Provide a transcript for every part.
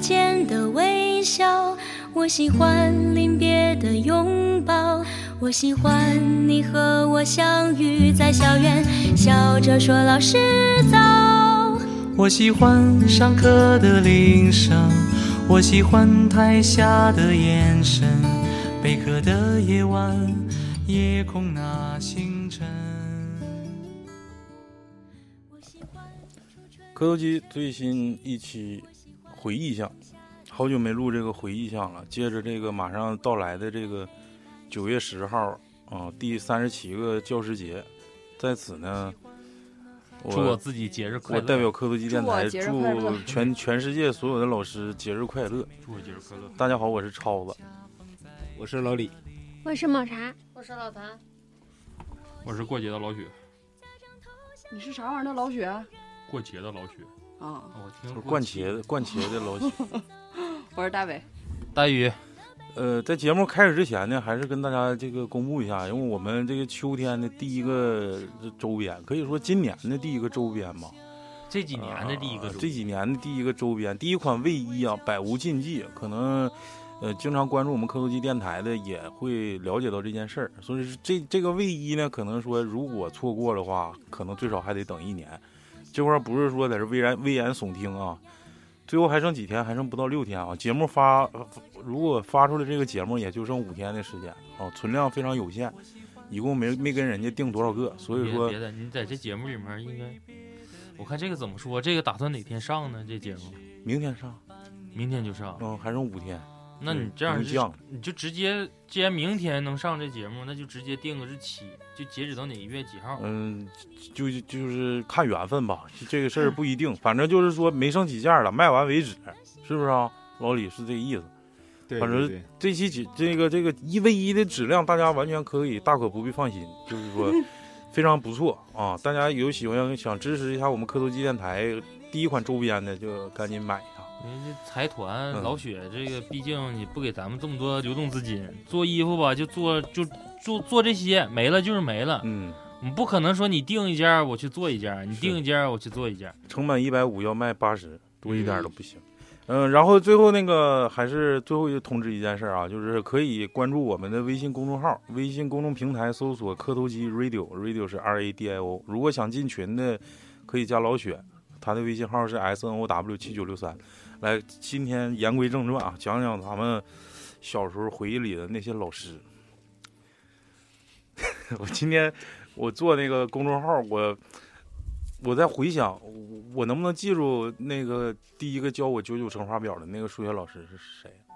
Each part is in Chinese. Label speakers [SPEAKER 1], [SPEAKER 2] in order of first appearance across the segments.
[SPEAKER 1] 间的微笑，我喜欢临别的拥抱，我喜欢你和我相遇在校园，笑着说老师早。
[SPEAKER 2] 我喜欢上课的铃声，我喜欢台下的眼神，备课的夜晚，夜空那星辰。
[SPEAKER 3] 磕头机最新一期回忆一下，好久没录这个回忆项了。接着这个马上到来的这个九月十号啊、第三十七个教师节，在此呢，
[SPEAKER 4] 祝我
[SPEAKER 3] 我
[SPEAKER 4] 自己节日快
[SPEAKER 3] 我
[SPEAKER 4] 乐，
[SPEAKER 3] 代表磕头机电台
[SPEAKER 5] 祝我节日快乐
[SPEAKER 3] 祝全全世界所有的老师节日快乐。
[SPEAKER 4] 祝我节日快乐。
[SPEAKER 3] 大家好，我是超子。
[SPEAKER 6] 我是老李，
[SPEAKER 7] 我是抹茶，
[SPEAKER 5] 我是老谭，
[SPEAKER 4] 我是过节的老许，
[SPEAKER 5] 你是啥玩意儿的老雪 啊？
[SPEAKER 4] 过节的老许，啊我听
[SPEAKER 3] 灌茄子，灌茄子老许。
[SPEAKER 5] 我是大伟，
[SPEAKER 4] 大宇，
[SPEAKER 3] 呃，在节目开始之前呢，还是跟大家这个公布一下，因为我们这个秋天的第一个周边，可以说今年的第一个周边吧，
[SPEAKER 4] 这几年的第一个
[SPEAKER 3] 啊
[SPEAKER 4] 周
[SPEAKER 3] 这几年的第一个周边，第一款卫衣啊，百无禁忌，可能。呃，经常关注我们科头机电台的也会了解到这件事儿，所以是这这个卫衣呢，可能说如果错过的话，可能最少还得等一年。这块儿不是说在这危言危言耸听啊，最后还剩几天，还剩不到六天啊。节目发呃如果发出来这个节目，也就剩五天的时间啊，存量非常有限，一共没没跟人家定多少个，所以
[SPEAKER 4] 别
[SPEAKER 3] 说
[SPEAKER 4] 别的，你在这节目里面应该，我看这个怎么说？这个打算哪天上呢？这节目
[SPEAKER 3] 明天上，
[SPEAKER 4] 明天就上。
[SPEAKER 3] 嗯，还剩五天。
[SPEAKER 4] 那你这样
[SPEAKER 3] 能降
[SPEAKER 4] 就，你就直接，既然明天能上这节目，那就直接定个日期，就截止到哪一月几号。
[SPEAKER 3] 嗯，就就就是看缘分吧，这个事儿
[SPEAKER 6] 嗯
[SPEAKER 3] 不一定，反正就是说没剩几件了，卖完为止，是不是啊？老李是这个意思。
[SPEAKER 6] 对
[SPEAKER 3] 反正
[SPEAKER 6] 对对
[SPEAKER 3] 这期节这个这个一 v 一的质量，大家完全可以大可不必放心，就是 说非常不错啊！大家有喜欢想支持一下我们磕头机电台第一款周边的，就赶紧买一下。
[SPEAKER 4] 因为这财团
[SPEAKER 3] 嗯
[SPEAKER 4] 老雪这个，毕竟你不给咱们这么多流动资金，做衣服吧就做就做做这些，没了就是没了。
[SPEAKER 3] 嗯，
[SPEAKER 4] 你不可能说你定一件儿我去做一件儿，你
[SPEAKER 3] 是
[SPEAKER 4] 定一件儿我去做一件儿。嗯
[SPEAKER 3] 成本一百五要卖八十，多一点儿都不行。嗯，然后最后那个还是最后一个通知一件事儿啊，就是可以关注我们的微信公众号，微信公众平台搜索“磕头机 radio”，radio 是 R A D I O。如果想进群的，可以加老雪，他的微信号是 S N O W 七九六三。来，今天言归正传啊，讲讲咱们小时候回忆里的那些老师。 我今天我做那个公众号，我我在回想，我我能不能记住那个第一个教我九九乘法表的那个数学老师是谁？啊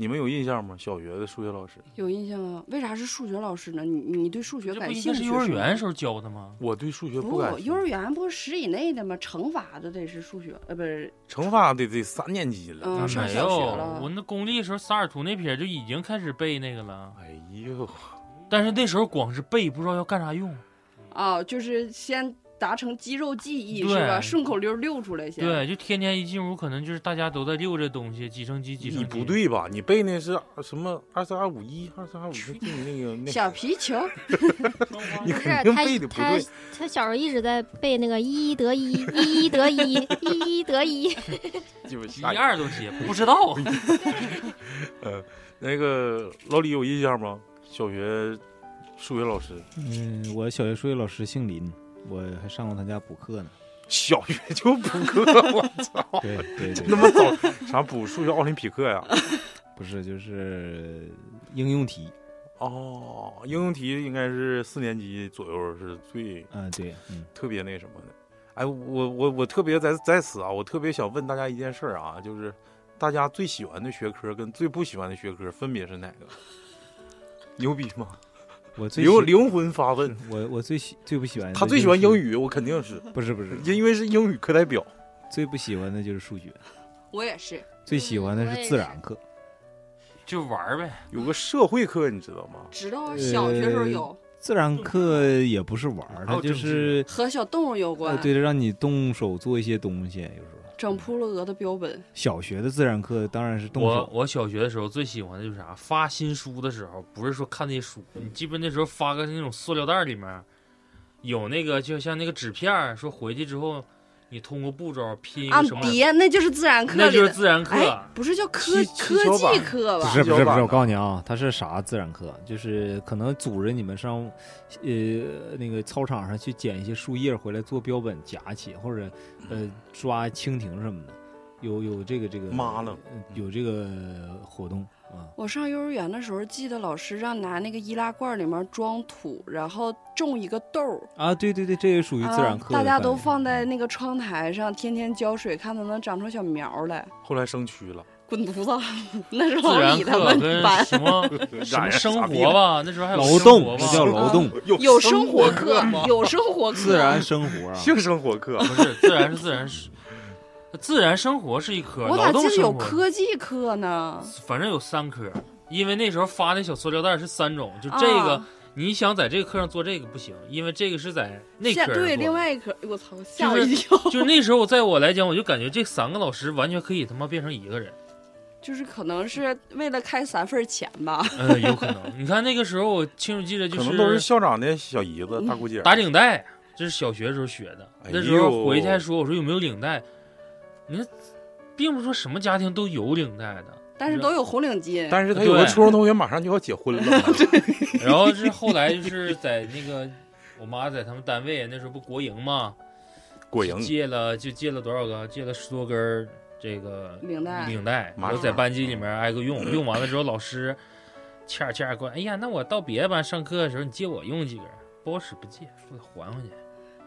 [SPEAKER 3] 你们有印象吗？小学的数学老师，
[SPEAKER 5] 有印象啊？为啥是数学老师呢？你你对数学
[SPEAKER 4] 这不
[SPEAKER 5] 感
[SPEAKER 4] 应
[SPEAKER 5] 兴
[SPEAKER 4] 该是
[SPEAKER 5] 趣？
[SPEAKER 4] 幼儿园时候教的吗？
[SPEAKER 3] 我对数学不
[SPEAKER 5] 不
[SPEAKER 3] 感，兴
[SPEAKER 5] 幼儿
[SPEAKER 3] 趣，
[SPEAKER 5] 园不是十以内的吗？乘法都得是数学，呃，不是
[SPEAKER 3] 乘法得得三年级了。
[SPEAKER 5] 嗯
[SPEAKER 4] 啊
[SPEAKER 5] 上
[SPEAKER 4] 没
[SPEAKER 5] 小
[SPEAKER 4] 有
[SPEAKER 5] 学了，
[SPEAKER 4] 我那公立时候萨尔图那撇就已经开始背那个了，
[SPEAKER 3] 哎呦，
[SPEAKER 4] 但是那时候光是背，不知道要干啥用。
[SPEAKER 5] 啊，就是先达成肌肉记忆
[SPEAKER 4] 对
[SPEAKER 5] 是吧？顺口溜溜出来先。，
[SPEAKER 4] 对，就天天一进屋，可能就是大家都在溜这东西，几乘几，几乘
[SPEAKER 3] 你
[SPEAKER 4] 几。
[SPEAKER 3] 不，对吧？你背那是什么二三二五一、二三二五那个那个
[SPEAKER 5] 小皮球，
[SPEAKER 3] 你
[SPEAKER 7] 不是 他
[SPEAKER 3] 肯定背的不
[SPEAKER 7] 他
[SPEAKER 3] 对。
[SPEAKER 7] 他小时候一直在背那个一一得一，一一得一，一一得一。
[SPEAKER 3] 就是
[SPEAKER 4] 一二都写，不知道。
[SPEAKER 3] 呃，那个老李有印象吗？小学数学老师，
[SPEAKER 6] 嗯，我小学数学老师姓林，我还上过他家补课呢。
[SPEAKER 3] 小学就补课， 我操，
[SPEAKER 6] 对对
[SPEAKER 3] 那
[SPEAKER 6] 对，
[SPEAKER 3] 么早啥补数学奥林匹克呀？
[SPEAKER 6] 不是就是应用题
[SPEAKER 3] 哦，应用题应该是四年级左右是最
[SPEAKER 6] 啊，对，嗯，
[SPEAKER 3] 特别那什么的。哎，我我我特别在在此啊，我特别想问大家一件事儿啊，就是大家最喜欢的学科跟最不喜欢的学科分别是哪个？牛逼吗？
[SPEAKER 6] 我最喜
[SPEAKER 3] 灵灵魂发问，
[SPEAKER 6] 我我最喜最不喜欢 的
[SPEAKER 3] 他最喜欢
[SPEAKER 6] 就是
[SPEAKER 3] 英，语，我肯定是，
[SPEAKER 6] 不是不是，
[SPEAKER 3] 因为是英语课代表。
[SPEAKER 6] 最不喜欢的就是数学，
[SPEAKER 5] 我也是。
[SPEAKER 6] 最喜欢的是自然课。
[SPEAKER 4] 就玩儿呗，
[SPEAKER 3] 有个社会课，你知道吗？
[SPEAKER 5] 知
[SPEAKER 6] 呃
[SPEAKER 5] 道啊，小学时候有
[SPEAKER 6] 自然课也不是玩
[SPEAKER 3] 哦
[SPEAKER 6] 儿，
[SPEAKER 4] 还
[SPEAKER 6] 它
[SPEAKER 4] 有
[SPEAKER 6] 就
[SPEAKER 4] 政治
[SPEAKER 6] 是
[SPEAKER 5] 和小动物有
[SPEAKER 6] 呃，
[SPEAKER 5] 关，
[SPEAKER 6] 对着让你动手做一些东西。有时候
[SPEAKER 5] 整扑了鹅的标本。
[SPEAKER 6] 小学的自然课当然是动
[SPEAKER 4] 我
[SPEAKER 6] 手，
[SPEAKER 4] 我小学的时候最喜欢的就是啥，发新书的时候，不是说看那书，你记不记得那时候发个那种塑料袋儿里面有那个就像那个纸片儿，说回去之后你通过步骤拼一
[SPEAKER 5] 啊
[SPEAKER 4] 个什么，玩意儿，
[SPEAKER 5] 别，那就是自然课
[SPEAKER 4] 那
[SPEAKER 5] 里
[SPEAKER 4] 就是
[SPEAKER 5] 的，
[SPEAKER 4] 自然课。
[SPEAKER 5] 哎，不是叫科
[SPEAKER 3] 七七
[SPEAKER 5] 科
[SPEAKER 3] 巧板
[SPEAKER 5] 技课
[SPEAKER 6] 不
[SPEAKER 5] 吧？
[SPEAKER 6] 是不是不
[SPEAKER 3] 吧
[SPEAKER 6] 是，我告诉你啊，它是啥自然课？就是可能组织你们上，呃，那个操场上去捡一些树叶回来做标本夹起，或者呃抓蜻蜓什么的，有有这个这个
[SPEAKER 3] 妈了
[SPEAKER 6] 呃有这个活动啊，
[SPEAKER 5] 我上幼儿园的时候，记得老师让拿那个易拉罐里面装土，然后种一个豆儿，
[SPEAKER 6] 啊，对对对，这也属于自然
[SPEAKER 5] 啊
[SPEAKER 6] 课、
[SPEAKER 5] 大家都放在
[SPEAKER 6] 嗯
[SPEAKER 5] 那个窗台上，天天浇水，看它能长出小苗儿来。
[SPEAKER 3] 后来生蛆了，
[SPEAKER 5] 滚犊子！ 那时候
[SPEAKER 4] 自
[SPEAKER 5] 我
[SPEAKER 4] 然
[SPEAKER 5] 理他
[SPEAKER 4] 课
[SPEAKER 5] 们
[SPEAKER 4] 跟
[SPEAKER 5] 班，
[SPEAKER 4] 什么
[SPEAKER 5] 哎
[SPEAKER 4] 什么生活吧，那时候还有
[SPEAKER 6] 劳
[SPEAKER 4] 生
[SPEAKER 6] 动，
[SPEAKER 4] 活
[SPEAKER 6] 这
[SPEAKER 4] 吧
[SPEAKER 6] 叫劳动，
[SPEAKER 5] 啊有生活课，有生活课，
[SPEAKER 6] 自然生活 啊。
[SPEAKER 3] 性生活课，
[SPEAKER 4] 不是自然是自然是自然生 活是一科，
[SPEAKER 5] 我咋记
[SPEAKER 4] 劳动
[SPEAKER 5] 得有
[SPEAKER 4] 生活
[SPEAKER 5] 科技课呢？
[SPEAKER 4] 反正有三科，因为那时候发那小塑料袋是三种，就这个、
[SPEAKER 5] 啊
[SPEAKER 4] 你想在这个课上做这个不行，因为这个是在那科
[SPEAKER 5] 现
[SPEAKER 4] 上做
[SPEAKER 5] 对
[SPEAKER 4] 的
[SPEAKER 5] 另外一科，我操，吓我一跳！
[SPEAKER 4] 就是那时候，在我来讲，我就感觉这三个老师完全可以他妈变成一个人，
[SPEAKER 5] 就是可能是为了开三份儿钱吧，
[SPEAKER 4] 呃，有可能。你看那个时候，我清楚记得就
[SPEAKER 3] 可能都是校长的小姨子、大姑姐。
[SPEAKER 4] 打领带，这是小学的时候学的。
[SPEAKER 3] 哎呦
[SPEAKER 4] 那时候回去还说，我说有没有领带？你看，并不是说什么家庭都有领带的。
[SPEAKER 5] 但是都有红领巾。
[SPEAKER 3] 但是他有个
[SPEAKER 4] 对
[SPEAKER 3] 初中同学马上就要结婚了，
[SPEAKER 4] 然后是后来就是在那个我妈在他们单位那时候不国营嘛，
[SPEAKER 3] 果蝇
[SPEAKER 4] 借了就借了多少个？借了十多根儿这个
[SPEAKER 5] 领带
[SPEAKER 4] 领带，
[SPEAKER 3] 麻
[SPEAKER 4] 我在班级里面挨 个用，用完了之后老师掐掐过来，哎呀，那我到别的班上课的时候，你借我用几根儿，不好使不借，说得还回去。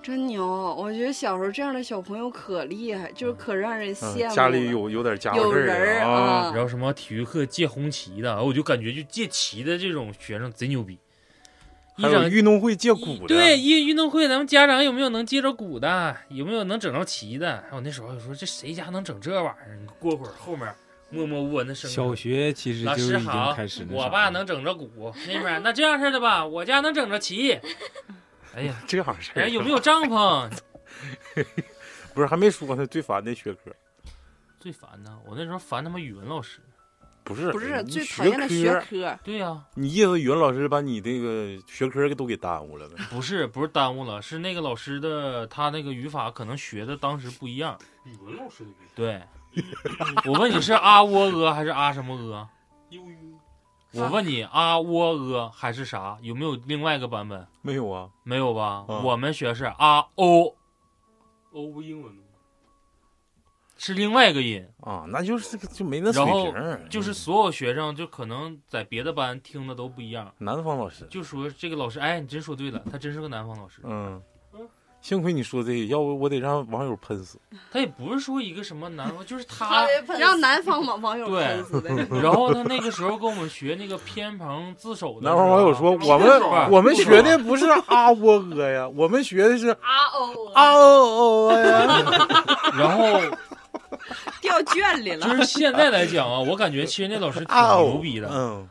[SPEAKER 5] 真牛！我觉得小时候这样的小朋友可厉害，就是可让人
[SPEAKER 3] 嗯
[SPEAKER 5] 羡慕了。
[SPEAKER 3] 家里有有点家伙
[SPEAKER 5] 有
[SPEAKER 3] 事
[SPEAKER 5] 人
[SPEAKER 3] 儿
[SPEAKER 5] 儿
[SPEAKER 3] 啊，
[SPEAKER 5] 啊
[SPEAKER 4] 然后什么体育课借红旗的，我就感觉就借旗的这种学生贼牛逼。一
[SPEAKER 3] 还有
[SPEAKER 4] 整
[SPEAKER 3] 运动会借鼓的，
[SPEAKER 4] 对，一运动会，咱们家长有没有能接着鼓的？有没有能整着旗的？哎我那时候就说这谁家能整这玩意儿？你过会儿后面默默无闻的声音。
[SPEAKER 6] 小学其实
[SPEAKER 4] 老
[SPEAKER 6] 就是
[SPEAKER 4] 师
[SPEAKER 6] 已经
[SPEAKER 4] 好
[SPEAKER 6] 开始，那啥
[SPEAKER 4] 我
[SPEAKER 6] 了
[SPEAKER 4] 爸能整着鼓，那边儿那这样式的吧，我家能整着 旗。哎呀，
[SPEAKER 3] 这样事儿
[SPEAKER 4] 人家有没有帐篷？
[SPEAKER 3] 不是还没说呢，最烦的学科
[SPEAKER 4] 最烦呢，我那时候烦他妈语文老师。
[SPEAKER 3] 不是
[SPEAKER 5] 不是
[SPEAKER 3] 你
[SPEAKER 5] 最讨厌的学
[SPEAKER 3] 科，
[SPEAKER 5] 科，
[SPEAKER 4] 对呀、
[SPEAKER 3] 你意思语文老师把你这个学科给都给耽误了呗？
[SPEAKER 4] 不是不是耽误了，是那个老师的他那个语法可能学的当时不一样。
[SPEAKER 8] 语文老师的语
[SPEAKER 4] 对，我问你是啊喔呃还是啊什么呃？
[SPEAKER 8] 悠悠
[SPEAKER 4] 我问你啊喔呃还是啥？有没有另外一个版本？
[SPEAKER 3] 没有啊，
[SPEAKER 4] 没有吧？
[SPEAKER 3] 嗯
[SPEAKER 4] 我们学是啊哦，
[SPEAKER 8] 哦不英文吗？
[SPEAKER 4] 是另外一个音。
[SPEAKER 3] 啊，那就是这个就没那水
[SPEAKER 4] 然后
[SPEAKER 3] 平儿，
[SPEAKER 4] 就是所有学生就可能在别的班听的都不一样，
[SPEAKER 3] 南方老师，
[SPEAKER 4] 就说这个老师，哎，你真说对了，他真是个南方老师。
[SPEAKER 3] 嗯，幸亏你说这个，要不我得让网友喷死。
[SPEAKER 4] 他也不是说一个什么南方， 就是他
[SPEAKER 5] 他。让南方网网友
[SPEAKER 4] 对
[SPEAKER 5] 喷死的。
[SPEAKER 4] 然后 他那个时候跟我们学那个偏旁自首的时
[SPEAKER 3] 南
[SPEAKER 4] 候
[SPEAKER 3] 方
[SPEAKER 4] 啊。
[SPEAKER 3] 网友 说，我
[SPEAKER 8] 不
[SPEAKER 3] 们
[SPEAKER 8] 爽
[SPEAKER 3] 我们学的不是啊喔呃呀， 我们学的是
[SPEAKER 5] 啊哦，
[SPEAKER 3] 啊哦哦呀，
[SPEAKER 4] 然后
[SPEAKER 5] 掉卷里了
[SPEAKER 4] 就。是现在来讲啊，我感觉其实那老师挺
[SPEAKER 3] 啊 哦
[SPEAKER 4] 牛逼的，
[SPEAKER 3] 嗯，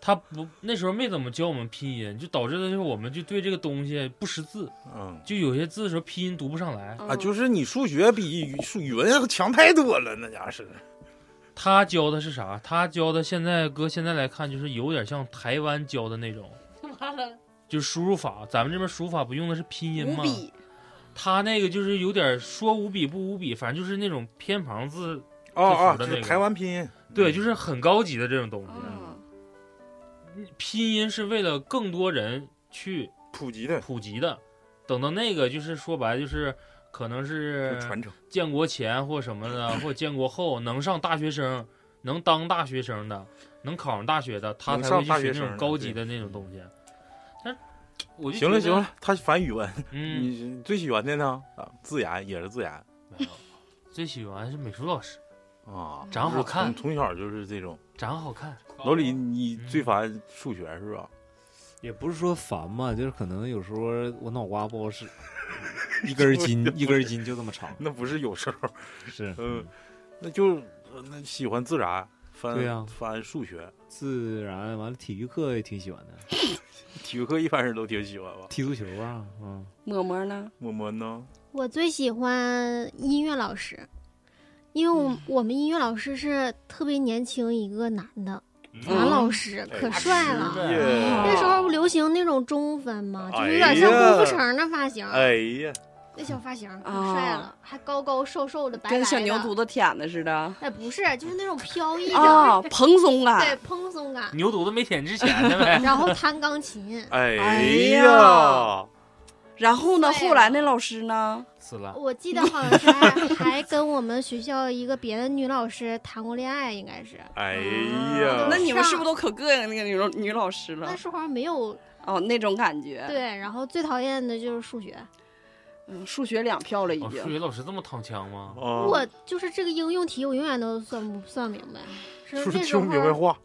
[SPEAKER 4] 他不那时候没怎么教我们拼音，就导致的就是我们就对这个东西不识字，
[SPEAKER 3] 嗯
[SPEAKER 4] 就有些字的时候拼音读不上来。
[SPEAKER 3] 啊，就是你数学比语数语文强太多了，那家啊是
[SPEAKER 4] 他教的是啥？他教的现在搁现在来看，就是有点像台湾教的那种，
[SPEAKER 7] 完了，
[SPEAKER 4] 就是输入法。咱们这边输入法不用的是拼音
[SPEAKER 5] 五
[SPEAKER 4] 吗？
[SPEAKER 5] 笔
[SPEAKER 4] 他那个就是有点说五笔不五笔，反正就是那种偏旁字，
[SPEAKER 3] 哦哦，就
[SPEAKER 4] 字符的那
[SPEAKER 3] 是
[SPEAKER 4] 个
[SPEAKER 3] 台湾拼音，嗯
[SPEAKER 4] 对，就是很高级的这种东西。
[SPEAKER 5] 啊，
[SPEAKER 4] 拼音是为了更多人去
[SPEAKER 3] 普及的
[SPEAKER 4] 普及的。等到那个就是说白了就是，可能
[SPEAKER 3] 就是传承，
[SPEAKER 4] 建国前或什么的，或建国后能上大学生、能当大学生的、能考上大学的，他
[SPEAKER 3] 能
[SPEAKER 4] 才
[SPEAKER 3] 上
[SPEAKER 4] 会去
[SPEAKER 3] 大学
[SPEAKER 4] 学
[SPEAKER 3] 生
[SPEAKER 4] 那
[SPEAKER 3] 的
[SPEAKER 4] 种高级的那种东西。但我就
[SPEAKER 3] 行了
[SPEAKER 4] 觉
[SPEAKER 3] 行
[SPEAKER 4] 得，
[SPEAKER 3] 了，他烦语文，
[SPEAKER 4] 嗯，
[SPEAKER 3] 你最喜欢的呢？啊，自然也是自然
[SPEAKER 4] 没有最喜欢是美术老师，
[SPEAKER 3] 啊，
[SPEAKER 4] 长好看
[SPEAKER 3] 就是从从小就是这种。
[SPEAKER 4] 长好看。
[SPEAKER 3] 老李，你
[SPEAKER 4] 嗯
[SPEAKER 3] 最烦数学是吧？
[SPEAKER 6] 也不是说烦嘛，就是可能有时候我脑瓜不 好使， 一根儿筋一根儿筋就这么长，
[SPEAKER 3] 那不是有时候，
[SPEAKER 6] 是
[SPEAKER 3] 嗯，那就呃那喜欢自然，翻
[SPEAKER 6] 对呀
[SPEAKER 3] 翻数学，
[SPEAKER 6] 自然完了，体育课也挺喜欢的，
[SPEAKER 3] 体育课一般人都挺喜欢吧？
[SPEAKER 6] 踢足球啊，嗯，
[SPEAKER 5] 抹抹呢？
[SPEAKER 3] 我们呢？
[SPEAKER 7] 我最喜欢音乐老师，因为
[SPEAKER 3] 嗯
[SPEAKER 7] 我我们音乐老师是特别年轻一个男的
[SPEAKER 3] 嗯
[SPEAKER 7] 男老师，可帅了。
[SPEAKER 4] 哎
[SPEAKER 3] 耶
[SPEAKER 7] 那时候不流行那种中分吗？就是有点
[SPEAKER 3] 啊哎
[SPEAKER 7] 像
[SPEAKER 3] 呀
[SPEAKER 7] 郭富城的发型。
[SPEAKER 3] 哎呀，
[SPEAKER 7] 那小发型可
[SPEAKER 5] 啊
[SPEAKER 7] 帅了，还高高瘦瘦 的，白白
[SPEAKER 5] 跟
[SPEAKER 7] 的。
[SPEAKER 5] 小牛犊子舔的似的
[SPEAKER 7] 哎，不是，就是那种飘逸
[SPEAKER 5] 啊，
[SPEAKER 7] 的，
[SPEAKER 5] 蓬松
[SPEAKER 7] 对
[SPEAKER 5] 感。
[SPEAKER 7] 蓬松啊感，。
[SPEAKER 4] 牛犊子没舔之前的 呗
[SPEAKER 7] 然后弹钢琴。
[SPEAKER 3] 哎
[SPEAKER 5] 呀，
[SPEAKER 4] 哦
[SPEAKER 5] 然后呢，
[SPEAKER 7] 对
[SPEAKER 5] 后来那老师呢？
[SPEAKER 4] 死了，
[SPEAKER 7] 我记得好像是还 还跟我们学校一个别的女老师谈过恋爱，应该是
[SPEAKER 3] 哎
[SPEAKER 5] 啊
[SPEAKER 7] 嗯
[SPEAKER 3] 呀，
[SPEAKER 5] 那你们是不是都可膈应那个女老女老师了
[SPEAKER 7] 那？时候好像没有
[SPEAKER 5] 哦，那种感觉。，
[SPEAKER 7] 对。然后最讨厌的就是数学，
[SPEAKER 5] 嗯，数学两票了已
[SPEAKER 4] 哦数
[SPEAKER 5] 经。
[SPEAKER 4] 学老师这么躺枪吗？
[SPEAKER 3] 啊，
[SPEAKER 7] 哎我就是这个应用题，我永远都算不算明白。是
[SPEAKER 3] 说
[SPEAKER 7] 那时
[SPEAKER 3] 听不明白
[SPEAKER 7] 候
[SPEAKER 3] 话，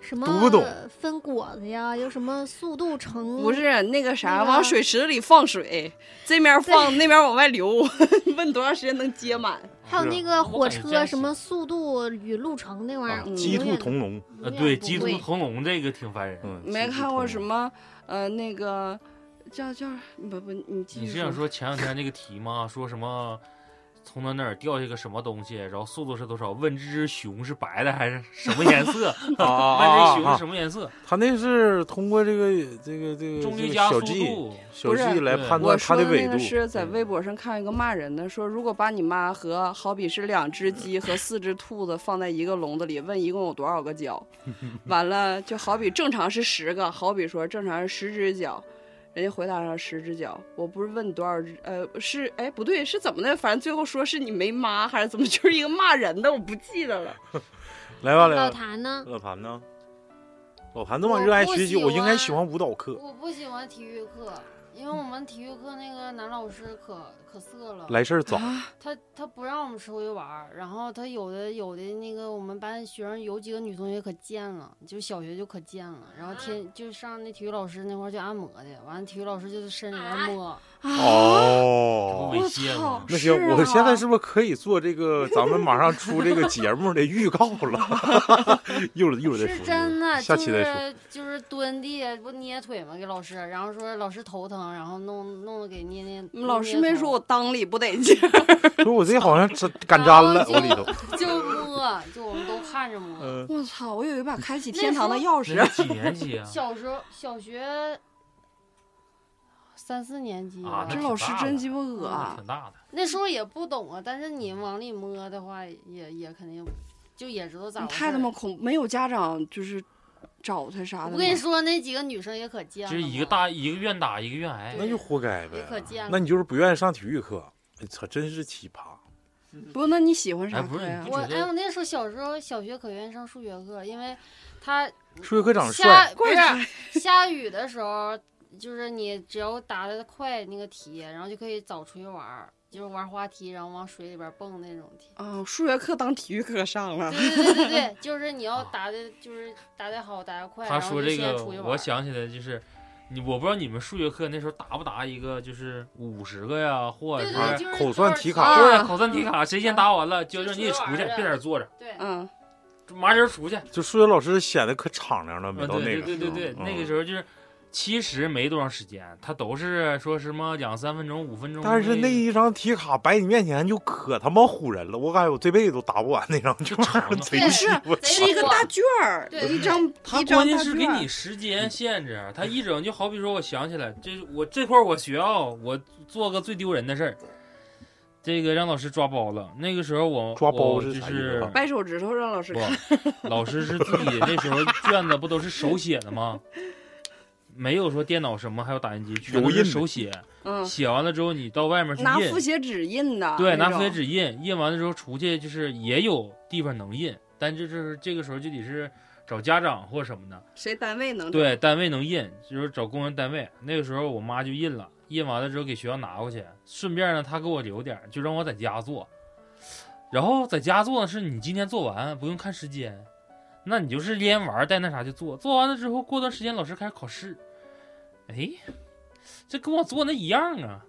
[SPEAKER 7] 什么
[SPEAKER 3] 读不懂
[SPEAKER 7] 分果子呀，有什么速度乘
[SPEAKER 5] 不是那个啥，
[SPEAKER 7] 那个
[SPEAKER 5] 往水池里放水，这面放，那边往外流， 问多长时间能接满？
[SPEAKER 7] 还有
[SPEAKER 3] 是
[SPEAKER 7] 那个火
[SPEAKER 4] 我感觉真
[SPEAKER 7] 车
[SPEAKER 4] 是
[SPEAKER 7] 什么速度与路程那
[SPEAKER 5] 啊
[SPEAKER 7] 玩意儿，我
[SPEAKER 3] 鸡
[SPEAKER 7] 永
[SPEAKER 3] 兔
[SPEAKER 7] 远
[SPEAKER 3] 同笼，
[SPEAKER 7] 永
[SPEAKER 4] 啊，
[SPEAKER 7] 远
[SPEAKER 4] 对，
[SPEAKER 7] 不
[SPEAKER 4] 鸡兔
[SPEAKER 7] 会
[SPEAKER 4] 同笼这个挺烦人。
[SPEAKER 3] 嗯，
[SPEAKER 5] 没
[SPEAKER 3] 鸡兔
[SPEAKER 5] 看
[SPEAKER 3] 同
[SPEAKER 5] 过
[SPEAKER 3] 笼
[SPEAKER 5] 什么呃那个叫叫不不，你继
[SPEAKER 4] 你
[SPEAKER 5] 续
[SPEAKER 4] 是想说前两天那个题吗？说什么从他那儿掉下个什么东西，然后速度是多少？问这只熊是白的还是什么颜色？
[SPEAKER 3] 啊
[SPEAKER 4] 问这
[SPEAKER 3] 啊啊
[SPEAKER 4] 熊是
[SPEAKER 3] 啊！
[SPEAKER 4] 什么颜色？
[SPEAKER 3] 他那是通过这个这个这个
[SPEAKER 4] 终
[SPEAKER 3] 这
[SPEAKER 4] 于
[SPEAKER 3] 个
[SPEAKER 4] 加
[SPEAKER 3] 小
[SPEAKER 4] 速
[SPEAKER 3] G
[SPEAKER 4] 度。
[SPEAKER 3] 小
[SPEAKER 5] 不是
[SPEAKER 3] G 来
[SPEAKER 4] 对
[SPEAKER 3] 判
[SPEAKER 5] 我
[SPEAKER 3] 断它
[SPEAKER 5] 说的
[SPEAKER 3] 纬
[SPEAKER 5] 那
[SPEAKER 3] 度嗯
[SPEAKER 5] 个，是在微博上看一个骂人的，说如果把你妈和好比是两只鸡和四只兔子放在一个笼子里，问一共有多少个脚？完了就好比正常是十个，好比说正常是十只脚，人家回答上十只脚。我不是问你多少只，呃，是哎不对是怎么的？反正最后说是你没妈还是怎么， 就是一个骂人的，我不记得了。
[SPEAKER 3] 来吧来
[SPEAKER 7] 老
[SPEAKER 3] 吧，
[SPEAKER 7] 谭呢？
[SPEAKER 3] 老谭呢？老谭这么
[SPEAKER 9] 我
[SPEAKER 3] 热爱
[SPEAKER 9] 不
[SPEAKER 3] 学习，
[SPEAKER 9] 喜
[SPEAKER 3] 我应该
[SPEAKER 9] 欢
[SPEAKER 3] 喜欢舞蹈课。
[SPEAKER 9] 我不喜欢体育课，因为我们体育课那个男老师可可色了，
[SPEAKER 3] 来事儿早，
[SPEAKER 9] 他他不让我们出去玩儿，然后他有的有的那个我们班学生有几个女同学可贱了，就小学就可贱了，然后天就上那体育老师那块儿去按摩去，完了体育老师就在身里面摸，
[SPEAKER 3] 哦
[SPEAKER 4] 猥亵吗？
[SPEAKER 3] 那行，
[SPEAKER 5] 是
[SPEAKER 3] 我现在
[SPEAKER 5] 啊
[SPEAKER 3] 是不是可以做这个咱们马上出这个节目的预告了？ 一会儿一会儿再说。
[SPEAKER 9] 是真的，
[SPEAKER 3] 下
[SPEAKER 9] 就
[SPEAKER 3] 期再说。
[SPEAKER 9] 是就是蹲地不捏腿吗？给老师，然后说老师头疼，然后弄弄得给捏捏。
[SPEAKER 5] 嗯老师
[SPEAKER 9] 捏
[SPEAKER 5] 没
[SPEAKER 9] 头
[SPEAKER 5] 说我裆里不得劲儿，
[SPEAKER 3] 说我这好像沾干粘了
[SPEAKER 9] 然，后
[SPEAKER 3] 我里头。
[SPEAKER 9] 就摸，就我们都看着摸。
[SPEAKER 3] 嗯，
[SPEAKER 5] 我操！我有一把开启
[SPEAKER 9] 那
[SPEAKER 5] 天堂的
[SPEAKER 9] 时
[SPEAKER 5] 钥匙
[SPEAKER 4] 那。是 几年级啊？
[SPEAKER 9] 小时候小学三四年级
[SPEAKER 4] 啊
[SPEAKER 9] 吧
[SPEAKER 4] 那
[SPEAKER 5] 这
[SPEAKER 4] 挺
[SPEAKER 5] 老师
[SPEAKER 4] 大
[SPEAKER 5] 真
[SPEAKER 4] 的嗯
[SPEAKER 5] 鸡巴恶
[SPEAKER 4] 那
[SPEAKER 5] 啊！
[SPEAKER 4] 挺大的。
[SPEAKER 9] 那时候也不懂啊，但是你往里摸的话，也也肯定就也知道咋
[SPEAKER 5] 你
[SPEAKER 9] 回事儿。
[SPEAKER 5] 太他妈恐，没有家长就是找他啥的吗。
[SPEAKER 9] 我跟你说，那几个女生也可贱了
[SPEAKER 4] 就
[SPEAKER 9] 嘛，
[SPEAKER 4] 是一个大一个愿打一个愿挨，
[SPEAKER 3] 那就活该
[SPEAKER 9] 也可
[SPEAKER 3] 呗。
[SPEAKER 9] 贱了。
[SPEAKER 3] 那你就是不愿意上体育课，哎操，真是奇葩。
[SPEAKER 5] 不，那你喜欢啥
[SPEAKER 4] 哎不
[SPEAKER 5] 歌
[SPEAKER 4] 是
[SPEAKER 3] 啊
[SPEAKER 5] 呀。
[SPEAKER 4] 你？
[SPEAKER 9] 我
[SPEAKER 4] 觉得
[SPEAKER 9] 哎，我那时候小时候小学可愿意上数学课，因为他
[SPEAKER 3] 数学课长帅，
[SPEAKER 9] 下不是下雨的时候，就是你只要答的快那个题，然后就可以早出去玩儿，就是玩滑梯，然后往水里边蹦那种 题
[SPEAKER 5] 啊，数学课当体育课上了。
[SPEAKER 9] 对对对对对，就是你要答的，就是答的好，答的快，
[SPEAKER 4] 啊他
[SPEAKER 9] 然后
[SPEAKER 4] 说
[SPEAKER 9] 就
[SPEAKER 4] 这
[SPEAKER 9] 现在
[SPEAKER 4] 个
[SPEAKER 9] 出去，玩
[SPEAKER 4] 我
[SPEAKER 9] 儿。
[SPEAKER 4] 想起来就是，你我不知道你们数学课那时候答不答一个就是五十个呀，或者
[SPEAKER 9] 对
[SPEAKER 4] 是
[SPEAKER 9] 对，
[SPEAKER 3] 啊
[SPEAKER 9] 就是
[SPEAKER 3] 口算
[SPEAKER 9] 就是
[SPEAKER 3] 题
[SPEAKER 9] 早
[SPEAKER 3] 卡
[SPEAKER 9] 上
[SPEAKER 4] 对
[SPEAKER 5] 啊
[SPEAKER 4] 口算题卡，谁先答完了就
[SPEAKER 9] 嗯就
[SPEAKER 4] 让
[SPEAKER 9] 出
[SPEAKER 4] 你得
[SPEAKER 9] 去
[SPEAKER 4] 出
[SPEAKER 9] 玩
[SPEAKER 4] 去，
[SPEAKER 9] 儿
[SPEAKER 4] 别
[SPEAKER 9] 去
[SPEAKER 4] 在这坐着，
[SPEAKER 9] 对，
[SPEAKER 5] 嗯，
[SPEAKER 4] 麻溜儿出去。啊，
[SPEAKER 3] 就数学老师显得可敞亮了，没
[SPEAKER 4] 对
[SPEAKER 3] 到那
[SPEAKER 4] 啊对
[SPEAKER 3] 个。
[SPEAKER 4] 对对对，
[SPEAKER 3] 嗯
[SPEAKER 4] 那个时候就是。其实没多长时间，他都是说什么两三分钟、五分钟。
[SPEAKER 3] 但是那一张题卡摆你面前就可他妈唬人了，我感觉我这辈子都答不完那张卷儿，
[SPEAKER 4] 长
[SPEAKER 3] 贼
[SPEAKER 9] 对
[SPEAKER 3] 鸡巴
[SPEAKER 9] 贼
[SPEAKER 5] 是一个
[SPEAKER 9] 火
[SPEAKER 5] 大卷儿，
[SPEAKER 9] 对
[SPEAKER 5] 一张
[SPEAKER 4] 他
[SPEAKER 5] 一
[SPEAKER 4] 关
[SPEAKER 5] 张
[SPEAKER 4] 键
[SPEAKER 5] 大
[SPEAKER 4] 是
[SPEAKER 5] 卷
[SPEAKER 4] 给你
[SPEAKER 5] 儿。
[SPEAKER 4] 时间限制，啊他一整就好比说，我想起来，这我这块儿我学啊，我做个最丢人的事儿，这个让老师抓包了。那个时候我
[SPEAKER 3] 抓包
[SPEAKER 4] 我
[SPEAKER 3] 是
[SPEAKER 4] 就
[SPEAKER 3] 啥意思
[SPEAKER 4] 是
[SPEAKER 3] 啊
[SPEAKER 5] 掰手指头让老师看，
[SPEAKER 4] 不，老师是自 己那时候卷子不都是手写的吗？没有说电脑什么，还有打印机，全
[SPEAKER 3] 油
[SPEAKER 4] 都是
[SPEAKER 3] 印的
[SPEAKER 4] 手写。
[SPEAKER 5] 嗯，
[SPEAKER 4] 写完了之后，你到外面去
[SPEAKER 5] 拿复
[SPEAKER 4] 印，
[SPEAKER 5] 写纸印的，
[SPEAKER 4] 对，
[SPEAKER 5] 那
[SPEAKER 4] 拿
[SPEAKER 5] 种
[SPEAKER 4] 复写。纸印，印完了之后出去就是也有地方能印，但就是这个时候就得是找家长或什么的。
[SPEAKER 5] 谁单位能？
[SPEAKER 4] 对，单位能印，就是找工人单位。那个时候我妈就印了，印完了之后给学校拿过去，顺便呢她给我留点儿，就让我在家做。然后在家做呢，是你今天做完不用看时间，那你就是连玩儿带那啥就做。做完了之后，过段时间老师开始考试，哎，这跟我做那一样啊，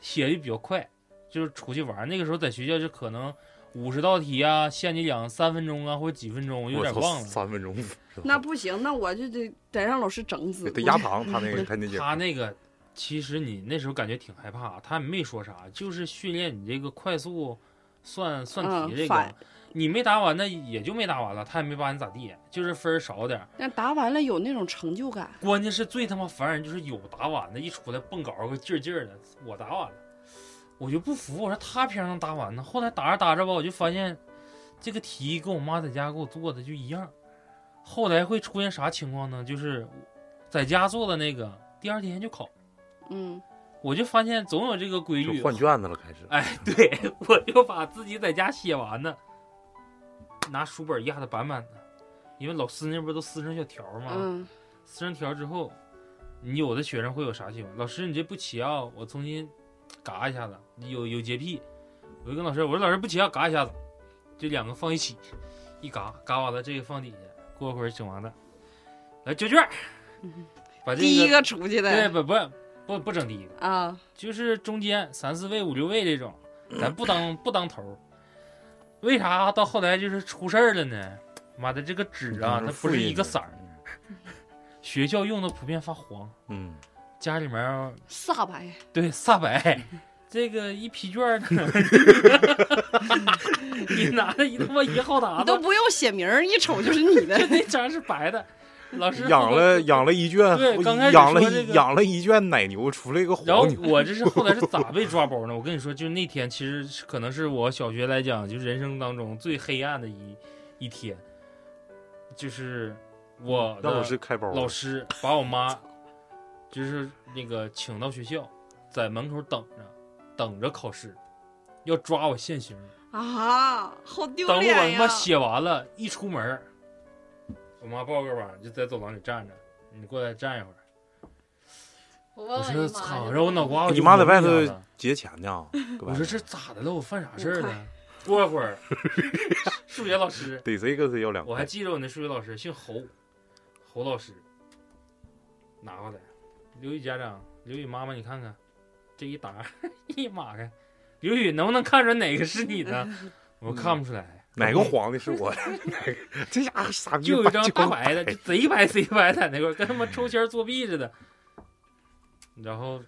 [SPEAKER 4] 写的比较快，就是出去玩儿。那个时候在学校就可能五十道题啊，限你两三分钟啊，或者几分钟，我有
[SPEAKER 3] 我
[SPEAKER 4] 点
[SPEAKER 3] 操
[SPEAKER 4] 忘了。
[SPEAKER 3] 三分钟，
[SPEAKER 5] 那不行，那我就得得让老师整死。
[SPEAKER 3] 得压堂，他那
[SPEAKER 4] 不
[SPEAKER 3] 个
[SPEAKER 4] 是
[SPEAKER 3] 他那劲儿
[SPEAKER 4] 他那个，其实你那时候感觉挺害怕，他没说啥，就是训练你这个快速算算题
[SPEAKER 5] 嗯
[SPEAKER 4] 这个，
[SPEAKER 5] 反
[SPEAKER 4] 你没答完呢，也就没答完了，他也没把你咋地，就是分儿少点儿。
[SPEAKER 5] 但答完了有那种成就感。
[SPEAKER 4] 关键是最他妈烦人就是有答完的，一出来蹦高个劲儿劲儿的，我答完了，我就不服，我说他凭啥能答完呢？后来答着答着吧，我就发现这个题跟我妈在家给我做的就一样。后来会出现啥情况呢？就是在家做的那个，第二天就考。
[SPEAKER 5] 嗯，
[SPEAKER 4] 我就发现总有这个规律啊
[SPEAKER 3] 就，换卷子了，开始。
[SPEAKER 4] 哎，对， 我就把自己在家写完的，拿书本压得板板的，因为老师那不都撕成小条吗？
[SPEAKER 5] 嗯，
[SPEAKER 4] 撕成条之后，你有的学生会有啥情况？老师，你这不齐啊，我重新嘎一下子，有有洁癖，我就跟老师我说老师不齐啊，嘎一下子，这两个放一起，一嘎嘎完了这个放底下，过会儿整完了，来交卷儿，把
[SPEAKER 5] 嗯
[SPEAKER 4] 这
[SPEAKER 5] 第一个出去的
[SPEAKER 4] 对不不不不整第一个。
[SPEAKER 5] 啊，
[SPEAKER 4] 就是中间三四位、五六位这种，咱不当不当头儿。为啥到后来就是出事儿了呢？妈的，这个纸啊，它不是一个色儿，学校用的普遍发黄，
[SPEAKER 1] 嗯，
[SPEAKER 4] 家里面儿
[SPEAKER 5] 煞白，
[SPEAKER 4] 对煞白。 这个一批卷 儿呢，你拿着一他妈一号达
[SPEAKER 5] 你
[SPEAKER 4] 子
[SPEAKER 5] 都，不用写名儿，一瞅就是你的。
[SPEAKER 4] 那张是白的。老师
[SPEAKER 3] 养了养了一卷
[SPEAKER 4] 对刚开，始
[SPEAKER 3] 养了
[SPEAKER 4] 说这
[SPEAKER 3] 一
[SPEAKER 4] 个
[SPEAKER 3] 养了一卷奶牛，出来一个
[SPEAKER 4] 然后
[SPEAKER 3] 黄牛。
[SPEAKER 4] 我这是后来是咋被抓包呢？我跟你说，就是那天其实是可能是我小学来讲，就是人生当中最黑暗的一一天，就是我的
[SPEAKER 3] 让老师开包了，
[SPEAKER 4] 老师把我妈就是那个请到学校，在门口等着，等着考试，要抓我现行。
[SPEAKER 5] 啊，好丢
[SPEAKER 4] 等我
[SPEAKER 5] 脸
[SPEAKER 4] 他
[SPEAKER 5] 呀！
[SPEAKER 4] 妈写完了，一出门儿，我妈抱个膀就在走廊里站着，你过来站一会儿。
[SPEAKER 9] 我
[SPEAKER 4] 我
[SPEAKER 9] 问问你
[SPEAKER 4] 说
[SPEAKER 9] 妈
[SPEAKER 4] 操，
[SPEAKER 9] 就
[SPEAKER 4] 然后我脑瓜我 就
[SPEAKER 3] 你妈在
[SPEAKER 4] 懵
[SPEAKER 3] 外
[SPEAKER 4] 一下
[SPEAKER 3] 头
[SPEAKER 4] 子
[SPEAKER 3] 节钱 呢。搁外
[SPEAKER 4] 我
[SPEAKER 3] 头
[SPEAKER 4] 说这咋的了？我犯啥事儿 了？ 过会儿，数学老师，
[SPEAKER 3] 逮谁跟谁要两
[SPEAKER 4] 我还
[SPEAKER 3] 块。
[SPEAKER 4] 记着我那数学老师姓侯，侯老师拿过来，刘宇家长，刘宇妈妈，你看看这一沓儿 一码开，刘宇能不能看出来哪个是你的？我说看不出来，
[SPEAKER 3] 哪个黄的是我的？ 哪个嗯 这家伙傻逼
[SPEAKER 4] 就有一张大
[SPEAKER 3] 光
[SPEAKER 4] 白的，就贼白贼白在那块儿，跟他妈抽签儿作弊似的。然后，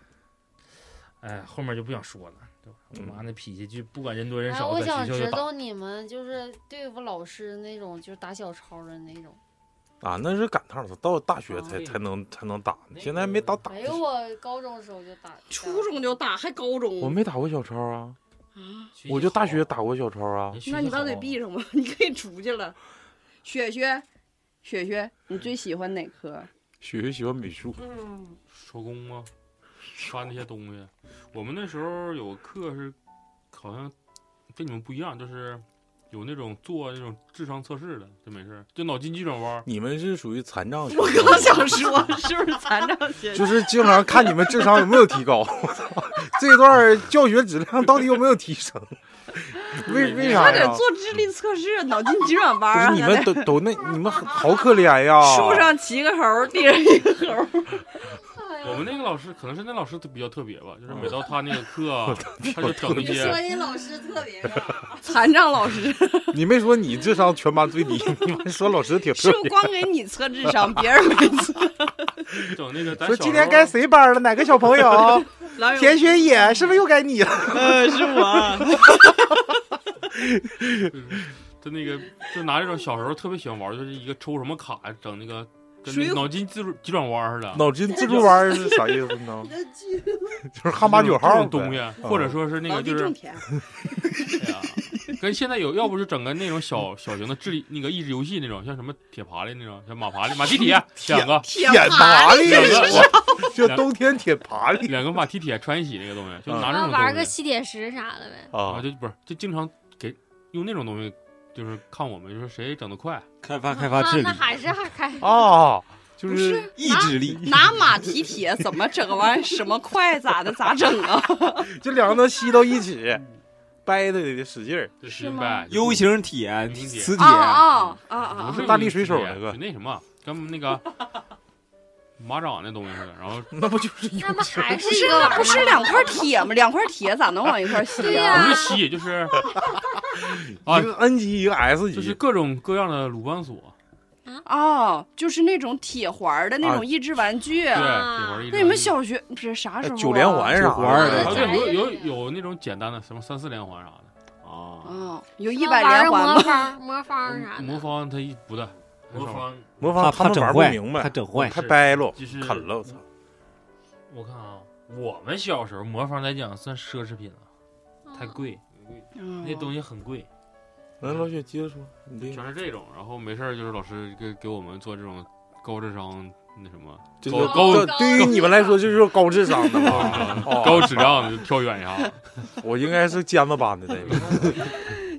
[SPEAKER 4] 哎，后面就不想说了。我
[SPEAKER 3] 嗯
[SPEAKER 4] 妈那脾气就不管人多人
[SPEAKER 9] 哎，
[SPEAKER 4] 少，
[SPEAKER 9] 我
[SPEAKER 4] 在学校
[SPEAKER 9] 想
[SPEAKER 4] 就
[SPEAKER 9] 知
[SPEAKER 4] 打
[SPEAKER 9] 道你们就是对付老师那种，就是打小抄的那种。
[SPEAKER 3] 啊，那是赶趟了，到大学
[SPEAKER 9] 哦
[SPEAKER 3] 才
[SPEAKER 4] 对
[SPEAKER 3] 才能才能打，
[SPEAKER 4] 哎那
[SPEAKER 3] 现在没打
[SPEAKER 4] 个
[SPEAKER 3] 打
[SPEAKER 4] 哎
[SPEAKER 9] 没
[SPEAKER 3] 不
[SPEAKER 9] 有，
[SPEAKER 3] 起。
[SPEAKER 9] 我高中时候就打。
[SPEAKER 5] 初中就打，还高
[SPEAKER 3] 我
[SPEAKER 5] 中
[SPEAKER 3] 没打过小抄啊，
[SPEAKER 5] 啊？
[SPEAKER 4] 学习
[SPEAKER 3] 我就大
[SPEAKER 4] 好
[SPEAKER 3] 学打过小抄啊。
[SPEAKER 5] 那你把嘴闭。上吧，你可以出去了。雪雪，雪雪，你最喜欢哪科？
[SPEAKER 3] 雪雪喜欢美术，
[SPEAKER 9] 嗯，
[SPEAKER 2] 手工吗？穿那些东西。我们那时候有课是，好像跟你们不一样，就是有那种做那种智商测试的，就没事儿，就脑筋急转弯儿。
[SPEAKER 1] 你们是属于残障学
[SPEAKER 5] 我
[SPEAKER 1] 生，
[SPEAKER 5] 刚想说，是不是残障学生？
[SPEAKER 3] 就是经常看你们智 商有没有提高。 我操，这段教学质量到底有没有提升？为
[SPEAKER 5] 快
[SPEAKER 3] 为啥
[SPEAKER 5] 点
[SPEAKER 3] 呀？
[SPEAKER 5] 做智力测试，脑筋急转弯
[SPEAKER 3] 不
[SPEAKER 5] 啊！
[SPEAKER 3] 是你 们都啊都那你们好可怜呀！
[SPEAKER 5] 树 上骑个猴，地上一个猴，
[SPEAKER 2] 我
[SPEAKER 5] 啊
[SPEAKER 2] 们那个老师可能是那老师比较特别吧，就是
[SPEAKER 3] 嗯
[SPEAKER 2] 每到他那个 课啊，他就整一
[SPEAKER 9] 你
[SPEAKER 2] 些
[SPEAKER 9] 说 你老师特别傻，
[SPEAKER 5] 残障老师
[SPEAKER 3] 你没说你智商全班最低，你们说老师挺
[SPEAKER 5] 是不
[SPEAKER 3] 特
[SPEAKER 5] 是
[SPEAKER 3] 别。
[SPEAKER 5] 光给你测智商，别人没 测？
[SPEAKER 2] 整那个咱
[SPEAKER 3] 说
[SPEAKER 2] 小
[SPEAKER 3] 今
[SPEAKER 2] 时
[SPEAKER 3] 天
[SPEAKER 2] 候
[SPEAKER 3] 该谁班了？哪个小朋友？
[SPEAKER 5] 老有
[SPEAKER 3] 田学野是不是又该你了？
[SPEAKER 5] 呃，是
[SPEAKER 2] 啊
[SPEAKER 5] 我。
[SPEAKER 2] 就那个就拿这种小时候特别喜欢玩儿，就是一个抽什么卡整那个跟
[SPEAKER 5] 水
[SPEAKER 2] 那
[SPEAKER 5] 浒
[SPEAKER 2] 脑筋急转急转弯儿似的，
[SPEAKER 3] 脑筋自助弯是啥意思呢？ 就是
[SPEAKER 2] 哈
[SPEAKER 3] 汉八九号嗯
[SPEAKER 2] 这种东西，啊或者说是那
[SPEAKER 5] 老
[SPEAKER 2] 个
[SPEAKER 5] 地
[SPEAKER 2] 就是
[SPEAKER 5] 种田，
[SPEAKER 2] 哎呀， 跟现在有，要不就整个那种小小型的智力那个益智游戏那种，像什么铁爬的那种，像马爬的马蹄铁两个，
[SPEAKER 3] 铁爬犁
[SPEAKER 2] 两个，
[SPEAKER 3] 就冬天铁爬犁嗯
[SPEAKER 2] 两个马蹄铁穿一起那个东西，就拿这
[SPEAKER 7] 然后
[SPEAKER 2] 种
[SPEAKER 7] 啊玩个
[SPEAKER 2] 东西
[SPEAKER 7] 吸铁石啥的呗。
[SPEAKER 2] 啊，就不是就经常给用那种东西，就是看我们就是谁整的快，
[SPEAKER 6] 开发开发
[SPEAKER 9] 啊
[SPEAKER 6] 智力
[SPEAKER 7] 那，还是还开
[SPEAKER 3] 啊，就
[SPEAKER 5] 啊不
[SPEAKER 3] 是啊
[SPEAKER 5] 是
[SPEAKER 6] 意志力，
[SPEAKER 5] 拿马蹄铁怎么整啊？什么快咋的？咋整啊？
[SPEAKER 3] 就两个能吸到一起，
[SPEAKER 8] 嗯
[SPEAKER 3] 掰的得使劲儿。
[SPEAKER 2] 就是
[SPEAKER 9] 吗
[SPEAKER 2] 呗
[SPEAKER 6] U 型铁、
[SPEAKER 2] 明铁
[SPEAKER 6] 磁铁
[SPEAKER 5] 啊，啊啊
[SPEAKER 2] 不
[SPEAKER 5] 啊！
[SPEAKER 2] 是
[SPEAKER 3] 大力水手
[SPEAKER 2] 那
[SPEAKER 3] 那个
[SPEAKER 2] 那什么，跟那 个马掌那东西似的，然后
[SPEAKER 3] 那不就是
[SPEAKER 7] 那不还是
[SPEAKER 5] 不
[SPEAKER 7] 一
[SPEAKER 5] 是
[SPEAKER 7] 个玩
[SPEAKER 5] 不是两块铁吗？两块铁咋能往一块
[SPEAKER 7] 对
[SPEAKER 5] 吸
[SPEAKER 7] 呀
[SPEAKER 5] 啊？
[SPEAKER 2] 不是吸，就是 啊
[SPEAKER 3] 一，个 N 级一个 S
[SPEAKER 2] 就是
[SPEAKER 3] 级？
[SPEAKER 2] 各种各样的鲁班锁，
[SPEAKER 5] 哦，就是那种铁环的那种益智玩具。
[SPEAKER 2] 对，铁
[SPEAKER 7] 啊
[SPEAKER 2] 环益智
[SPEAKER 5] 那你们
[SPEAKER 2] 玩具
[SPEAKER 5] 小学不是啥时候、啊？
[SPEAKER 3] 九连环啥
[SPEAKER 6] 九环
[SPEAKER 2] 啊，
[SPEAKER 3] 的
[SPEAKER 7] 对
[SPEAKER 2] 对，有有有那种简单的，什么三四连环啥的，
[SPEAKER 6] 啊，
[SPEAKER 5] 嗯，有一
[SPEAKER 7] 一
[SPEAKER 5] 百连环
[SPEAKER 7] 魔
[SPEAKER 5] 吗？
[SPEAKER 7] 方、魔方啥
[SPEAKER 2] 魔
[SPEAKER 7] 的。
[SPEAKER 2] 方嗯它一不对，
[SPEAKER 4] 魔方
[SPEAKER 3] 魔
[SPEAKER 6] 他
[SPEAKER 3] 方
[SPEAKER 6] 怕
[SPEAKER 3] 们
[SPEAKER 6] 整
[SPEAKER 3] 玩不
[SPEAKER 6] 坏，
[SPEAKER 3] 明白
[SPEAKER 6] 他，整坏，
[SPEAKER 3] 太掰了，
[SPEAKER 4] 就是
[SPEAKER 3] 啃了，我操！
[SPEAKER 4] 我看啊，我们小时候魔方来讲算奢侈品了，
[SPEAKER 7] 哦
[SPEAKER 4] 太贵，
[SPEAKER 9] 嗯
[SPEAKER 4] 那东西很贵。
[SPEAKER 3] 来，老雪接着说，你这个
[SPEAKER 8] 全是这种，然后没事儿就是老师给给我们做这种高智商那什么
[SPEAKER 3] 这
[SPEAKER 8] 高
[SPEAKER 3] 个
[SPEAKER 8] 高
[SPEAKER 10] 这对于你们来说就是高智商的吧？
[SPEAKER 8] 高哦高质量的就挑远一下，
[SPEAKER 3] 我应该是尖子班的这个。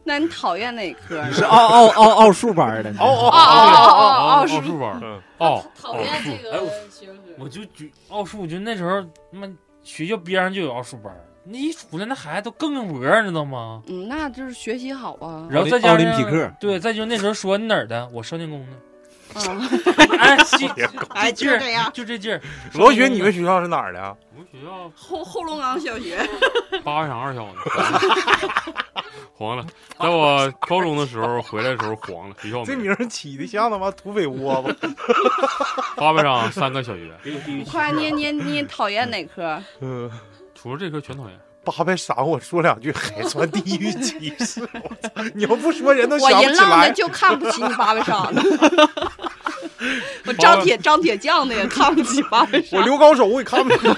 [SPEAKER 5] 那你讨厌哪科啊呢？
[SPEAKER 6] 是奥奥奥奥数班的。
[SPEAKER 8] 哦
[SPEAKER 5] 哦哦
[SPEAKER 8] 奥
[SPEAKER 5] 哦
[SPEAKER 8] 数班
[SPEAKER 3] 嗯
[SPEAKER 8] 儿，哦，
[SPEAKER 9] 讨厌这
[SPEAKER 4] 哎我
[SPEAKER 9] 个学科。
[SPEAKER 4] 我就举奥数，我就那时候他妈学校边上就有奥数班儿，那一出来那孩子都更更脖儿，你知道吗？
[SPEAKER 5] 嗯，那就是学习好啊。
[SPEAKER 4] 然后再加上
[SPEAKER 6] 奥林匹克
[SPEAKER 4] 对，再就那时候说你哪儿的，我少年宫的，
[SPEAKER 5] 啊，
[SPEAKER 4] 哎，就
[SPEAKER 11] 哎，
[SPEAKER 4] 劲
[SPEAKER 11] 就是
[SPEAKER 4] 儿
[SPEAKER 11] 这样。
[SPEAKER 4] 就这劲儿。
[SPEAKER 3] 老雪，你们学校是哪儿的啊？
[SPEAKER 8] 我们学校
[SPEAKER 5] 后后龙岗小学。
[SPEAKER 8] 八块钱二小呢，黄了。在我高中的时候回来的时候黄了，学校
[SPEAKER 10] 这
[SPEAKER 8] 没
[SPEAKER 10] 名儿起的像他妈土匪窝子。
[SPEAKER 8] 八百上三个小学，
[SPEAKER 5] 快，你你你讨厌哪科？
[SPEAKER 10] 嗯，
[SPEAKER 8] 除了这科全讨厌。
[SPEAKER 10] 八百赏我说两句，还算地域 歧视。我操！你要不说人都
[SPEAKER 5] 我
[SPEAKER 10] 想
[SPEAKER 5] 一
[SPEAKER 10] 不起
[SPEAKER 5] 浪的
[SPEAKER 10] 来。
[SPEAKER 5] 就看不起 你八百 上的。我张铁张铁匠的也看不起八百
[SPEAKER 10] 我
[SPEAKER 5] 上。
[SPEAKER 10] 留高手我也看不起。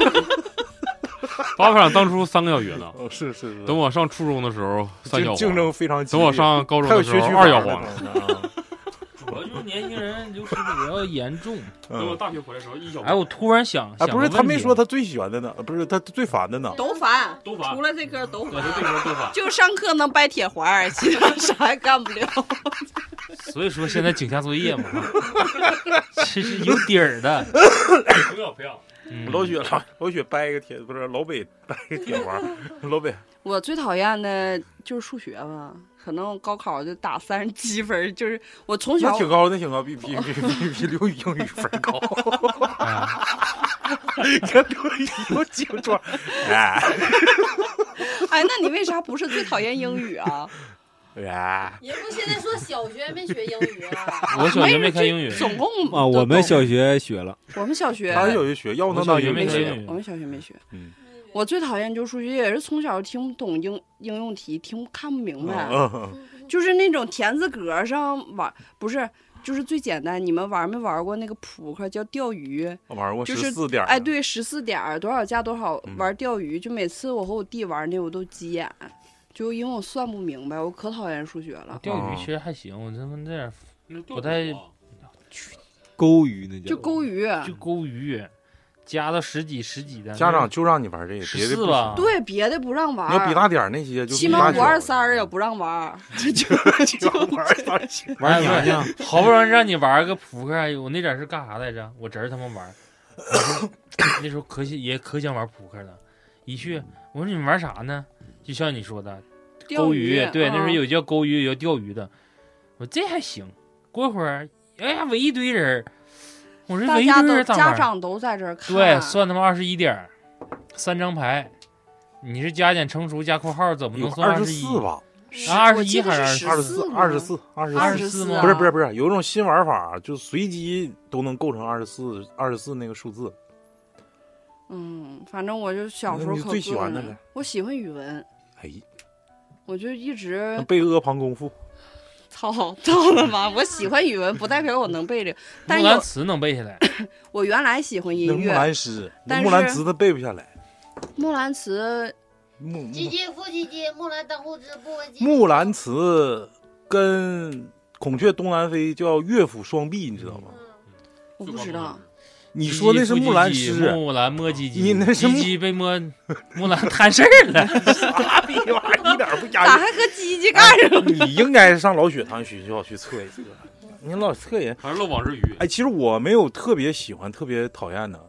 [SPEAKER 8] 八百上当初三个小学呢，
[SPEAKER 10] 哦，是是是
[SPEAKER 8] 等我上初中的时候三小
[SPEAKER 10] 竞竞
[SPEAKER 8] 黄，
[SPEAKER 10] 争非常激
[SPEAKER 8] 等
[SPEAKER 10] 烈。
[SPEAKER 8] 我上高中
[SPEAKER 10] 还有
[SPEAKER 8] 的时
[SPEAKER 10] 学
[SPEAKER 8] 候
[SPEAKER 10] 区
[SPEAKER 8] 二小
[SPEAKER 10] 房
[SPEAKER 8] 黄了，
[SPEAKER 10] 了。
[SPEAKER 4] 主要就是年轻人流失比较严重。
[SPEAKER 8] 等我
[SPEAKER 10] 嗯
[SPEAKER 8] 大学回来的时候一小
[SPEAKER 4] 哎，我突然想，
[SPEAKER 3] 哎，
[SPEAKER 4] 想
[SPEAKER 3] 不是，
[SPEAKER 4] 个
[SPEAKER 3] 他
[SPEAKER 4] 问
[SPEAKER 3] 没
[SPEAKER 4] 题
[SPEAKER 3] 说他最喜欢的呢，呃不是他最烦的呢。
[SPEAKER 5] 都烦，
[SPEAKER 8] 都烦
[SPEAKER 5] 除了这科都
[SPEAKER 8] 我
[SPEAKER 5] 烦。
[SPEAKER 8] 就这科都烦。
[SPEAKER 5] 就上课能掰铁环儿，其他啥也干不了。
[SPEAKER 4] 所以说现在井下作 业嘛，其实有底儿的。
[SPEAKER 8] 不要不要，
[SPEAKER 4] 嗯
[SPEAKER 3] 老雪，老老雪掰一个铁，不是老北掰一个铁环 儿。老北，
[SPEAKER 5] 我最讨厌的就是数学吧，可能高考就打三十七分儿，就是我从
[SPEAKER 3] 那
[SPEAKER 5] 小
[SPEAKER 3] 挺高，那挺高，比比比比比刘宇英语分儿高。
[SPEAKER 4] 哎呀
[SPEAKER 3] 看刘宇有精装， 哎
[SPEAKER 5] 哎，那你为啥不是最讨厌英语啊？
[SPEAKER 3] 哎，
[SPEAKER 9] 人不现在说小学没学英语啊？
[SPEAKER 4] 我小学没看英语，
[SPEAKER 5] 哎总共
[SPEAKER 6] 啊，
[SPEAKER 5] 都
[SPEAKER 6] 我们
[SPEAKER 5] 都
[SPEAKER 6] 小学学了，
[SPEAKER 5] 我们小学
[SPEAKER 3] 他小学学，要不能当英
[SPEAKER 4] 没
[SPEAKER 3] 语
[SPEAKER 4] 看
[SPEAKER 3] 学。
[SPEAKER 4] 英
[SPEAKER 5] 我
[SPEAKER 4] 语。
[SPEAKER 5] 们小学没学。
[SPEAKER 3] 嗯
[SPEAKER 5] 我最讨厌就是数学，也是从小听不懂应应用题，听不看不明白，
[SPEAKER 7] 哦
[SPEAKER 3] 嗯，
[SPEAKER 5] 就是那种田字格上玩，不是，就是最简单。你们玩没玩过那个扑克叫钓鱼？
[SPEAKER 3] 我玩过
[SPEAKER 5] 就
[SPEAKER 3] 十
[SPEAKER 5] 是
[SPEAKER 3] 四点儿，
[SPEAKER 5] 哎，对，十四点儿多少加多少
[SPEAKER 3] 嗯
[SPEAKER 5] 玩钓鱼，就每次我和我弟玩那我都急眼，就因为我算不明白，我可讨厌数学了。
[SPEAKER 4] 啊钓鱼其实还行，我他妈那点
[SPEAKER 8] 啊那
[SPEAKER 4] 不太
[SPEAKER 8] 啊
[SPEAKER 6] 钩鱼那叫。
[SPEAKER 5] 就钩鱼，
[SPEAKER 4] 就钩鱼，加到十几十几的。
[SPEAKER 3] 家长就让你玩这个，别
[SPEAKER 4] 哎十
[SPEAKER 3] 的
[SPEAKER 4] 四
[SPEAKER 3] 不
[SPEAKER 4] 吧，
[SPEAKER 5] 对别的不让玩
[SPEAKER 3] 你要比
[SPEAKER 5] 儿，
[SPEAKER 3] 大点儿那些就
[SPEAKER 5] 七
[SPEAKER 3] 比
[SPEAKER 5] 毛
[SPEAKER 3] 大
[SPEAKER 5] 五
[SPEAKER 3] 小
[SPEAKER 5] 二三儿也不让玩 儿，就就 就
[SPEAKER 4] 玩
[SPEAKER 6] 娘娘，
[SPEAKER 4] 好哎不容易让你玩个扑克，哎呦我那点儿是干啥来着？我侄儿他们玩儿，我说那时候可喜也可想玩扑克了。一
[SPEAKER 3] 嗯
[SPEAKER 4] 去，我说你们玩啥呢？就像你说的
[SPEAKER 5] 钓
[SPEAKER 4] 钩鱼，对，那时候
[SPEAKER 5] 嗯
[SPEAKER 4] 有叫钩鱼，有叫钓鱼的。我说这还行。过会儿，哎呀，围一堆人儿，我说
[SPEAKER 5] 大
[SPEAKER 4] 围一
[SPEAKER 5] 家
[SPEAKER 4] 堆
[SPEAKER 5] 都
[SPEAKER 4] 人咋
[SPEAKER 5] 家
[SPEAKER 4] 玩儿？
[SPEAKER 5] 长都在这儿看，啊
[SPEAKER 4] 对，算他妈二十一点儿，三张牌，你是加减乘除加括号，怎么能算
[SPEAKER 3] 二十
[SPEAKER 4] 一？
[SPEAKER 3] 四吧，
[SPEAKER 5] 十
[SPEAKER 4] 啊
[SPEAKER 5] 我记
[SPEAKER 4] 21还
[SPEAKER 5] 得
[SPEAKER 4] 是
[SPEAKER 5] 是
[SPEAKER 3] 二十四，二十四，二十
[SPEAKER 5] 二
[SPEAKER 3] 四。
[SPEAKER 5] 十四
[SPEAKER 4] 24
[SPEAKER 5] 啊
[SPEAKER 4] 吗
[SPEAKER 5] 吗，
[SPEAKER 3] 不是不是不是，有一种新玩法，就随机都能构成二十四二十四那个数字。
[SPEAKER 5] 嗯，反正我就小时
[SPEAKER 3] 那
[SPEAKER 5] 候
[SPEAKER 3] 你
[SPEAKER 5] 可
[SPEAKER 3] 最喜欢的
[SPEAKER 5] 笨了
[SPEAKER 3] 呗
[SPEAKER 5] 我喜欢语文，
[SPEAKER 3] 哎，嗯
[SPEAKER 5] 我就一直
[SPEAKER 3] 那背阿房宫赋，
[SPEAKER 5] 操 操他妈！我喜欢语文不代表我能背这 个， 但
[SPEAKER 4] 木兰
[SPEAKER 5] 有
[SPEAKER 4] 辞能背下来，
[SPEAKER 5] 我原来喜欢
[SPEAKER 3] 那
[SPEAKER 5] 音
[SPEAKER 3] 木
[SPEAKER 5] 乐，
[SPEAKER 3] 兰诗，那
[SPEAKER 5] 但
[SPEAKER 3] 木兰
[SPEAKER 5] 是
[SPEAKER 3] 词他背不下来。
[SPEAKER 5] 木兰辞
[SPEAKER 3] 木木
[SPEAKER 11] 唧唧复唧唧，木兰当户织，不闻其
[SPEAKER 3] 木兰辞跟孔雀东南飞叫乐府双璧，你知道
[SPEAKER 4] 嗯
[SPEAKER 3] 吗？
[SPEAKER 5] 我不知道，
[SPEAKER 3] 你说那是木兰
[SPEAKER 4] 唧唧
[SPEAKER 3] 诗，啊
[SPEAKER 4] 木兰摸唧唧，
[SPEAKER 3] 你那是
[SPEAKER 4] 唧
[SPEAKER 3] 木
[SPEAKER 4] 唧被摸，木兰 摊事儿 了。
[SPEAKER 3] 啥逼玩意哎儿，一点儿不
[SPEAKER 5] 咋
[SPEAKER 3] 押韵。
[SPEAKER 5] 还和鸡鸡
[SPEAKER 4] 哎
[SPEAKER 5] 干上了？
[SPEAKER 3] 你应该上老雪他们学校去测一测，你老测研。
[SPEAKER 8] 还是漏网之鱼。
[SPEAKER 3] 哎，其实我没有特别喜欢、特别讨厌的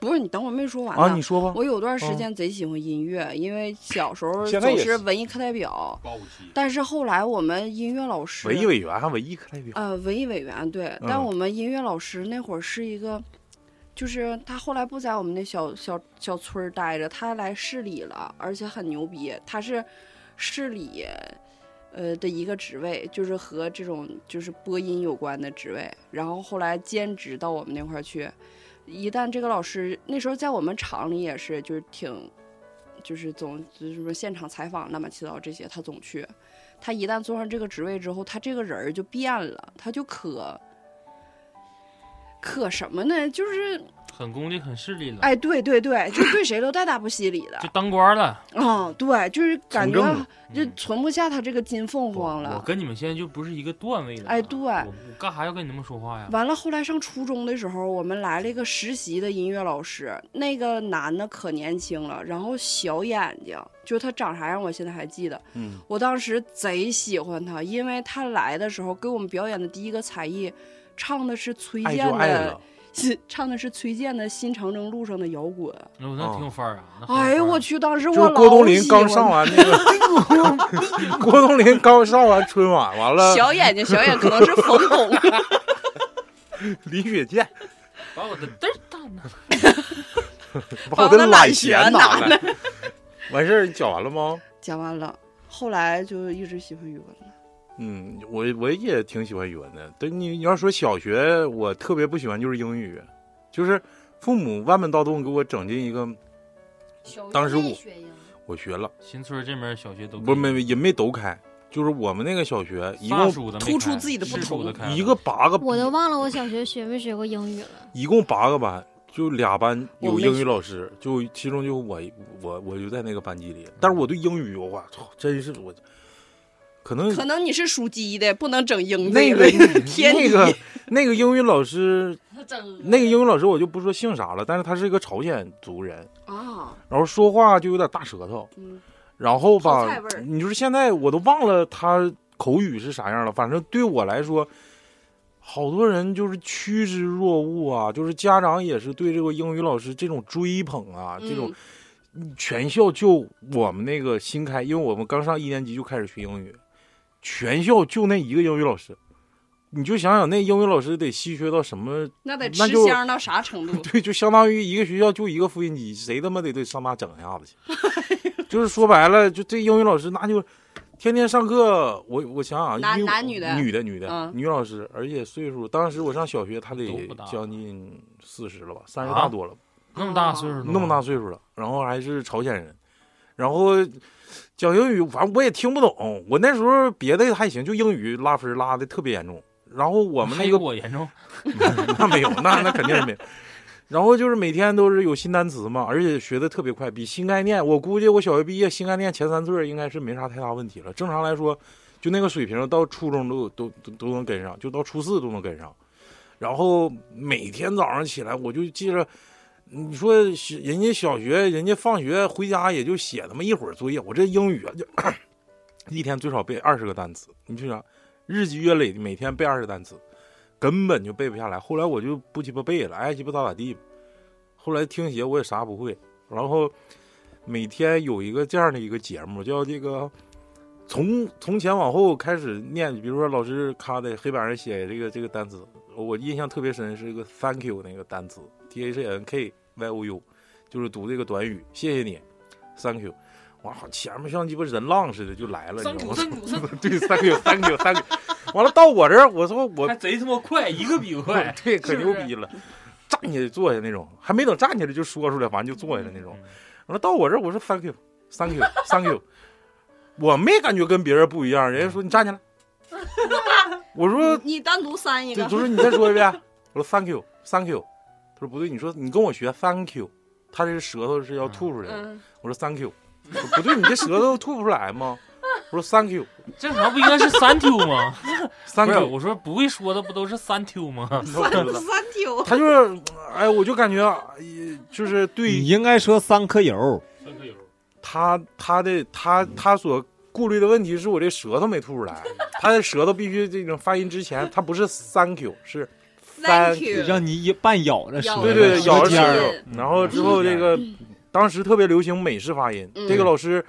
[SPEAKER 5] 不是你等我没说完呢。
[SPEAKER 3] 啊，你说吧。
[SPEAKER 5] 我有段时间贼喜欢音乐，因为小时候
[SPEAKER 3] 现在
[SPEAKER 5] 总
[SPEAKER 3] 也
[SPEAKER 5] 是
[SPEAKER 3] 是
[SPEAKER 5] 文艺课代表，
[SPEAKER 8] 八五七，
[SPEAKER 5] 但是后来我们音乐老
[SPEAKER 4] 啊
[SPEAKER 5] 师
[SPEAKER 3] 文艺委员还文艺课代表，
[SPEAKER 5] 呃，文艺委员对，
[SPEAKER 3] 嗯
[SPEAKER 5] 但我们音乐老师那会儿是一个，就是他后来不在我们那小小小村儿待着，他来市里了，而且很牛逼，他是市里呃的一个职位，就是和这种就是播音有关的职位，然后后来兼职到我们那块儿去。一旦这个老师那时候在我们厂里也是，就是挺，就是总就是什么现场采访乱七八糟这些，他总去。他一旦坐上这个职位之后，他这个人儿就变了，他就可可什么呢？就是
[SPEAKER 4] 很功利、很势利了，
[SPEAKER 5] 哎，对对对，就对谁都带大不惜礼的
[SPEAKER 4] 就当官了。
[SPEAKER 5] 啊、对，就是感觉
[SPEAKER 10] 从政了
[SPEAKER 5] 就存不下他这个金凤凰
[SPEAKER 4] 我
[SPEAKER 5] 了。
[SPEAKER 4] 跟你们现在就不是一个段位了。
[SPEAKER 5] 哎对
[SPEAKER 4] 我我干啥要跟你们说话呀？
[SPEAKER 5] 完了，后来上初中的时候，我们来了一个实习的音乐老师，那个男的可年轻了，然后小眼睛，就是他长啥样，我现在还记得。
[SPEAKER 3] 嗯，
[SPEAKER 5] 我当时贼喜欢他，因为他来的时候给我们表演的第一个才艺，唱的是崔
[SPEAKER 3] 爱
[SPEAKER 5] 健
[SPEAKER 3] 就爱
[SPEAKER 5] 的
[SPEAKER 3] 了，，
[SPEAKER 5] 唱的是崔健的《新长征路上的摇滚》。
[SPEAKER 4] 那我那
[SPEAKER 3] 哦
[SPEAKER 4] 挺有范儿啊！那很有
[SPEAKER 5] 哎呦
[SPEAKER 4] 范儿
[SPEAKER 5] 我去！当时
[SPEAKER 10] 就
[SPEAKER 5] 我
[SPEAKER 10] 是
[SPEAKER 5] 老
[SPEAKER 10] 郭冬临
[SPEAKER 5] 喜
[SPEAKER 10] 刚
[SPEAKER 5] 欢
[SPEAKER 10] 上
[SPEAKER 5] 他
[SPEAKER 10] 完那 个，郭冬临刚上完春晚，完了
[SPEAKER 5] 小眼睛，小眼可能是冯巩。
[SPEAKER 10] 李雪 健
[SPEAKER 5] 哎
[SPEAKER 4] 把我的嘚儿到哪？
[SPEAKER 10] 把我的懒弦拿来，完事儿你讲完了吗？
[SPEAKER 5] 讲完了，后来就一直喜欢语文了。
[SPEAKER 3] 嗯，我我也挺喜欢语文的。但你你要说小学，我特别不喜欢就是英语，就是父母万门刀动给我整进一个，
[SPEAKER 9] 小
[SPEAKER 3] 当时
[SPEAKER 9] 学
[SPEAKER 3] 我
[SPEAKER 9] 学英语
[SPEAKER 3] 我学了，
[SPEAKER 4] 新村这边小学都
[SPEAKER 3] 不是没没也没抖开，就是我们那个小学一
[SPEAKER 4] 法
[SPEAKER 3] 共
[SPEAKER 4] 属的没
[SPEAKER 5] 突出
[SPEAKER 4] 开
[SPEAKER 5] 自己的不
[SPEAKER 4] 世属
[SPEAKER 5] 同
[SPEAKER 4] 的开了
[SPEAKER 3] 一个八个，
[SPEAKER 7] 我都忘了我小学学没学过英语了。
[SPEAKER 3] 一共八个班，就俩班有
[SPEAKER 5] 我没
[SPEAKER 3] 英语老师，就其中就我我我就在那个班级里，但是我对英语我操，真是我可能
[SPEAKER 5] 可能你是属鸡的，不能整英
[SPEAKER 3] 嗯那
[SPEAKER 5] 个
[SPEAKER 3] 个
[SPEAKER 5] 天
[SPEAKER 3] 那个那个英语老师，
[SPEAKER 9] 整
[SPEAKER 3] 那个英语老师我就不说姓啥了，但是他是一个朝鲜族人，
[SPEAKER 2] 哦
[SPEAKER 5] 啊，
[SPEAKER 3] 然后说话就有点大舌头，
[SPEAKER 5] 嗯
[SPEAKER 3] 然后
[SPEAKER 5] 泡菜
[SPEAKER 3] 吧
[SPEAKER 5] 味儿，
[SPEAKER 3] 你就是现在我都忘了他口语是啥样了，反正对我来说。好多人就是趋之若鹜啊，就是家长也是对这个英语老师这种追捧啊，这种
[SPEAKER 5] 嗯
[SPEAKER 3] 全校就我们那个新开，因为我们刚上一年级就开始学英语，全校就那一个英语老师，你就想想那英语老师得稀缺到什么？
[SPEAKER 5] 那得吃
[SPEAKER 3] 那就？
[SPEAKER 5] 香到啥程度
[SPEAKER 3] 对，就相当于一个学校就一个复印机，谁他妈得得上那整一下 子去？
[SPEAKER 5] 哎
[SPEAKER 3] 就是说白了，就这英语老师那就天天上课，我我想想，
[SPEAKER 5] 男
[SPEAKER 3] 英
[SPEAKER 5] 男女的
[SPEAKER 3] 女的女的、
[SPEAKER 5] 嗯
[SPEAKER 3] 女老师，而且岁数，当时我上小学，她
[SPEAKER 4] 都
[SPEAKER 3] 得
[SPEAKER 4] 不大
[SPEAKER 3] 将近四十了吧，三十
[SPEAKER 4] 啊
[SPEAKER 3] 大多了吧。
[SPEAKER 4] 那么大岁数了吗，
[SPEAKER 3] 那么大岁数了，然后还是朝鲜人，然后讲英语，反正我也听不懂。我那时候别的还行，就英语拉分拉的特别严重。然后我们那
[SPEAKER 4] 黑
[SPEAKER 3] 个
[SPEAKER 4] 我严重，
[SPEAKER 3] 那没有，那那肯定是没有。然后就是每天都是有新单词嘛，而且学的特别快，比新概念，我估计我小学毕业新概念前三岁儿应该是没啥太大问题了。正常来说，就那个水平到初中都都都都能跟上，就到初四都能跟上。然后每天早上起来，我就记着，你说小人家小学，人家放学回家也就写他妈一会儿作业，我这英语啊就 一天最少背二十个单词，你去想，日积月累，每天背二十单词。根本就背不下来。后来我就不鸡巴背了，爱鸡巴咋咋地吧。后来听写我也啥不会，然后每天有一个这样的一个节目，叫这个从从前往后开始念，比如说老师咔在黑板上写这个这个单词，我印象特别深是一个 thank you 那个单词 t h a n k y o u，就是读这个短语，谢谢你，thank you。哇，好前面像鸡巴人浪似的就来了，你知道吗？ 对，thank you，thank you，thank you。完了到我这儿，我说我，
[SPEAKER 4] 还贼他妈快，一个比一个快
[SPEAKER 3] 对，可
[SPEAKER 4] 是不
[SPEAKER 3] 牛
[SPEAKER 4] 是
[SPEAKER 3] 逼了，站起来坐下那种，还没等站起来就说出来，完就坐下了那
[SPEAKER 4] 嗯
[SPEAKER 3] 种。完了到我这儿，我说 thank you，thank you，thank you，我没感觉跟别人不一样，人家说你 站起来，我说
[SPEAKER 5] 你单独删一
[SPEAKER 3] 对，
[SPEAKER 5] 个
[SPEAKER 3] 他，说你再 说一遍，我说 thank you，thank you，他说不对，你说你跟我学 thank you，他这舌头是要吐出来的，
[SPEAKER 5] 嗯，
[SPEAKER 3] 我说 thank you，我说不对，你这舌头吐不出来吗？我说 thank
[SPEAKER 4] 正常不应该是三 two 吗？不
[SPEAKER 3] you，thank
[SPEAKER 4] 是，
[SPEAKER 3] you，
[SPEAKER 4] 我说不会说的不都是三 two 吗？
[SPEAKER 3] 我不知道
[SPEAKER 5] 三九。
[SPEAKER 3] 他就是，哎，我就感觉，哎就是对
[SPEAKER 6] 你应该说三颗油，
[SPEAKER 8] 三个友，
[SPEAKER 3] 他他的他他所顾虑的问题是我这舌头没吐出来，他的舌头必须这种发音之前，他不是 thank you 是
[SPEAKER 5] Thank
[SPEAKER 3] thank
[SPEAKER 5] you
[SPEAKER 6] 让你一半咬着舌嗯
[SPEAKER 5] 咬
[SPEAKER 6] 头，
[SPEAKER 5] 着
[SPEAKER 3] 对对对，
[SPEAKER 5] 舌
[SPEAKER 3] 咬着
[SPEAKER 5] 尖
[SPEAKER 3] 舌
[SPEAKER 5] 儿
[SPEAKER 3] 头，然后之后这个当时特别流行美式发音，
[SPEAKER 5] 嗯
[SPEAKER 3] 这个老师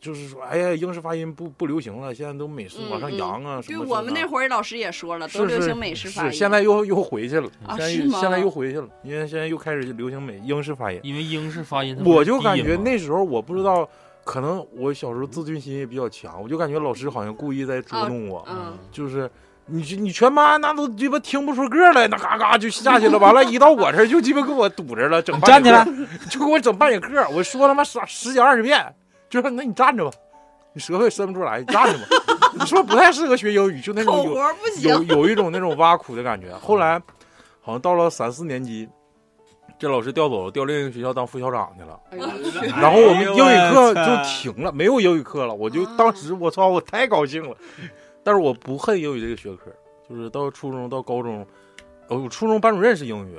[SPEAKER 3] 就是说，哎呀，英式发音不不流行了，现在都美式往上
[SPEAKER 5] 嗯嗯
[SPEAKER 3] 扬啊什
[SPEAKER 5] 对
[SPEAKER 3] 么什么的。
[SPEAKER 5] 我们那会儿老师也说了，
[SPEAKER 3] 是
[SPEAKER 5] 都
[SPEAKER 3] 是
[SPEAKER 5] 流行美式发音。
[SPEAKER 3] 是现在又又回去了，
[SPEAKER 5] 啊
[SPEAKER 3] 现在
[SPEAKER 5] 是
[SPEAKER 3] 又
[SPEAKER 5] 吗
[SPEAKER 3] 现在又回去了，因为现在又开始流行美英式发音。
[SPEAKER 4] 因为英式发音它不是
[SPEAKER 3] 我就
[SPEAKER 4] 低
[SPEAKER 3] 感
[SPEAKER 4] 音
[SPEAKER 3] 觉
[SPEAKER 4] 吗
[SPEAKER 3] 那时候我不知道，可能我小时候自尊心也比较强，我就感觉老师好像故意在捉弄我，
[SPEAKER 5] 嗯，
[SPEAKER 3] 就是你去你全班那都鸡巴听不出个来，那嘎嘎就下去了，完了，一到我这儿就鸡巴给我堵着了，整半
[SPEAKER 6] 站起
[SPEAKER 3] 节
[SPEAKER 6] 来
[SPEAKER 3] 课，就给我整半节课，我说他妈十十几二十遍，就说那你站着吧，你舌头也伸不出来，你站着吧， 你说不太适合学英语，就那种
[SPEAKER 5] 口
[SPEAKER 3] 有
[SPEAKER 5] 活不行
[SPEAKER 3] 有有一种那种挖苦的感觉。后来好像到了三四年级，这老师调走了，调另一个学校当副校长去了。
[SPEAKER 5] 哎呦我 去
[SPEAKER 3] 然后我们
[SPEAKER 10] 哎呦
[SPEAKER 3] 英语
[SPEAKER 10] 我
[SPEAKER 3] 课
[SPEAKER 10] 操
[SPEAKER 3] 就停了，没有英语课了。我就当时我操，我太高兴了。 但是我不恨英语这个学科，就是到初中到高中，哦，我初中班主任是英语。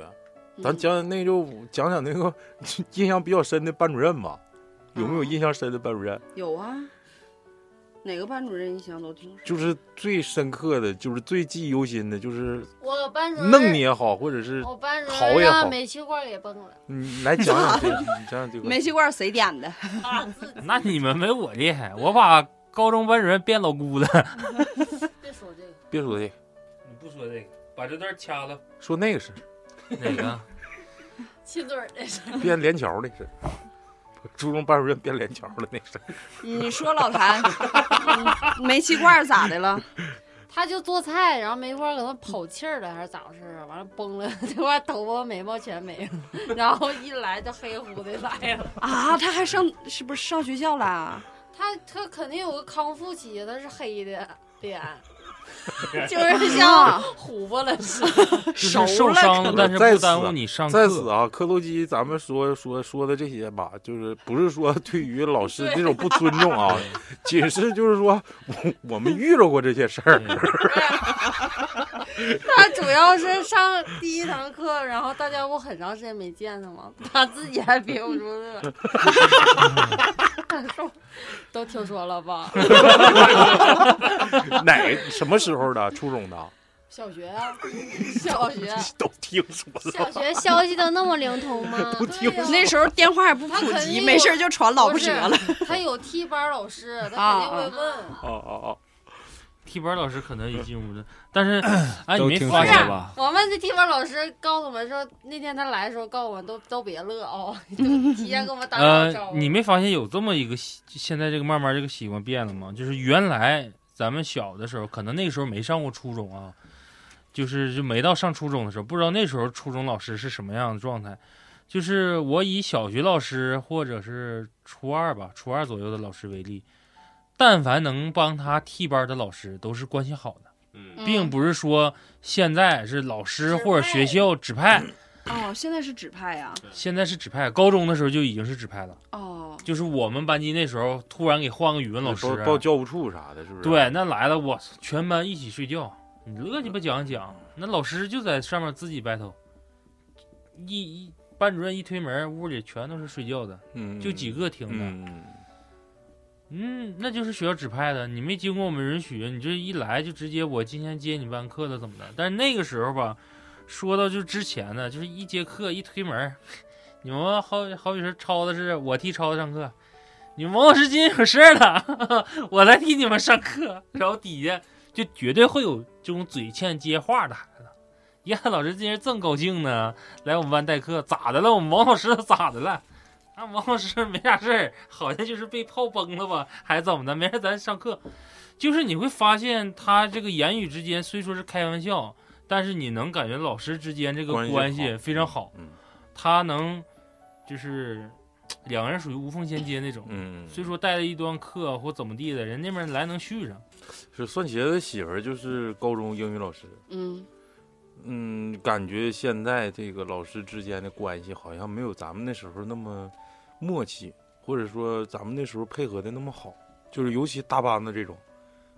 [SPEAKER 3] 咱讲讲那就讲讲那个 印象比较深的班主任吧，有没有印象深的班主任？
[SPEAKER 5] 有啊，哪个班主任印象都挺深。
[SPEAKER 3] 就是最深刻的，就是最记忆犹新的，就是
[SPEAKER 11] 我班主任
[SPEAKER 3] 弄你也好，或者是
[SPEAKER 11] 我班主
[SPEAKER 3] 逃
[SPEAKER 11] 任
[SPEAKER 3] 也好嗯
[SPEAKER 11] 让，煤气罐给崩了，
[SPEAKER 3] 你 来讲 讲这，你讲讲这个。
[SPEAKER 5] 煤气罐谁点 的？
[SPEAKER 4] 那你们没我厉害，我把高中班主任变老姑了。
[SPEAKER 11] 别说这个。
[SPEAKER 3] 别说这个，
[SPEAKER 4] 你不说这个，把这段 掐了。
[SPEAKER 3] 说那个事儿，
[SPEAKER 4] 哪 个？
[SPEAKER 11] 亲嘴儿的事儿，
[SPEAKER 3] 编连桥那事儿，初中班主任编连桥了那事儿。
[SPEAKER 5] 你说 老谭，嗯煤气罐咋的了？
[SPEAKER 9] 他就做菜，然后没花可能跑气儿了还是咋回事儿啊？完了崩了， 这块头发眉毛全没了，然后一来就黑乎的来了。
[SPEAKER 5] 啊，他还上是不是上学校啊啦？
[SPEAKER 9] 他他肯定有个康复期，他是黑的脸， 就是像胡巴了似的。
[SPEAKER 4] 就是受伤，但是
[SPEAKER 3] 在
[SPEAKER 4] 不
[SPEAKER 3] 此
[SPEAKER 4] 耽误你上
[SPEAKER 3] 在
[SPEAKER 4] 课。
[SPEAKER 3] 此啊，磕头机，咱们说说说的这些吧，就是不是说对于老师这种不尊重 啊，仅是就是说我我们遇着过这些事儿，
[SPEAKER 9] 他主要是上第一堂课，然后大家不很长时间没见他吗？他自己还憋不住乐，都听说了 吧？
[SPEAKER 3] 哪什么时候的？初中的
[SPEAKER 9] 小学啊，小学，
[SPEAKER 3] 都听说了。
[SPEAKER 7] 小学消息都那么灵通吗？
[SPEAKER 9] 对呀、
[SPEAKER 5] 那时候电话也不普
[SPEAKER 9] 他肯定
[SPEAKER 5] 及，
[SPEAKER 9] 有
[SPEAKER 5] 没事儿就传老婆舌了。啊
[SPEAKER 9] 他有替班老师，他肯定会问。
[SPEAKER 3] 哦哦
[SPEAKER 4] 替班老师可能也进屋了，但 是哎，你
[SPEAKER 6] 都
[SPEAKER 4] 没
[SPEAKER 6] 听
[SPEAKER 4] 发
[SPEAKER 6] 说
[SPEAKER 4] 现
[SPEAKER 6] 了？吧？
[SPEAKER 9] 我们的替班老师告诉我们说，那天他来的时候告诉我们都都别乐哦，就提前跟我们打好招
[SPEAKER 4] 呃，
[SPEAKER 9] 呼。
[SPEAKER 4] 你没发现有这么一个习，现在这个慢慢这个习惯变了吗？就是原来咱们小的时候，可能那时候没上过初中啊，就是就没到上初中的时候，不知道那时候初中老师是什么样的状态。就是我以小学老师或者是初二吧，初二左右的老师为例，但凡能帮他替班的老师都是关系好的，
[SPEAKER 8] 嗯，
[SPEAKER 9] 嗯
[SPEAKER 4] 并不是说现在是老
[SPEAKER 9] 指
[SPEAKER 4] 师或者
[SPEAKER 9] 派
[SPEAKER 4] 学校指派，
[SPEAKER 5] 哦，现在是指派呀、
[SPEAKER 4] 现在是指派，高中的时候就已经是指派了。
[SPEAKER 5] 哦，
[SPEAKER 4] 就是我们班级那时候突然给换个语文老师，啊
[SPEAKER 3] 报报教务处啥的，是不是？
[SPEAKER 4] 对，那来了，我操全班一起睡觉，你乐鸡巴讲讲，那老师就在上面自己 battle，一一班主任一推门，屋里全都是睡觉的，
[SPEAKER 3] 嗯，
[SPEAKER 4] 就几个听的，
[SPEAKER 3] 嗯，
[SPEAKER 4] 嗯，那就是学校指派的，你没经过我们允许，你这一来就直接我今天接你班课了，怎么的？但是那个时候吧，说到就之前呢，就是一节课一推门，你们好好比是抄的是我替抄的上课，你们王老师今天有事儿了， 我来替你们上课，然后底下就绝对会有这种嘴欠接话的孩子。呀，老师今天正高兴呢，来我们班代课，咋的了？我们王老师咋的了？啊，王老师没啥事儿，好像就是被炮崩了吧，还是怎么的？没事，咱上课。就是你会发现，他这个言语之间虽说是开玩笑，但是你能感觉老师之间这个关系非常好，
[SPEAKER 3] 嗯
[SPEAKER 4] 他能就是两个人属于无缝衔接那种。
[SPEAKER 3] 嗯，
[SPEAKER 4] 虽说带了一段课或怎么地的，人那边来能续上。
[SPEAKER 3] 是蒜茄子媳妇儿就是高中英语老师，
[SPEAKER 5] 嗯，
[SPEAKER 3] 嗯，感觉现在这个老师之间的关系好像没有咱们那时候那么默契，或者说咱们那时候配合的那么好，就是尤其大班子这种，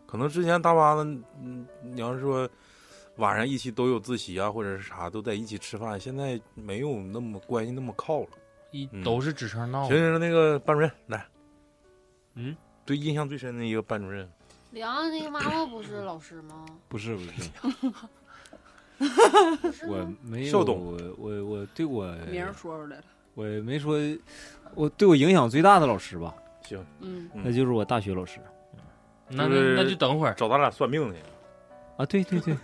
[SPEAKER 3] 可能之前大班子，嗯，你要是说晚上一起都有自习啊，或者是啥，都在一起吃饭，现在没有那么关系那么靠了。
[SPEAKER 4] 一
[SPEAKER 3] 嗯
[SPEAKER 4] 都是指称闹
[SPEAKER 3] 行
[SPEAKER 4] 的，
[SPEAKER 3] 行，那个班主任来，
[SPEAKER 4] 嗯，
[SPEAKER 3] 对印象最深的一个班主任，
[SPEAKER 9] 梁那个妈妈不是老师吗？
[SPEAKER 6] 不是不是，
[SPEAKER 9] 不是
[SPEAKER 6] 我
[SPEAKER 9] 吗
[SPEAKER 6] 没有
[SPEAKER 3] 校董
[SPEAKER 6] 我我我对我
[SPEAKER 5] 嗯名儿说出来了。
[SPEAKER 6] 我没说，我对我影响最大的老师吧，
[SPEAKER 3] 行，
[SPEAKER 5] 嗯，
[SPEAKER 3] 嗯
[SPEAKER 6] 那就是我大学老师
[SPEAKER 4] 嗯那
[SPEAKER 3] 就
[SPEAKER 4] 那
[SPEAKER 3] 是
[SPEAKER 4] 那就等会儿。
[SPEAKER 3] 找咱俩算命去。
[SPEAKER 6] 啊，对 对对，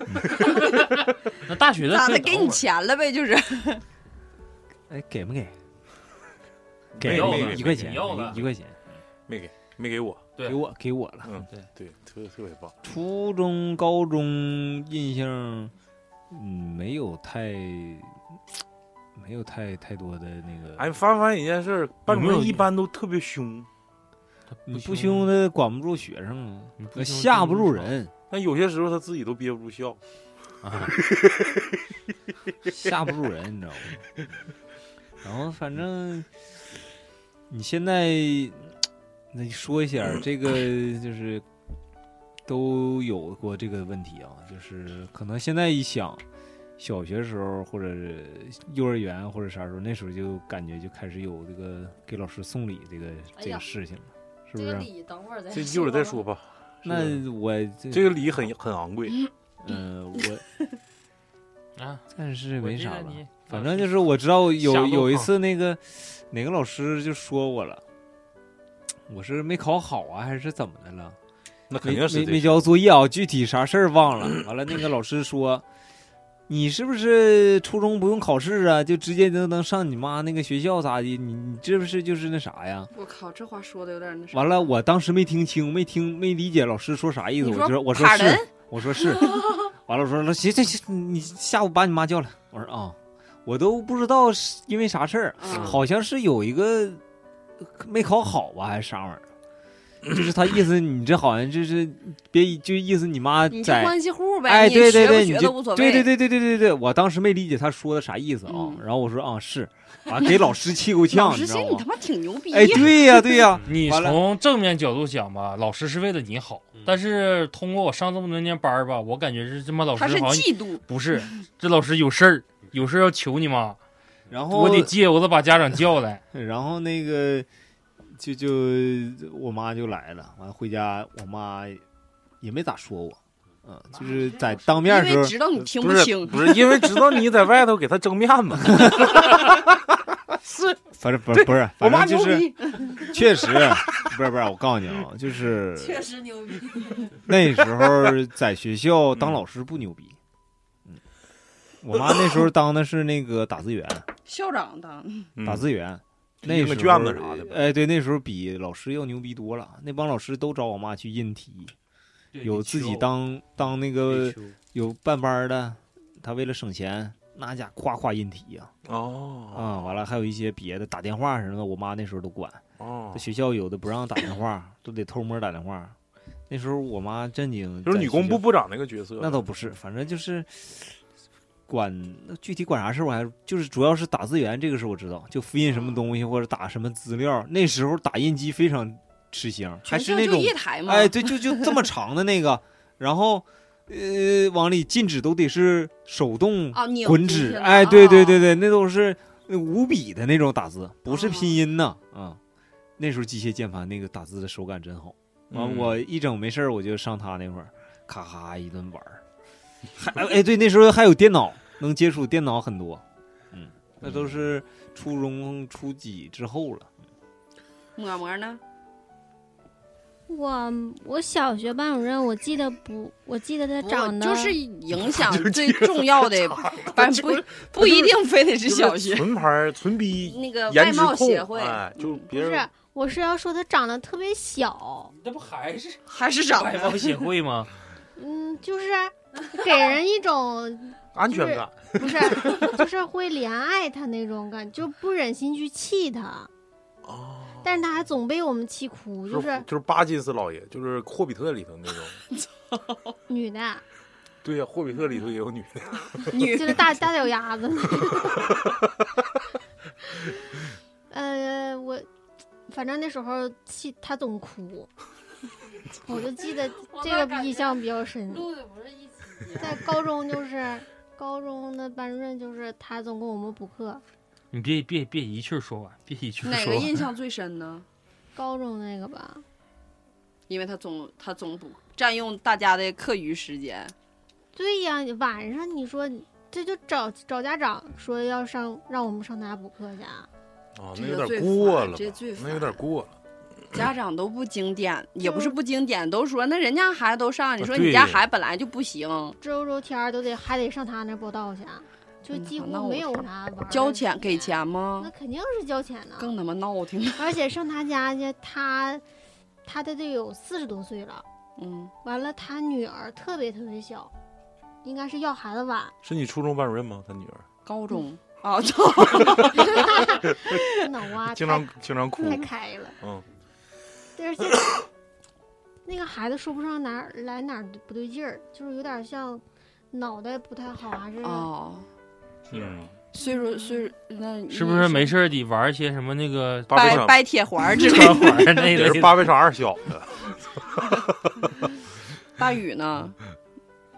[SPEAKER 4] 那大学的
[SPEAKER 5] 咋
[SPEAKER 4] 事
[SPEAKER 5] 的？
[SPEAKER 4] 儿
[SPEAKER 5] 给
[SPEAKER 4] 等
[SPEAKER 5] 你
[SPEAKER 4] 会儿
[SPEAKER 5] 钱了呗，就是。
[SPEAKER 6] 哎，给没给？
[SPEAKER 3] 没
[SPEAKER 6] 给
[SPEAKER 3] 要
[SPEAKER 6] 了
[SPEAKER 3] 了
[SPEAKER 6] 一块
[SPEAKER 4] 没
[SPEAKER 6] 钱，
[SPEAKER 4] 要了
[SPEAKER 6] 一一块钱，
[SPEAKER 3] 没给，没给我。
[SPEAKER 4] 对
[SPEAKER 6] 给我给我了。
[SPEAKER 3] 嗯，
[SPEAKER 4] 对
[SPEAKER 3] 对，特特别棒。
[SPEAKER 6] 初中、高中印象，嗯，没有太，没有太太多的那个。
[SPEAKER 3] 哎，翻翻一件事儿，班主
[SPEAKER 6] 有没
[SPEAKER 3] 任
[SPEAKER 6] 有
[SPEAKER 3] 一般都特别凶，
[SPEAKER 6] 你不凶他管不住学生啊，
[SPEAKER 4] 你
[SPEAKER 6] 那
[SPEAKER 4] 不凶
[SPEAKER 6] 吓不住人。啊
[SPEAKER 3] 但有些时候他自己都憋不住笑。
[SPEAKER 6] 吓不住人，你知道吗？ 然后反正你现在，那你说一下儿 这个就是都有过这个问题啊，就是可能现在一想，小学时候或者是幼儿园或者啥时候，那时候就感觉就开始有这个给老师送礼这个
[SPEAKER 11] 哎
[SPEAKER 6] 这
[SPEAKER 11] 呀
[SPEAKER 6] 个事情了，是
[SPEAKER 11] 这
[SPEAKER 6] 不是
[SPEAKER 11] 个？礼等会儿再
[SPEAKER 3] 这一会儿再说吧。
[SPEAKER 6] 那我
[SPEAKER 3] 这个礼很很昂贵，
[SPEAKER 6] 呃，我
[SPEAKER 3] 嗯
[SPEAKER 4] 啊，
[SPEAKER 6] 暂时没啥
[SPEAKER 4] 我记
[SPEAKER 6] 了
[SPEAKER 4] 得你。
[SPEAKER 6] 反正就是我知道
[SPEAKER 4] 下
[SPEAKER 6] 有
[SPEAKER 4] 落
[SPEAKER 6] 有一
[SPEAKER 4] 胖
[SPEAKER 6] 次那个哪个老师就说我了，我是没考好啊，还是怎么的了？
[SPEAKER 3] 那肯
[SPEAKER 6] 没
[SPEAKER 3] 定是
[SPEAKER 6] 没
[SPEAKER 3] 这
[SPEAKER 6] 没
[SPEAKER 3] 事
[SPEAKER 6] 交作业啊，具体啥事儿忘了。完了，那个老师说，你是不是初中不用考试啊，就直接就能上你妈那个学校咋的？你你这不是就是那啥呀？
[SPEAKER 5] 我靠，这话说的有点那啥。
[SPEAKER 6] 完了，我当时没听清，没听没理解老师说啥意思，
[SPEAKER 5] 你
[SPEAKER 6] 我
[SPEAKER 5] 说
[SPEAKER 6] 就说我说
[SPEAKER 5] 卡
[SPEAKER 6] 是
[SPEAKER 5] 人，
[SPEAKER 6] 我说是，完了我说那行行行，你下午把你妈叫来，我说啊、我都不知道是因为啥事儿，
[SPEAKER 5] 嗯
[SPEAKER 6] 好像是有一个呃没考好吧，还是啥玩意儿。就是他意思，你这好像就是别就意思你妈
[SPEAKER 5] 你就
[SPEAKER 6] 在
[SPEAKER 5] 关系户呗，
[SPEAKER 6] 哎，
[SPEAKER 5] 你
[SPEAKER 6] 对对对，
[SPEAKER 5] 学
[SPEAKER 6] 你
[SPEAKER 5] 不学都无所
[SPEAKER 6] 就
[SPEAKER 5] 谓。
[SPEAKER 6] 对对对对对对对，我当时没理解他说的啥意思啊，
[SPEAKER 5] 嗯
[SPEAKER 6] 然后我说啊是，完给老师气够
[SPEAKER 5] 老
[SPEAKER 6] 呛，
[SPEAKER 5] 师
[SPEAKER 6] 你知道
[SPEAKER 5] 心里他
[SPEAKER 6] 吗？
[SPEAKER 5] 妈挺牛逼。
[SPEAKER 6] 哎，对呀对呀，
[SPEAKER 4] 你
[SPEAKER 6] 完了
[SPEAKER 4] 从正面角度讲吧，老师是为了你好
[SPEAKER 8] 嗯，
[SPEAKER 4] 但是通过我上这么多年班儿吧，我感觉是这妈老师
[SPEAKER 5] 他是
[SPEAKER 4] 好像
[SPEAKER 5] 嫉妒，
[SPEAKER 4] 不是，这老师有事儿，有事儿要求你妈，
[SPEAKER 6] 然后
[SPEAKER 4] 我得借由子把家长叫来。
[SPEAKER 6] 然后那个就就我妈就来了，完了回家我妈也没咋说我，嗯、就是在当面
[SPEAKER 5] 因
[SPEAKER 6] 的时
[SPEAKER 5] 为
[SPEAKER 6] 候，
[SPEAKER 5] 知道你听
[SPEAKER 3] 不是
[SPEAKER 5] 清。
[SPEAKER 3] 不是因为知道你在外头给他争面子，
[SPEAKER 6] 嗯反正不是不是，
[SPEAKER 5] 我
[SPEAKER 6] 反
[SPEAKER 5] 妈
[SPEAKER 6] 正就
[SPEAKER 5] 牛
[SPEAKER 6] 是
[SPEAKER 5] 逼，
[SPEAKER 6] 确实啊不是不是，我告诉你啊， 就是
[SPEAKER 11] 确实牛逼，
[SPEAKER 6] 那时候在学校当老师不牛逼，嗯，我妈那时候当的是那个打字员，
[SPEAKER 5] 校长当
[SPEAKER 6] 打字员。那
[SPEAKER 3] 嗯印
[SPEAKER 6] 时
[SPEAKER 3] 个
[SPEAKER 6] 候
[SPEAKER 3] 卷子啥的呗
[SPEAKER 6] 哎，对，那时候比老师要牛逼多了。那帮老师都找我妈去印题，有自己当当那个
[SPEAKER 8] 得求
[SPEAKER 6] 有办班儿的，他为了省钱，那家夸夸印题呀、啊，
[SPEAKER 3] 哦
[SPEAKER 6] 完了还有一些别的打电话什么的，我妈那时候都管。
[SPEAKER 3] 哦
[SPEAKER 6] 在，学校有的不让打电话，都得偷摸打电话。那时候我妈正经
[SPEAKER 3] 就是
[SPEAKER 6] 在
[SPEAKER 3] 女
[SPEAKER 6] 学
[SPEAKER 3] 工部
[SPEAKER 6] 校，
[SPEAKER 3] 部长那个角色，
[SPEAKER 6] 那倒不是，反正就是管那具体管啥事儿，我还就是主要是打字员这个事儿我知道，就复印什
[SPEAKER 5] 嗯
[SPEAKER 6] 么东西或者打什么资料。那时候打印机非常吃香，还是
[SPEAKER 5] 全
[SPEAKER 6] 那
[SPEAKER 5] 校
[SPEAKER 6] 种
[SPEAKER 5] 就一台嘛。
[SPEAKER 6] 哎，对，就就这么长 的那个，然后呃，往里进纸都得是手动
[SPEAKER 5] 啊，拧
[SPEAKER 6] 滚
[SPEAKER 5] 进去
[SPEAKER 6] 纸，
[SPEAKER 5] 了哦
[SPEAKER 6] 哎，对对对，对，那都是呃五 笔的那种打字，不是拼音呐，啊，那时候机械键盘那个打字的手感真好，完、
[SPEAKER 3] 嗯
[SPEAKER 6] 我一整没事儿我就上他那块儿，咔咔一顿玩 儿，还哎对，那时候还有电脑，能接触电脑很多，嗯，那都是初中初几之后了，
[SPEAKER 5] 抹膜呢？
[SPEAKER 7] 我我小学班主任，我记得不，我记得他
[SPEAKER 5] 不
[SPEAKER 7] 长得
[SPEAKER 5] 就是影 响最重要的，反正不不一定非得是小
[SPEAKER 3] 就是
[SPEAKER 5] 学。
[SPEAKER 3] 纯牌儿纯逼
[SPEAKER 5] 那个呃
[SPEAKER 3] 颜
[SPEAKER 5] 外
[SPEAKER 3] 值
[SPEAKER 5] 貌
[SPEAKER 3] 控
[SPEAKER 5] 协会
[SPEAKER 3] 哎，就
[SPEAKER 5] 嗯
[SPEAKER 3] 别
[SPEAKER 7] 不
[SPEAKER 3] 人
[SPEAKER 7] 是，我是要说他长得特别小，
[SPEAKER 4] 这不还是
[SPEAKER 5] 还是长
[SPEAKER 4] 外
[SPEAKER 5] 得
[SPEAKER 4] 貌协会吗？
[SPEAKER 7] 嗯，就是给人一种
[SPEAKER 3] 安全感，
[SPEAKER 7] 不是，就是会怜爱他那种感觉，就不忍心去气他。
[SPEAKER 3] 哦，
[SPEAKER 7] 但是他还总被我们气哭，
[SPEAKER 3] 就
[SPEAKER 7] 就是是
[SPEAKER 3] 就是巴金斯老爷，就是霍比特里头 那种，
[SPEAKER 7] 女 的，
[SPEAKER 3] 对呀，霍比特里头也有女的，
[SPEAKER 5] 女
[SPEAKER 7] 就是大大脚丫子。呃，我反正那时候气他总 哭，我就记得这个印象比较深。
[SPEAKER 11] 录的不是一起
[SPEAKER 7] 在高中就是高中的班主任，就是他总给我们补课。
[SPEAKER 4] 你别别别一气儿说完，别一气儿
[SPEAKER 5] 哪
[SPEAKER 4] 说
[SPEAKER 5] 个
[SPEAKER 4] 完。
[SPEAKER 5] 印象最深呢？
[SPEAKER 7] 高中那个吧，
[SPEAKER 5] 因为他总他总补占用大家的课余时间，
[SPEAKER 7] 对呀，晚上你说这就找找家长说要上让我们上他家补课去啊，
[SPEAKER 3] 啊，
[SPEAKER 5] 这
[SPEAKER 3] 那
[SPEAKER 5] 个
[SPEAKER 3] 有点
[SPEAKER 5] 最
[SPEAKER 3] 过
[SPEAKER 5] 烦
[SPEAKER 3] 了吧
[SPEAKER 5] 这最，
[SPEAKER 3] 那有点
[SPEAKER 5] 烦
[SPEAKER 3] 过了，
[SPEAKER 5] 家长都不经典，也不是不经典，都说那人家孩子都上，
[SPEAKER 6] 啊
[SPEAKER 5] 你说
[SPEAKER 3] 对
[SPEAKER 5] 你家孩子本来就不行，
[SPEAKER 7] 周周天儿都得还得上他那报道去啊，就
[SPEAKER 5] 嗯
[SPEAKER 7] 几
[SPEAKER 5] 好
[SPEAKER 7] 乎
[SPEAKER 5] 那我
[SPEAKER 7] 没有
[SPEAKER 5] 知道
[SPEAKER 7] 啥玩儿的
[SPEAKER 5] 交
[SPEAKER 7] 时
[SPEAKER 5] 钱给
[SPEAKER 7] 间，
[SPEAKER 5] 钱吗
[SPEAKER 7] 那？肯定是交钱呢。
[SPEAKER 5] 更他妈闹挺，
[SPEAKER 7] 而且上他家去，他他的队友四十多岁了，
[SPEAKER 5] 嗯，
[SPEAKER 7] 完了他女儿特别特别小，应该是要孩子晚，
[SPEAKER 3] 是你初中班主任吗？他女儿
[SPEAKER 5] 高中
[SPEAKER 3] 哦
[SPEAKER 5] 啊，就
[SPEAKER 7] 脑啊
[SPEAKER 3] 经
[SPEAKER 7] 太
[SPEAKER 3] 常经常哭，
[SPEAKER 7] 太开了。
[SPEAKER 3] 嗯，
[SPEAKER 7] 对而且 那个孩子说不上哪儿啊来哪儿不对劲儿，就是有点像脑袋不太好，还是
[SPEAKER 5] 哦，
[SPEAKER 3] 嗯，
[SPEAKER 5] 岁数岁数 那
[SPEAKER 4] 是不是没事儿得玩一些什么那 个
[SPEAKER 3] 八倍
[SPEAKER 5] 掰
[SPEAKER 3] 赏
[SPEAKER 5] 掰铁环儿之类
[SPEAKER 4] 八
[SPEAKER 5] 的？
[SPEAKER 4] 环儿那
[SPEAKER 10] 也
[SPEAKER 4] 类
[SPEAKER 10] 是
[SPEAKER 4] 的？
[SPEAKER 10] 八倍赏二小的，
[SPEAKER 5] 大宇呢？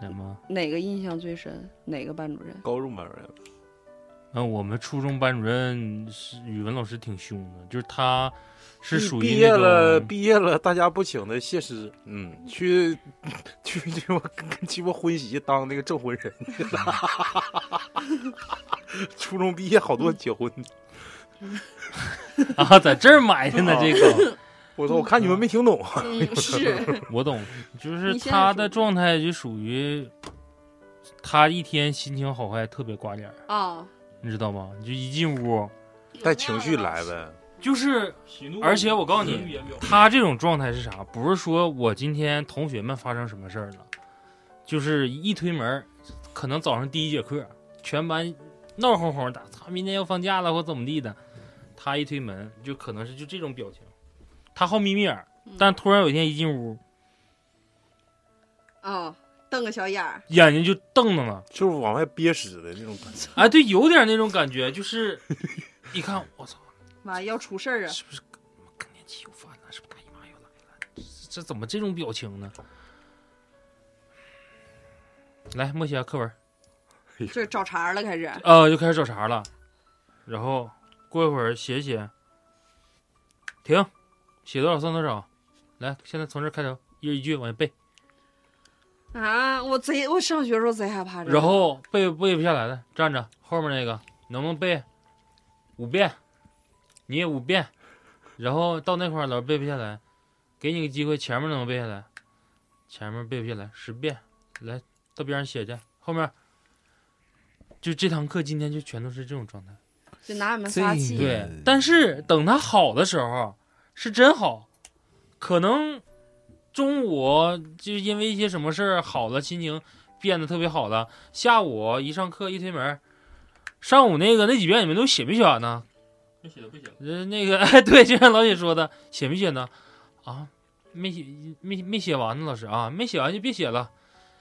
[SPEAKER 4] 什么？
[SPEAKER 5] 哪个印象最深？哪个班主任？
[SPEAKER 3] 高中班主任，
[SPEAKER 4] 嗯，我们初中班主任是语文老师挺凶的，就是他是
[SPEAKER 3] 毕
[SPEAKER 4] 属
[SPEAKER 3] 毕
[SPEAKER 4] 于
[SPEAKER 3] 业了，
[SPEAKER 4] 那种
[SPEAKER 3] 毕业了，大家不请的谢师，
[SPEAKER 10] 嗯，
[SPEAKER 3] 去 去鸡巴跟鸡巴婚席当那个证婚 人。初中毕业好多结婚，
[SPEAKER 4] 啊，在这儿埋汰呢。这个
[SPEAKER 3] 我操！我看你们没听懂，啊
[SPEAKER 5] 嗯，是
[SPEAKER 4] 我懂，就是
[SPEAKER 5] 你现在
[SPEAKER 4] 他
[SPEAKER 5] 说
[SPEAKER 4] 的状态就属于他一天心情好坏特别挂脸儿，
[SPEAKER 5] 啊，
[SPEAKER 4] 你知道吗？你就一进屋
[SPEAKER 3] 带情绪来呗。
[SPEAKER 4] 就是，而且我告诉你，他这种状态是啥？不是说我今天同学们发生什么事儿了，就是一推门儿，可能早上第一节课，全班闹哄哄的，他明天要放假了或怎么地的，他一推门就可能是就这种表情，他好眯眯眼儿，
[SPEAKER 5] 嗯
[SPEAKER 4] 但突然有一天一进屋，
[SPEAKER 5] 啊，瞪个小眼儿，
[SPEAKER 4] 眼睛就瞪着了，
[SPEAKER 3] 就是往外憋屎的那种感觉，
[SPEAKER 4] 哎，对，有点那种感觉，就是一看，我操，
[SPEAKER 5] 妈要出事儿啊！
[SPEAKER 4] 是不是更年期有犯了？是不是大姨妈又来了？这这怎么这种表情呢？来默写下课文，
[SPEAKER 5] 这找茬儿了， 开始
[SPEAKER 4] 呃，就开始找茬了。然后过一会儿写写，停，写多少算多少。来，现在从这儿开头，一人一句往下背，
[SPEAKER 5] 啊！我贼，我上学时候贼害怕这个。
[SPEAKER 4] 然后背背不下来了，站着，后面那个能不能背五遍？你也五遍，然后到那块儿老师背不下来，给你个机会，前面能不能背下来？前面背不下来，十遍，来到边上写去，后面就这堂课今天就全都是这种状态。
[SPEAKER 5] 就拿你们仨气。
[SPEAKER 6] 这
[SPEAKER 4] 对，但是等他好的时候是真好，可能中午就因为一些什么事儿好了，心情变得特别好了。下午一上课一推门，上午那个那几遍你们都写没写完呢？
[SPEAKER 8] 没写不写了，
[SPEAKER 4] 呃，那个 哎，对，就像老姐说的，写没写呢？啊，没写，没没写完呢，老师啊，没写完就别写了。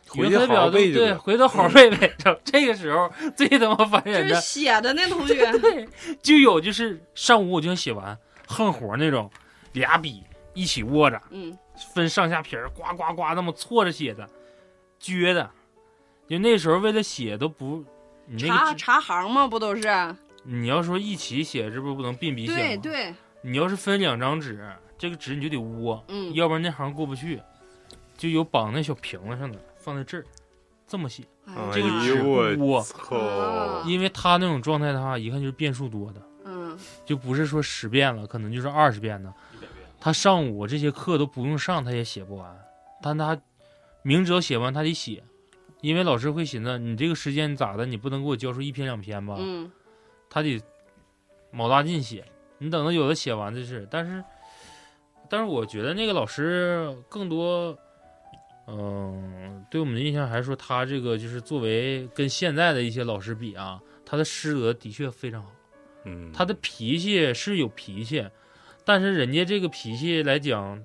[SPEAKER 3] 回去
[SPEAKER 4] 原来
[SPEAKER 3] 好
[SPEAKER 4] 表
[SPEAKER 3] 好
[SPEAKER 4] 都
[SPEAKER 3] 背就
[SPEAKER 4] 对，
[SPEAKER 3] 行
[SPEAKER 4] 回头好好背背。 这个时候最他妈烦
[SPEAKER 5] 就
[SPEAKER 4] 人的
[SPEAKER 5] 是，写的那同学，
[SPEAKER 4] 对，就有就是上午我就想写完，横活那种，俩笔一起握着，
[SPEAKER 5] 嗯，
[SPEAKER 4] 分上下撇儿，呱呱呱那么错着写的，撅的。就那时候为了写都不， 你那
[SPEAKER 5] 查
[SPEAKER 4] 个纸
[SPEAKER 5] 查行嘛，不都是？
[SPEAKER 4] 你要说一起写，这不是不能并笔写吗？
[SPEAKER 5] 对对，
[SPEAKER 4] 你要是分两张纸，这个纸你就得窝，
[SPEAKER 5] 嗯，
[SPEAKER 4] 要不然那行过不去。就有绑那小瓶子上的，放在这儿，这么写，
[SPEAKER 5] 哎
[SPEAKER 10] 哎
[SPEAKER 4] 这个
[SPEAKER 5] 呀
[SPEAKER 4] 纸
[SPEAKER 10] 呦我
[SPEAKER 4] 窝。
[SPEAKER 10] 操！
[SPEAKER 4] 因为他那种状态的话，一看就是变数多的。
[SPEAKER 5] 哦嗯，
[SPEAKER 4] 就不是说十遍了，可能就是二十遍呢。他上午这些课都不用上，他也写不完，但他明知道写不完，他得写，因为老师会寻思你这个时间咋的，你不能给我交出一篇两篇吧？
[SPEAKER 5] 嗯，
[SPEAKER 4] 他得卯大劲写。你等到有的写完这是，但是，但是我觉得那个老师更多，嗯、对我们的印象还是说他这个就是作为跟现在的一些老师比啊，他的师德的确非常好。
[SPEAKER 3] 嗯，
[SPEAKER 4] 他的脾气是有脾气，但是人家这个脾气来讲，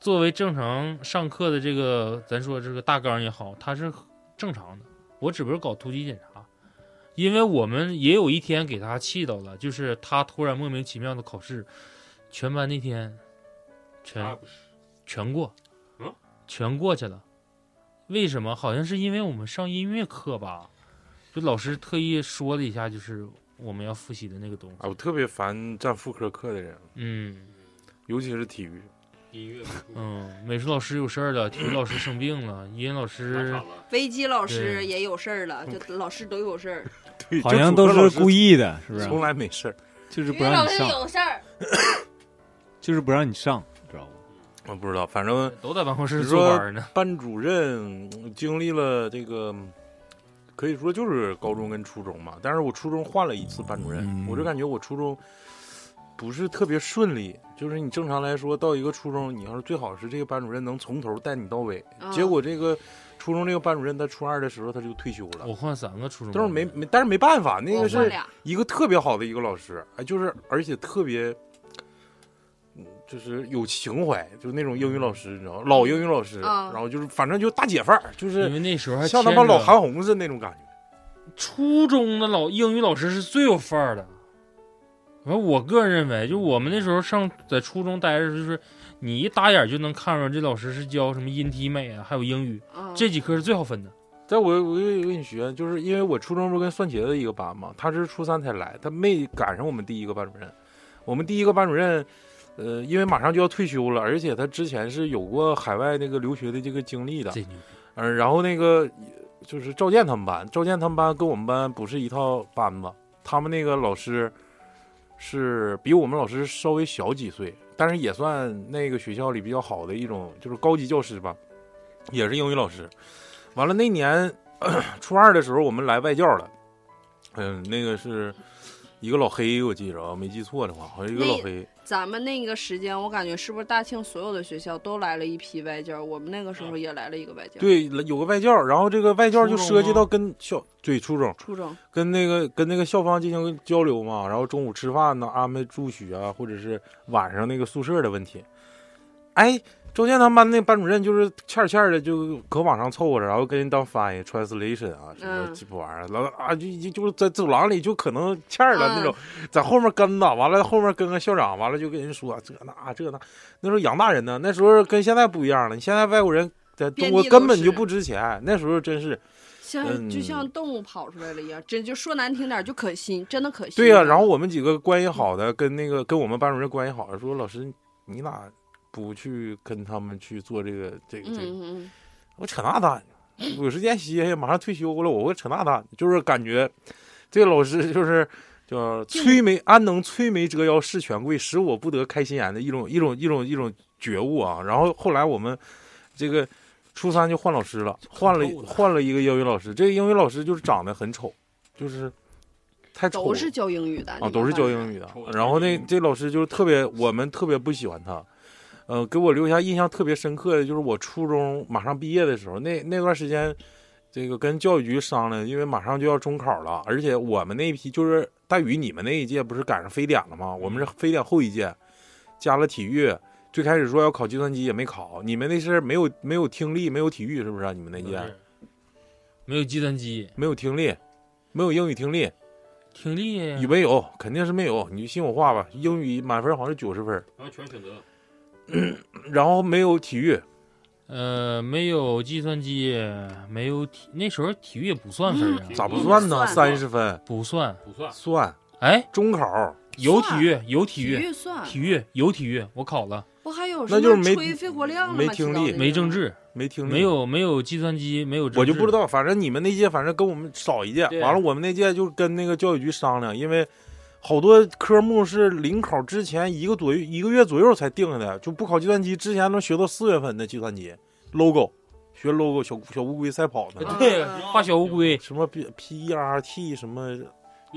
[SPEAKER 4] 作为正常上课的这个，咱说这个大纲也好，他是正常的。我只不是搞突击检查，因为我们也有一天给他气到了，就是他突然莫名其妙的考试，全班那天全
[SPEAKER 8] 啥啊不是？
[SPEAKER 4] 全过，
[SPEAKER 8] 嗯，
[SPEAKER 4] 全过去了。为什么？好像是因为我们上音乐课吧，就老师特意说了一下，就是我们要复习的那个东西。
[SPEAKER 3] 啊，我特别烦占副科课的人，
[SPEAKER 4] 嗯
[SPEAKER 3] 尤其是体育。
[SPEAKER 8] 音乐
[SPEAKER 4] 嗯，美术老师有事儿了，体育老师生病了，语音老
[SPEAKER 8] 打
[SPEAKER 4] 师
[SPEAKER 8] 岔了，
[SPEAKER 5] 危机老师
[SPEAKER 4] 对嗯
[SPEAKER 5] 也有事儿了，就老师都有事儿。
[SPEAKER 3] 对，
[SPEAKER 6] 好像都是故
[SPEAKER 3] 意，
[SPEAKER 6] 意的，是不是？
[SPEAKER 3] 从来没事儿。
[SPEAKER 6] 就是
[SPEAKER 11] 于
[SPEAKER 6] 不让
[SPEAKER 11] 老
[SPEAKER 6] 你
[SPEAKER 11] 师
[SPEAKER 6] 上，
[SPEAKER 11] 有事儿，
[SPEAKER 6] 就是不让你上，知道吧？
[SPEAKER 3] 我不知道，反正
[SPEAKER 4] 都在办公室
[SPEAKER 3] 你
[SPEAKER 4] 坐
[SPEAKER 3] 说
[SPEAKER 4] 班儿呢。
[SPEAKER 3] 班主任嗯经历了这个，嗯可以说就是高中跟初中嘛。但是我初中换了一次班主任，
[SPEAKER 6] 嗯
[SPEAKER 3] 我就感觉我初中不是特别顺利。就是你正常来说，到一个初中，你要是最好是这个班主任能从头带你到尾。
[SPEAKER 5] 啊
[SPEAKER 3] 结果这个初中这个班主任，他初二的时候他就退休了
[SPEAKER 4] 我。换三个初中班，
[SPEAKER 3] 但是没没，但是没办法，那
[SPEAKER 5] 我
[SPEAKER 3] 个
[SPEAKER 5] 换
[SPEAKER 3] 是
[SPEAKER 5] 俩，
[SPEAKER 3] 一个特别好的一个老师，哎，就是而且特别，嗯，就是有情怀，就是那种英
[SPEAKER 4] 嗯
[SPEAKER 3] 语老师，你知道吗？老英语老师，
[SPEAKER 5] 啊
[SPEAKER 3] 然后就是反正就大姐范儿，就
[SPEAKER 4] 因
[SPEAKER 3] 是
[SPEAKER 4] 为那时候还
[SPEAKER 3] 像他
[SPEAKER 4] 牵
[SPEAKER 3] 妈
[SPEAKER 4] 着
[SPEAKER 3] 老韩红似的那种感觉。
[SPEAKER 4] 初中的老英语老师是最有范儿的。反正我个人认为，就我们那时候上在初中待着的时候，就是你一打眼就能看出来这老师是教什么音体美啊，还有英语
[SPEAKER 5] 嗯
[SPEAKER 4] 这几科是最好分的。
[SPEAKER 3] 但我我也跟你学，就是因为我初中不是跟蒜茄子一个班嘛，他是初三才来，他没赶上我们第一个班主任。我们第一个班主任，呃，因为马上就要退休了，而且他之前是有过海外那个留学的这个经历的
[SPEAKER 4] 这。牛
[SPEAKER 3] 嗯、然后那个就是赵健他们班，赵健他们班跟我们班不是一套班子，他们那个老师是比我们老师稍微小几岁，但是也算那个学校里比较好的一种，就是高级教师吧，也是英语老师。完了那年 初二的时候，我们来外教了，嗯，那个是一个老黑，我记着啊，没记错的话，好像一个老
[SPEAKER 5] 那
[SPEAKER 3] 黑。
[SPEAKER 5] 咱们那个时间，我感觉是不是大庆所有的学校都来了一批外教？我们那个时候也来了一个外教，，
[SPEAKER 3] 啊对，有个外教，然后这个外教
[SPEAKER 8] 初
[SPEAKER 3] 就
[SPEAKER 8] 中
[SPEAKER 3] 涉及
[SPEAKER 8] 吗
[SPEAKER 3] 到跟校对初中，
[SPEAKER 5] 初中
[SPEAKER 3] 跟那个跟那个校方进行交流嘛，然后中午吃饭呢，安排住宿啊，或者是晚上那个宿舍的问题。哎，周建他们班那班主任就是欠儿欠儿的，就搁往上凑合着，然后跟人当翻译 translation 啊，什么
[SPEAKER 5] 嗯
[SPEAKER 3] 鸡巴玩意儿，老啊就就就是在走廊里就可能欠儿
[SPEAKER 5] 嗯
[SPEAKER 3] 了那种，在后面跟着，完了后面跟个校长，完了就跟人说这那这那。那时候养大人呢，那时候跟现在不一样了，你现在外国人在中
[SPEAKER 5] 遍
[SPEAKER 3] 国
[SPEAKER 5] 地都
[SPEAKER 3] 根本
[SPEAKER 5] 是
[SPEAKER 3] 就不值钱，那时候真是。
[SPEAKER 5] 像就
[SPEAKER 3] 嗯
[SPEAKER 5] 像动物跑出来了一样，真就说难听点儿就可心，真的可心。嗯
[SPEAKER 3] 对呀、然后我们几个关系好的，跟那个跟我们班主任关系好的说，老师你咋不去跟他们去做这个这个
[SPEAKER 5] 嗯
[SPEAKER 3] 这个？
[SPEAKER 5] 嗯嗯，
[SPEAKER 3] 我扯那蛋，我有时间歇歇，马上退休了，我会扯那蛋，就是感觉这个老师就是。叫摧眉安能摧眉折腰事权贵，使我不得开心颜的一种一种一种一种觉悟啊！然后后来我们这个初三就换老师了，换了
[SPEAKER 8] 够了
[SPEAKER 3] 换了一个英语老师，这个英语老师就是长得很丑，就是太丑了，
[SPEAKER 5] 都是教英语的
[SPEAKER 3] 啊，都是教英
[SPEAKER 5] 语。
[SPEAKER 3] 语的
[SPEAKER 8] 抽。的
[SPEAKER 3] 然后那
[SPEAKER 8] 嗯
[SPEAKER 3] 这老师就是特别，我们特别不喜欢他，呃，给我留下印象特别深刻的就是我初中马上毕业的时候，那那段时间，这个跟教育局商量，因为马上就要中考了，而且我们那一批就是大宇，你们那一届不是赶上非典了吗？我们是非典后一届，加了体育。最开始说要考计算机也没考，你们那是没有没有听力，没有体育，是不是啊、你们那届、
[SPEAKER 4] 没有计算机，
[SPEAKER 3] 没有听力，没有英语听力，
[SPEAKER 4] 听力
[SPEAKER 3] 语没有，肯定是没有。你就信我话吧，英语满分好像是九十分，
[SPEAKER 8] 然后全是选择，
[SPEAKER 3] 然后没有体育，
[SPEAKER 4] 呃，没有计算机，没有体，那时候体育也不算分啊，
[SPEAKER 8] 嗯
[SPEAKER 3] 咋不算呢？
[SPEAKER 5] 算
[SPEAKER 3] 三十分
[SPEAKER 4] 不算。
[SPEAKER 8] 不算。
[SPEAKER 3] 算
[SPEAKER 4] 哎，
[SPEAKER 3] 中考，
[SPEAKER 4] 有体育，有体
[SPEAKER 5] 体
[SPEAKER 4] 育，
[SPEAKER 5] 育算，
[SPEAKER 4] 体育有体育，我考了，
[SPEAKER 5] 不还有
[SPEAKER 3] 那
[SPEAKER 5] 什
[SPEAKER 3] 就是
[SPEAKER 5] 么
[SPEAKER 3] 没
[SPEAKER 5] 吹肺活量了
[SPEAKER 3] 没
[SPEAKER 5] 吗
[SPEAKER 3] 听
[SPEAKER 5] 提到
[SPEAKER 3] 力
[SPEAKER 5] 那
[SPEAKER 4] 没
[SPEAKER 5] 个
[SPEAKER 4] 政治，
[SPEAKER 3] 没听力
[SPEAKER 4] 没。有没有计算机，没有政治
[SPEAKER 3] 我就不知道，反正你们那届反正跟我们少一届，
[SPEAKER 4] 对
[SPEAKER 3] 完了我们那届就跟那个教育局商量，因为好多科目是临考之前一个左右一个月左右才定下的，就不考计算机之前能学到四月份的计算机 logo，学 logo 小小乌龟赛跑呢，
[SPEAKER 5] 嗯
[SPEAKER 4] 呃对，画小乌龟，
[SPEAKER 3] 什么 P P E R T 什么，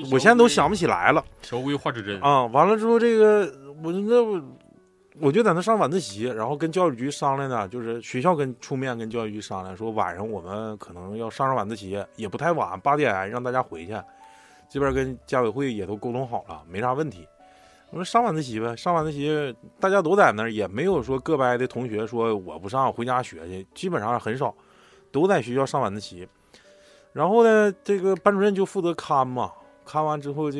[SPEAKER 3] 我现在都想不起来了。
[SPEAKER 8] 小乌龟画指针，
[SPEAKER 3] 啊，完了之后，这个我那我我就在那上晚自习，然后跟教育局商量呢，就是学校跟出面跟教育局商量，说晚上我们可能要上上晚自习，也不太晚，八点让大家回去。这边跟家委会也都沟通好了，没啥问题。我说上晚自习呗，上晚自习大家都在那儿，也没有说各班的同学说我不上回家学去，基本上很少，都在学校上晚自习。然后呢，这个班主任就负责看嘛，看完之后就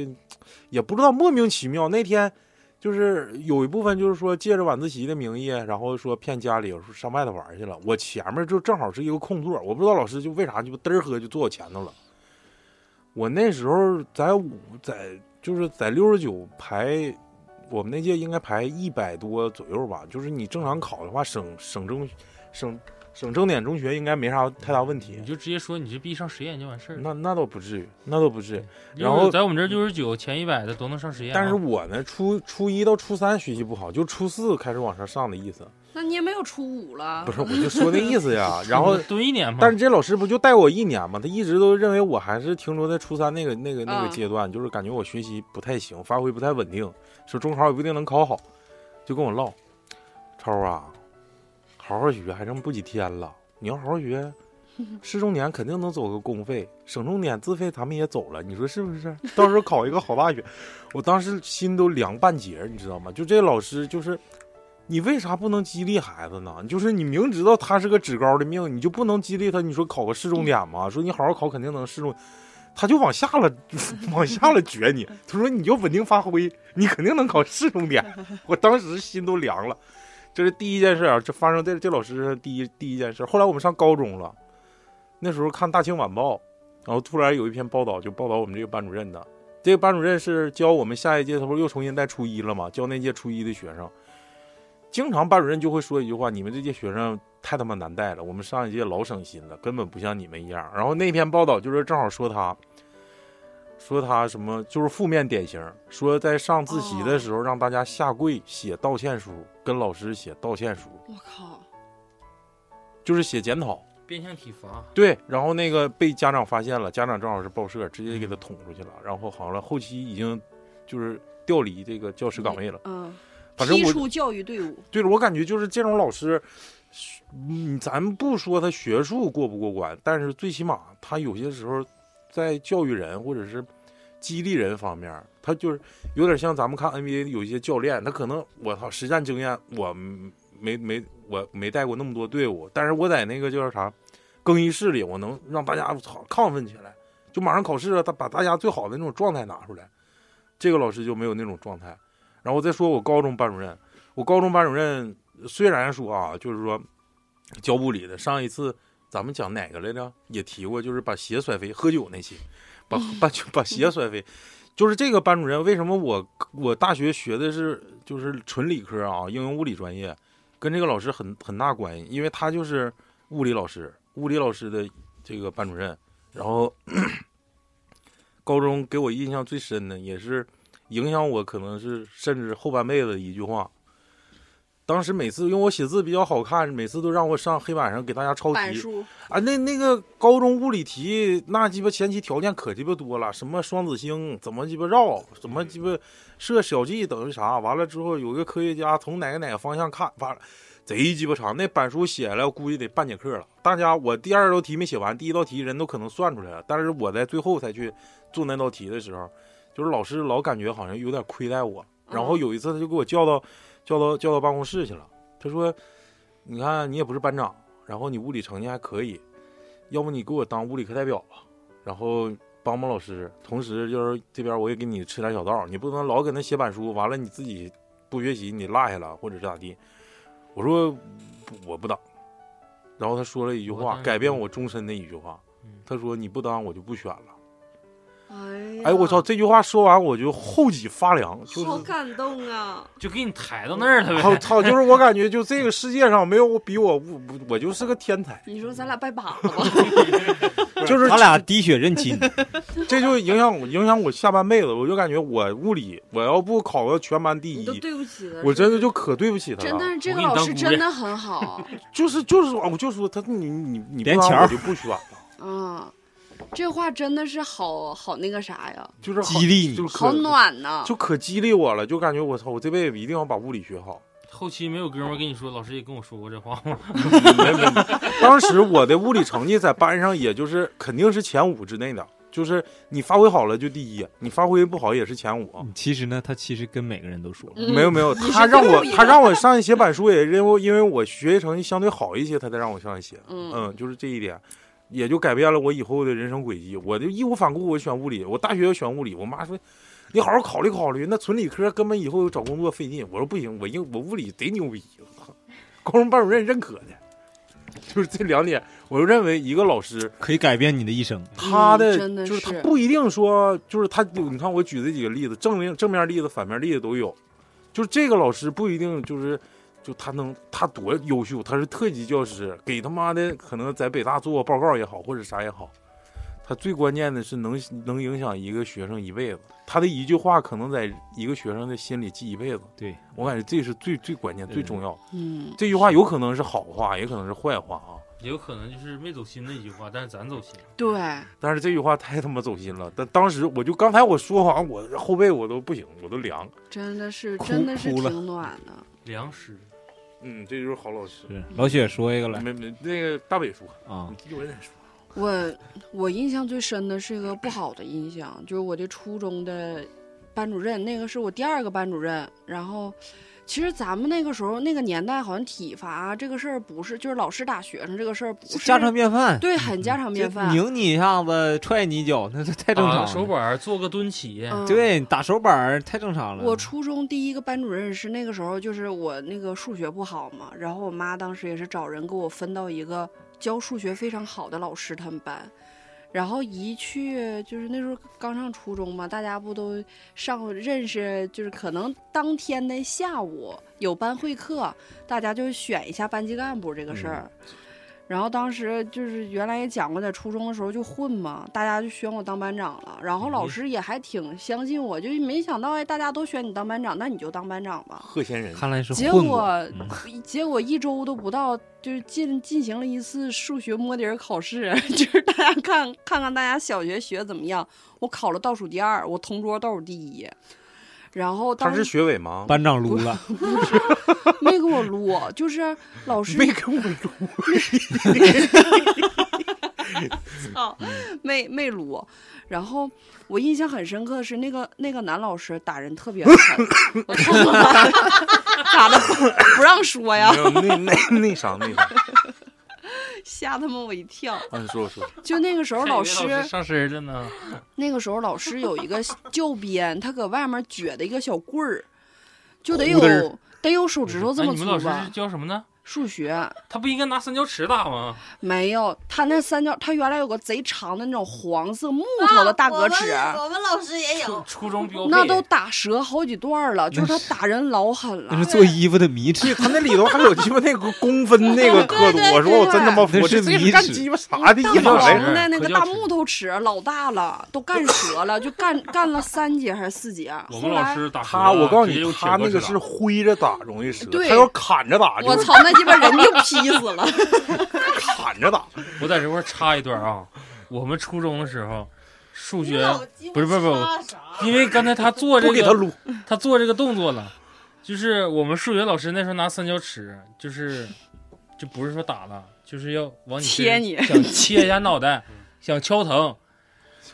[SPEAKER 3] 也不知道莫名其妙那天。就是有一部分就是说借着晚自习的名义，然后说骗家里，有时候上外头玩去了。我前面就正好是一个空座，我不知道老师就为啥就嘚儿喝就坐我前头了。我那时候在五在就是在六十九排，我们那届应该排一百多左右吧。就是你正常考的话，省省中省省重点中学应该没啥太大问题
[SPEAKER 4] 你。就直接说你是必上实验就完事儿了。
[SPEAKER 3] 那那倒不至于，那倒不至于。
[SPEAKER 4] 因为
[SPEAKER 3] 然后
[SPEAKER 4] 在我们这六十九前一百的都能上实验啊，
[SPEAKER 3] 但是我呢，初初一到初三学习不好，就初四开始往上上的意思。
[SPEAKER 5] 那你也没有初五了，
[SPEAKER 3] 不是，我就说那意思呀。然后，
[SPEAKER 4] 蹲一啊年嘛，
[SPEAKER 3] 但是这老师不就带我一年吗？他一直都认为我还是停留在初三那个那个那个
[SPEAKER 5] 嗯
[SPEAKER 3] 阶段，就是感觉我学习不太行，发挥不太稳定，说中考也不一定能考好，就跟我唠，超啊，好好学，还剩不几天了，你要好好学。市重点肯定能走个公费，省重点自费咱们也走了，你说是不是？到时候考一个好大学， 我当时心都凉半截儿，你知道吗？就这老师就是你为啥不能激励孩子呢？就是你明知道他是个职高的命，你就不能激励他？你说考个市重点吗？说你好好考肯定能市重，他就往下了， 往下了撅你。他说你就稳定发挥，你肯定能考市重点。 我当时心都凉了，这是第一件事啊，这发生在这老师身上第一第一件事。后来我们上高中了，那时候看《大清晚报》，然后突然有一篇报道就报道我们这个班主任的。这个班主任是教我们下一届，他不是又重新带初一了吗？教那届初一的学生，经常班主任就会说一句话：“你们这届学生太他妈难带了，我们上一届老省心了，根本不像你们一样。”然后那篇报道就是正好说他，说他什么就是负面典型，说在上自习
[SPEAKER 5] 哦
[SPEAKER 3] 的时候让大家下跪写道歉书，跟老师写道歉书，
[SPEAKER 5] 我靠，
[SPEAKER 3] 就是写检讨。
[SPEAKER 4] 变相体罚，
[SPEAKER 3] 对，然后那个被家长发现了，家长正好是报社，直接给他
[SPEAKER 5] 嗯
[SPEAKER 3] 捅出去了。然后好像后期已经就是调离这个教师岗位了。
[SPEAKER 5] 嗯，
[SPEAKER 3] 反正
[SPEAKER 5] 踢
[SPEAKER 3] 我
[SPEAKER 5] 出教育队伍，
[SPEAKER 3] 对了，我感觉就是这种老师，嗯，咱不说他学术过不过关，但是最起码他有些时候在教育人或者是激励人方面，他就是有点像咱们看 NBA 有一些教练，他可能我操实战经验我没没我没带过那么多队伍，但是我在那个叫啥更衣室里，我能让大家操亢奋起来，就马上考试了，他把大家最好的那种状态拿出来。这个老师就没有那种状态。然后我再说我高中班主任，我高中班主任虽然说啊，就是说教物理的，上一次咱们讲哪个来着？也提过，就是把鞋摔飞，喝酒那期，把把就把鞋摔飞。就是这个班主任，为什么我我大学学的是就是纯理科啊，应用物理专业，跟这个老师很很大关系，因为他就是物理老师，物理老师的这个班主任。然后高中给我印象最深的，也是影响我可能是甚至后半辈子的一句话。当时每次因为我写字比较好看，每次都让我上黑板上给大家抄题，
[SPEAKER 5] 板书，
[SPEAKER 3] 啊，那那个高中物理题，那鸡巴前期条件可鸡巴多了，什么双子星怎么鸡巴绕，怎么鸡巴射小计等于啥？完了之后，有一个科学家从哪个哪个方向看，完了贼鸡巴长。那板书写了，估计得半节课了。大家，我第二道题没写完，第一道题人都可能算出来了，但是我在最后才去做那道题的时候，就是老师老感觉好像有点亏待我。然后有一次，他就给我叫到叫到叫到办公室去了。他说：“你看，你也不是班长，然后你物理成绩还可以，要不你给我当物理课代表吧，然后帮帮老师，同时就是这边我也给你吃点小道，你不能老搁那写板书，完了你自己不学习，你落下了或者是咋地。”我说：“不我不当。”然后他说了一句
[SPEAKER 4] 我当
[SPEAKER 3] 话，
[SPEAKER 4] 然
[SPEAKER 3] 改变
[SPEAKER 4] 不
[SPEAKER 3] 我终身的一句话
[SPEAKER 4] 嗯，
[SPEAKER 3] 他说：“你不当我就不选了。”
[SPEAKER 5] 哎
[SPEAKER 3] 哎，我操！
[SPEAKER 5] 呀，
[SPEAKER 3] 这句话说完，我就后脊发凉，就是
[SPEAKER 5] 好感动啊！
[SPEAKER 4] 就给你抬到那儿了
[SPEAKER 3] 我
[SPEAKER 4] 呗。
[SPEAKER 3] 操！就是我感觉，就这个世界上没有我比我我我就是个天才，
[SPEAKER 5] 你说咱俩拜把子吧，
[SPEAKER 3] 就是
[SPEAKER 9] 他俩滴血认亲，
[SPEAKER 3] 这 就影响我影响我下半辈子。我就感觉我物理，我要不考个全班第
[SPEAKER 5] 你都
[SPEAKER 3] 一，
[SPEAKER 5] 对不起了。
[SPEAKER 3] 我真的就可对不起他
[SPEAKER 5] 真的
[SPEAKER 3] 了。
[SPEAKER 5] 是这个
[SPEAKER 4] 我给你
[SPEAKER 5] 老
[SPEAKER 4] 当
[SPEAKER 5] 师
[SPEAKER 4] 姑
[SPEAKER 5] 真的很好
[SPEAKER 3] 就是就是我就说他你你你不
[SPEAKER 9] 连
[SPEAKER 3] 让
[SPEAKER 9] 桥
[SPEAKER 3] 我就不选了，
[SPEAKER 5] 啊，这话真的是好好那个啥呀，
[SPEAKER 3] 就是好
[SPEAKER 9] 激励你
[SPEAKER 3] 就是可
[SPEAKER 5] 好暖呐。
[SPEAKER 3] 就可激励我了，就感觉我操，我这辈子一定要把物理学好。
[SPEAKER 4] 后期没有哥们儿跟你说，老师也跟我说过这话吗？
[SPEAKER 3] 没没没当时我的物理成绩在班上也就是肯定是前五之内的，就是你发挥好了就第一，你发挥不好也是前五。
[SPEAKER 9] 嗯其实呢，他其实跟每个人都说，
[SPEAKER 5] 嗯
[SPEAKER 3] 没有没有，
[SPEAKER 5] 你是
[SPEAKER 3] 他让
[SPEAKER 5] 最
[SPEAKER 3] 我
[SPEAKER 5] 后一个
[SPEAKER 3] 他让我上去写板书，也因为因为我学习成绩相对好一些，他才让我上去写。
[SPEAKER 5] 嗯
[SPEAKER 3] 嗯，就是这一点，也就改变了我以后的人生轨迹。我就义无反顾，我选物理，我大学要选物理。我妈说，你好好考虑考虑，那纯理科根本以后找工作费劲。我说不行，我应我物理贼牛逼，我操高中班主任认可的。 就是这两点，我就认为一个老师
[SPEAKER 9] 可以改变你的一生。
[SPEAKER 3] 他嗯
[SPEAKER 9] 嗯
[SPEAKER 3] 的,、
[SPEAKER 5] 真的
[SPEAKER 3] 就是他 不一定说，就是他，你看我举的几个例子，正面正面例子、反面例子都有。就是这个老师不一定就是，就他能他多优秀，他是特级教师，给他妈的可能在北大做过报告也好，或者啥也好，他最关键的是能能影响一个学生一辈子。他的一句话可能在一个学生的心里记一辈子。
[SPEAKER 9] 对
[SPEAKER 3] 我感觉这是最最关键、
[SPEAKER 9] 对
[SPEAKER 3] 最重要。
[SPEAKER 5] 嗯，
[SPEAKER 3] 这句话有可能是好话，也可能是坏话啊。
[SPEAKER 4] 也有可能就是没走心的一句话，但是咱走心。
[SPEAKER 5] 对，
[SPEAKER 3] 但是这句话太他妈走心了，但当时我就刚才我说完，我后背我都不行，我都凉。
[SPEAKER 5] 真的是
[SPEAKER 9] 哭
[SPEAKER 5] 真的是
[SPEAKER 9] 哭了
[SPEAKER 5] 挺暖的。
[SPEAKER 4] 良师，
[SPEAKER 3] 嗯，这就是好老师。
[SPEAKER 9] 是老雪说一个来
[SPEAKER 3] 没没，那个大北说，
[SPEAKER 9] 啊
[SPEAKER 3] 你，一会儿再说。
[SPEAKER 5] 我我印象最深的是一个不好的印象，就是我的初中的班主任，那个是我第二个班主任，然后其实咱们那个时候那个年代，好像体罚这个事儿不是，就是老师打学生这个事儿不是
[SPEAKER 6] 家常便饭，嗯
[SPEAKER 5] 对，很家常
[SPEAKER 6] 就
[SPEAKER 5] 便饭。
[SPEAKER 6] 拧你一下子，踹你一脚，那 这太正常了。
[SPEAKER 4] 打个啊手板儿做个蹲起，
[SPEAKER 5] 嗯
[SPEAKER 6] 对，你打手板儿太正常了。
[SPEAKER 5] 我初中第一个班主任是那个时候，就是我那个数学不好嘛，然后我妈当时也是找人给我分到一个教数学非常好的老师他们班，然后一去就是那时候刚上初中嘛，大家不都上认识，就是可能当天的下午有班会课，大家就选一下班级干部这个事儿。然后当时就是原来也讲过，在初中的时候就混嘛，大家就选我当班长了。然后老师也还挺相信我，就没想到哎，大家都选你当班长，那你就当班长吧。
[SPEAKER 10] 贺仙人，
[SPEAKER 6] 看来是
[SPEAKER 5] 结
[SPEAKER 6] 混
[SPEAKER 5] 果
[SPEAKER 3] 啊
[SPEAKER 6] 过，
[SPEAKER 5] 结果一周都不到，就是进进行了一次数学摸底儿考试， 就是大家看看看大家小学学怎么样。我考了倒数第二，我同桌倒数第一。然后
[SPEAKER 10] 他
[SPEAKER 5] 当
[SPEAKER 10] 是
[SPEAKER 5] 时
[SPEAKER 10] 学委吗？
[SPEAKER 6] 班长撸了，
[SPEAKER 5] 没给我撸，就是老师
[SPEAKER 10] 没给我录，
[SPEAKER 5] 操，
[SPEAKER 10] 嗯
[SPEAKER 5] 没没撸。然后我印象很深刻的是那个那个男老师打人特别狠，我操 他妈咋的不不让说呀
[SPEAKER 10] 没？有那那那啥那 啥，
[SPEAKER 5] 吓他妈我一跳！
[SPEAKER 10] 啊你说我 说，
[SPEAKER 5] 就那个时候老
[SPEAKER 4] 这
[SPEAKER 5] 师
[SPEAKER 4] 以为老师上身了呢，
[SPEAKER 5] 那个时候老师有一个教鞭，他搁外面撅的一个小棍儿，就得有
[SPEAKER 6] 胡子儿
[SPEAKER 5] 得有手指头这
[SPEAKER 4] 哎
[SPEAKER 5] 么
[SPEAKER 4] 你们
[SPEAKER 5] 粗
[SPEAKER 4] 老师是
[SPEAKER 5] 吧？
[SPEAKER 4] 教什么呢？
[SPEAKER 5] 数学
[SPEAKER 4] 他不应该拿三角尺打吗？
[SPEAKER 5] 没有，他那三角，他原来有个贼长的那种黄色木头的大格尺，
[SPEAKER 11] 啊我们我们老师也有，
[SPEAKER 4] 初中标配，
[SPEAKER 5] 那都打折好几段儿了，就是他打人老狠
[SPEAKER 6] 那
[SPEAKER 5] 了
[SPEAKER 6] 是。做衣服的米尺，
[SPEAKER 10] 他那里头还有鸡巴那个公分那 个刻度，啊我说我真他妈服，
[SPEAKER 6] 那
[SPEAKER 10] 我
[SPEAKER 6] 是
[SPEAKER 10] 这
[SPEAKER 6] 米
[SPEAKER 10] 这干
[SPEAKER 6] 尺
[SPEAKER 10] 鸡巴啥的一
[SPEAKER 5] 大
[SPEAKER 10] 把来
[SPEAKER 5] 黄
[SPEAKER 10] 着？
[SPEAKER 5] 的那个
[SPEAKER 4] 可
[SPEAKER 5] 大
[SPEAKER 4] 叫吃
[SPEAKER 5] 木头尺老大了，都干折了，就干干了三节还是四节。啊
[SPEAKER 8] 我
[SPEAKER 5] 后
[SPEAKER 8] 们老
[SPEAKER 5] 来
[SPEAKER 8] 师打
[SPEAKER 10] 他，我告诉你，他
[SPEAKER 8] 他
[SPEAKER 10] 那个是挥着打容易折，
[SPEAKER 5] 对
[SPEAKER 10] 他要砍着
[SPEAKER 3] 啊
[SPEAKER 10] 打
[SPEAKER 5] 我
[SPEAKER 10] 就是
[SPEAKER 5] 操，那鸡巴人就劈死 了。
[SPEAKER 10] 砍着打。
[SPEAKER 4] 我在这块儿插一段啊，我们初中的时候，数
[SPEAKER 11] 你
[SPEAKER 4] 学，
[SPEAKER 11] 老鸡巴
[SPEAKER 4] 不是不是不是
[SPEAKER 11] 插啥
[SPEAKER 4] 因为刚才他做这
[SPEAKER 10] 不给他
[SPEAKER 4] 个，
[SPEAKER 10] 撸，
[SPEAKER 4] 他做这个动作了，就是我们数学老师那时候拿三角尺，就是就不是说打了，就是要往你身
[SPEAKER 5] 切你
[SPEAKER 4] 想切一下脑袋，想敲疼。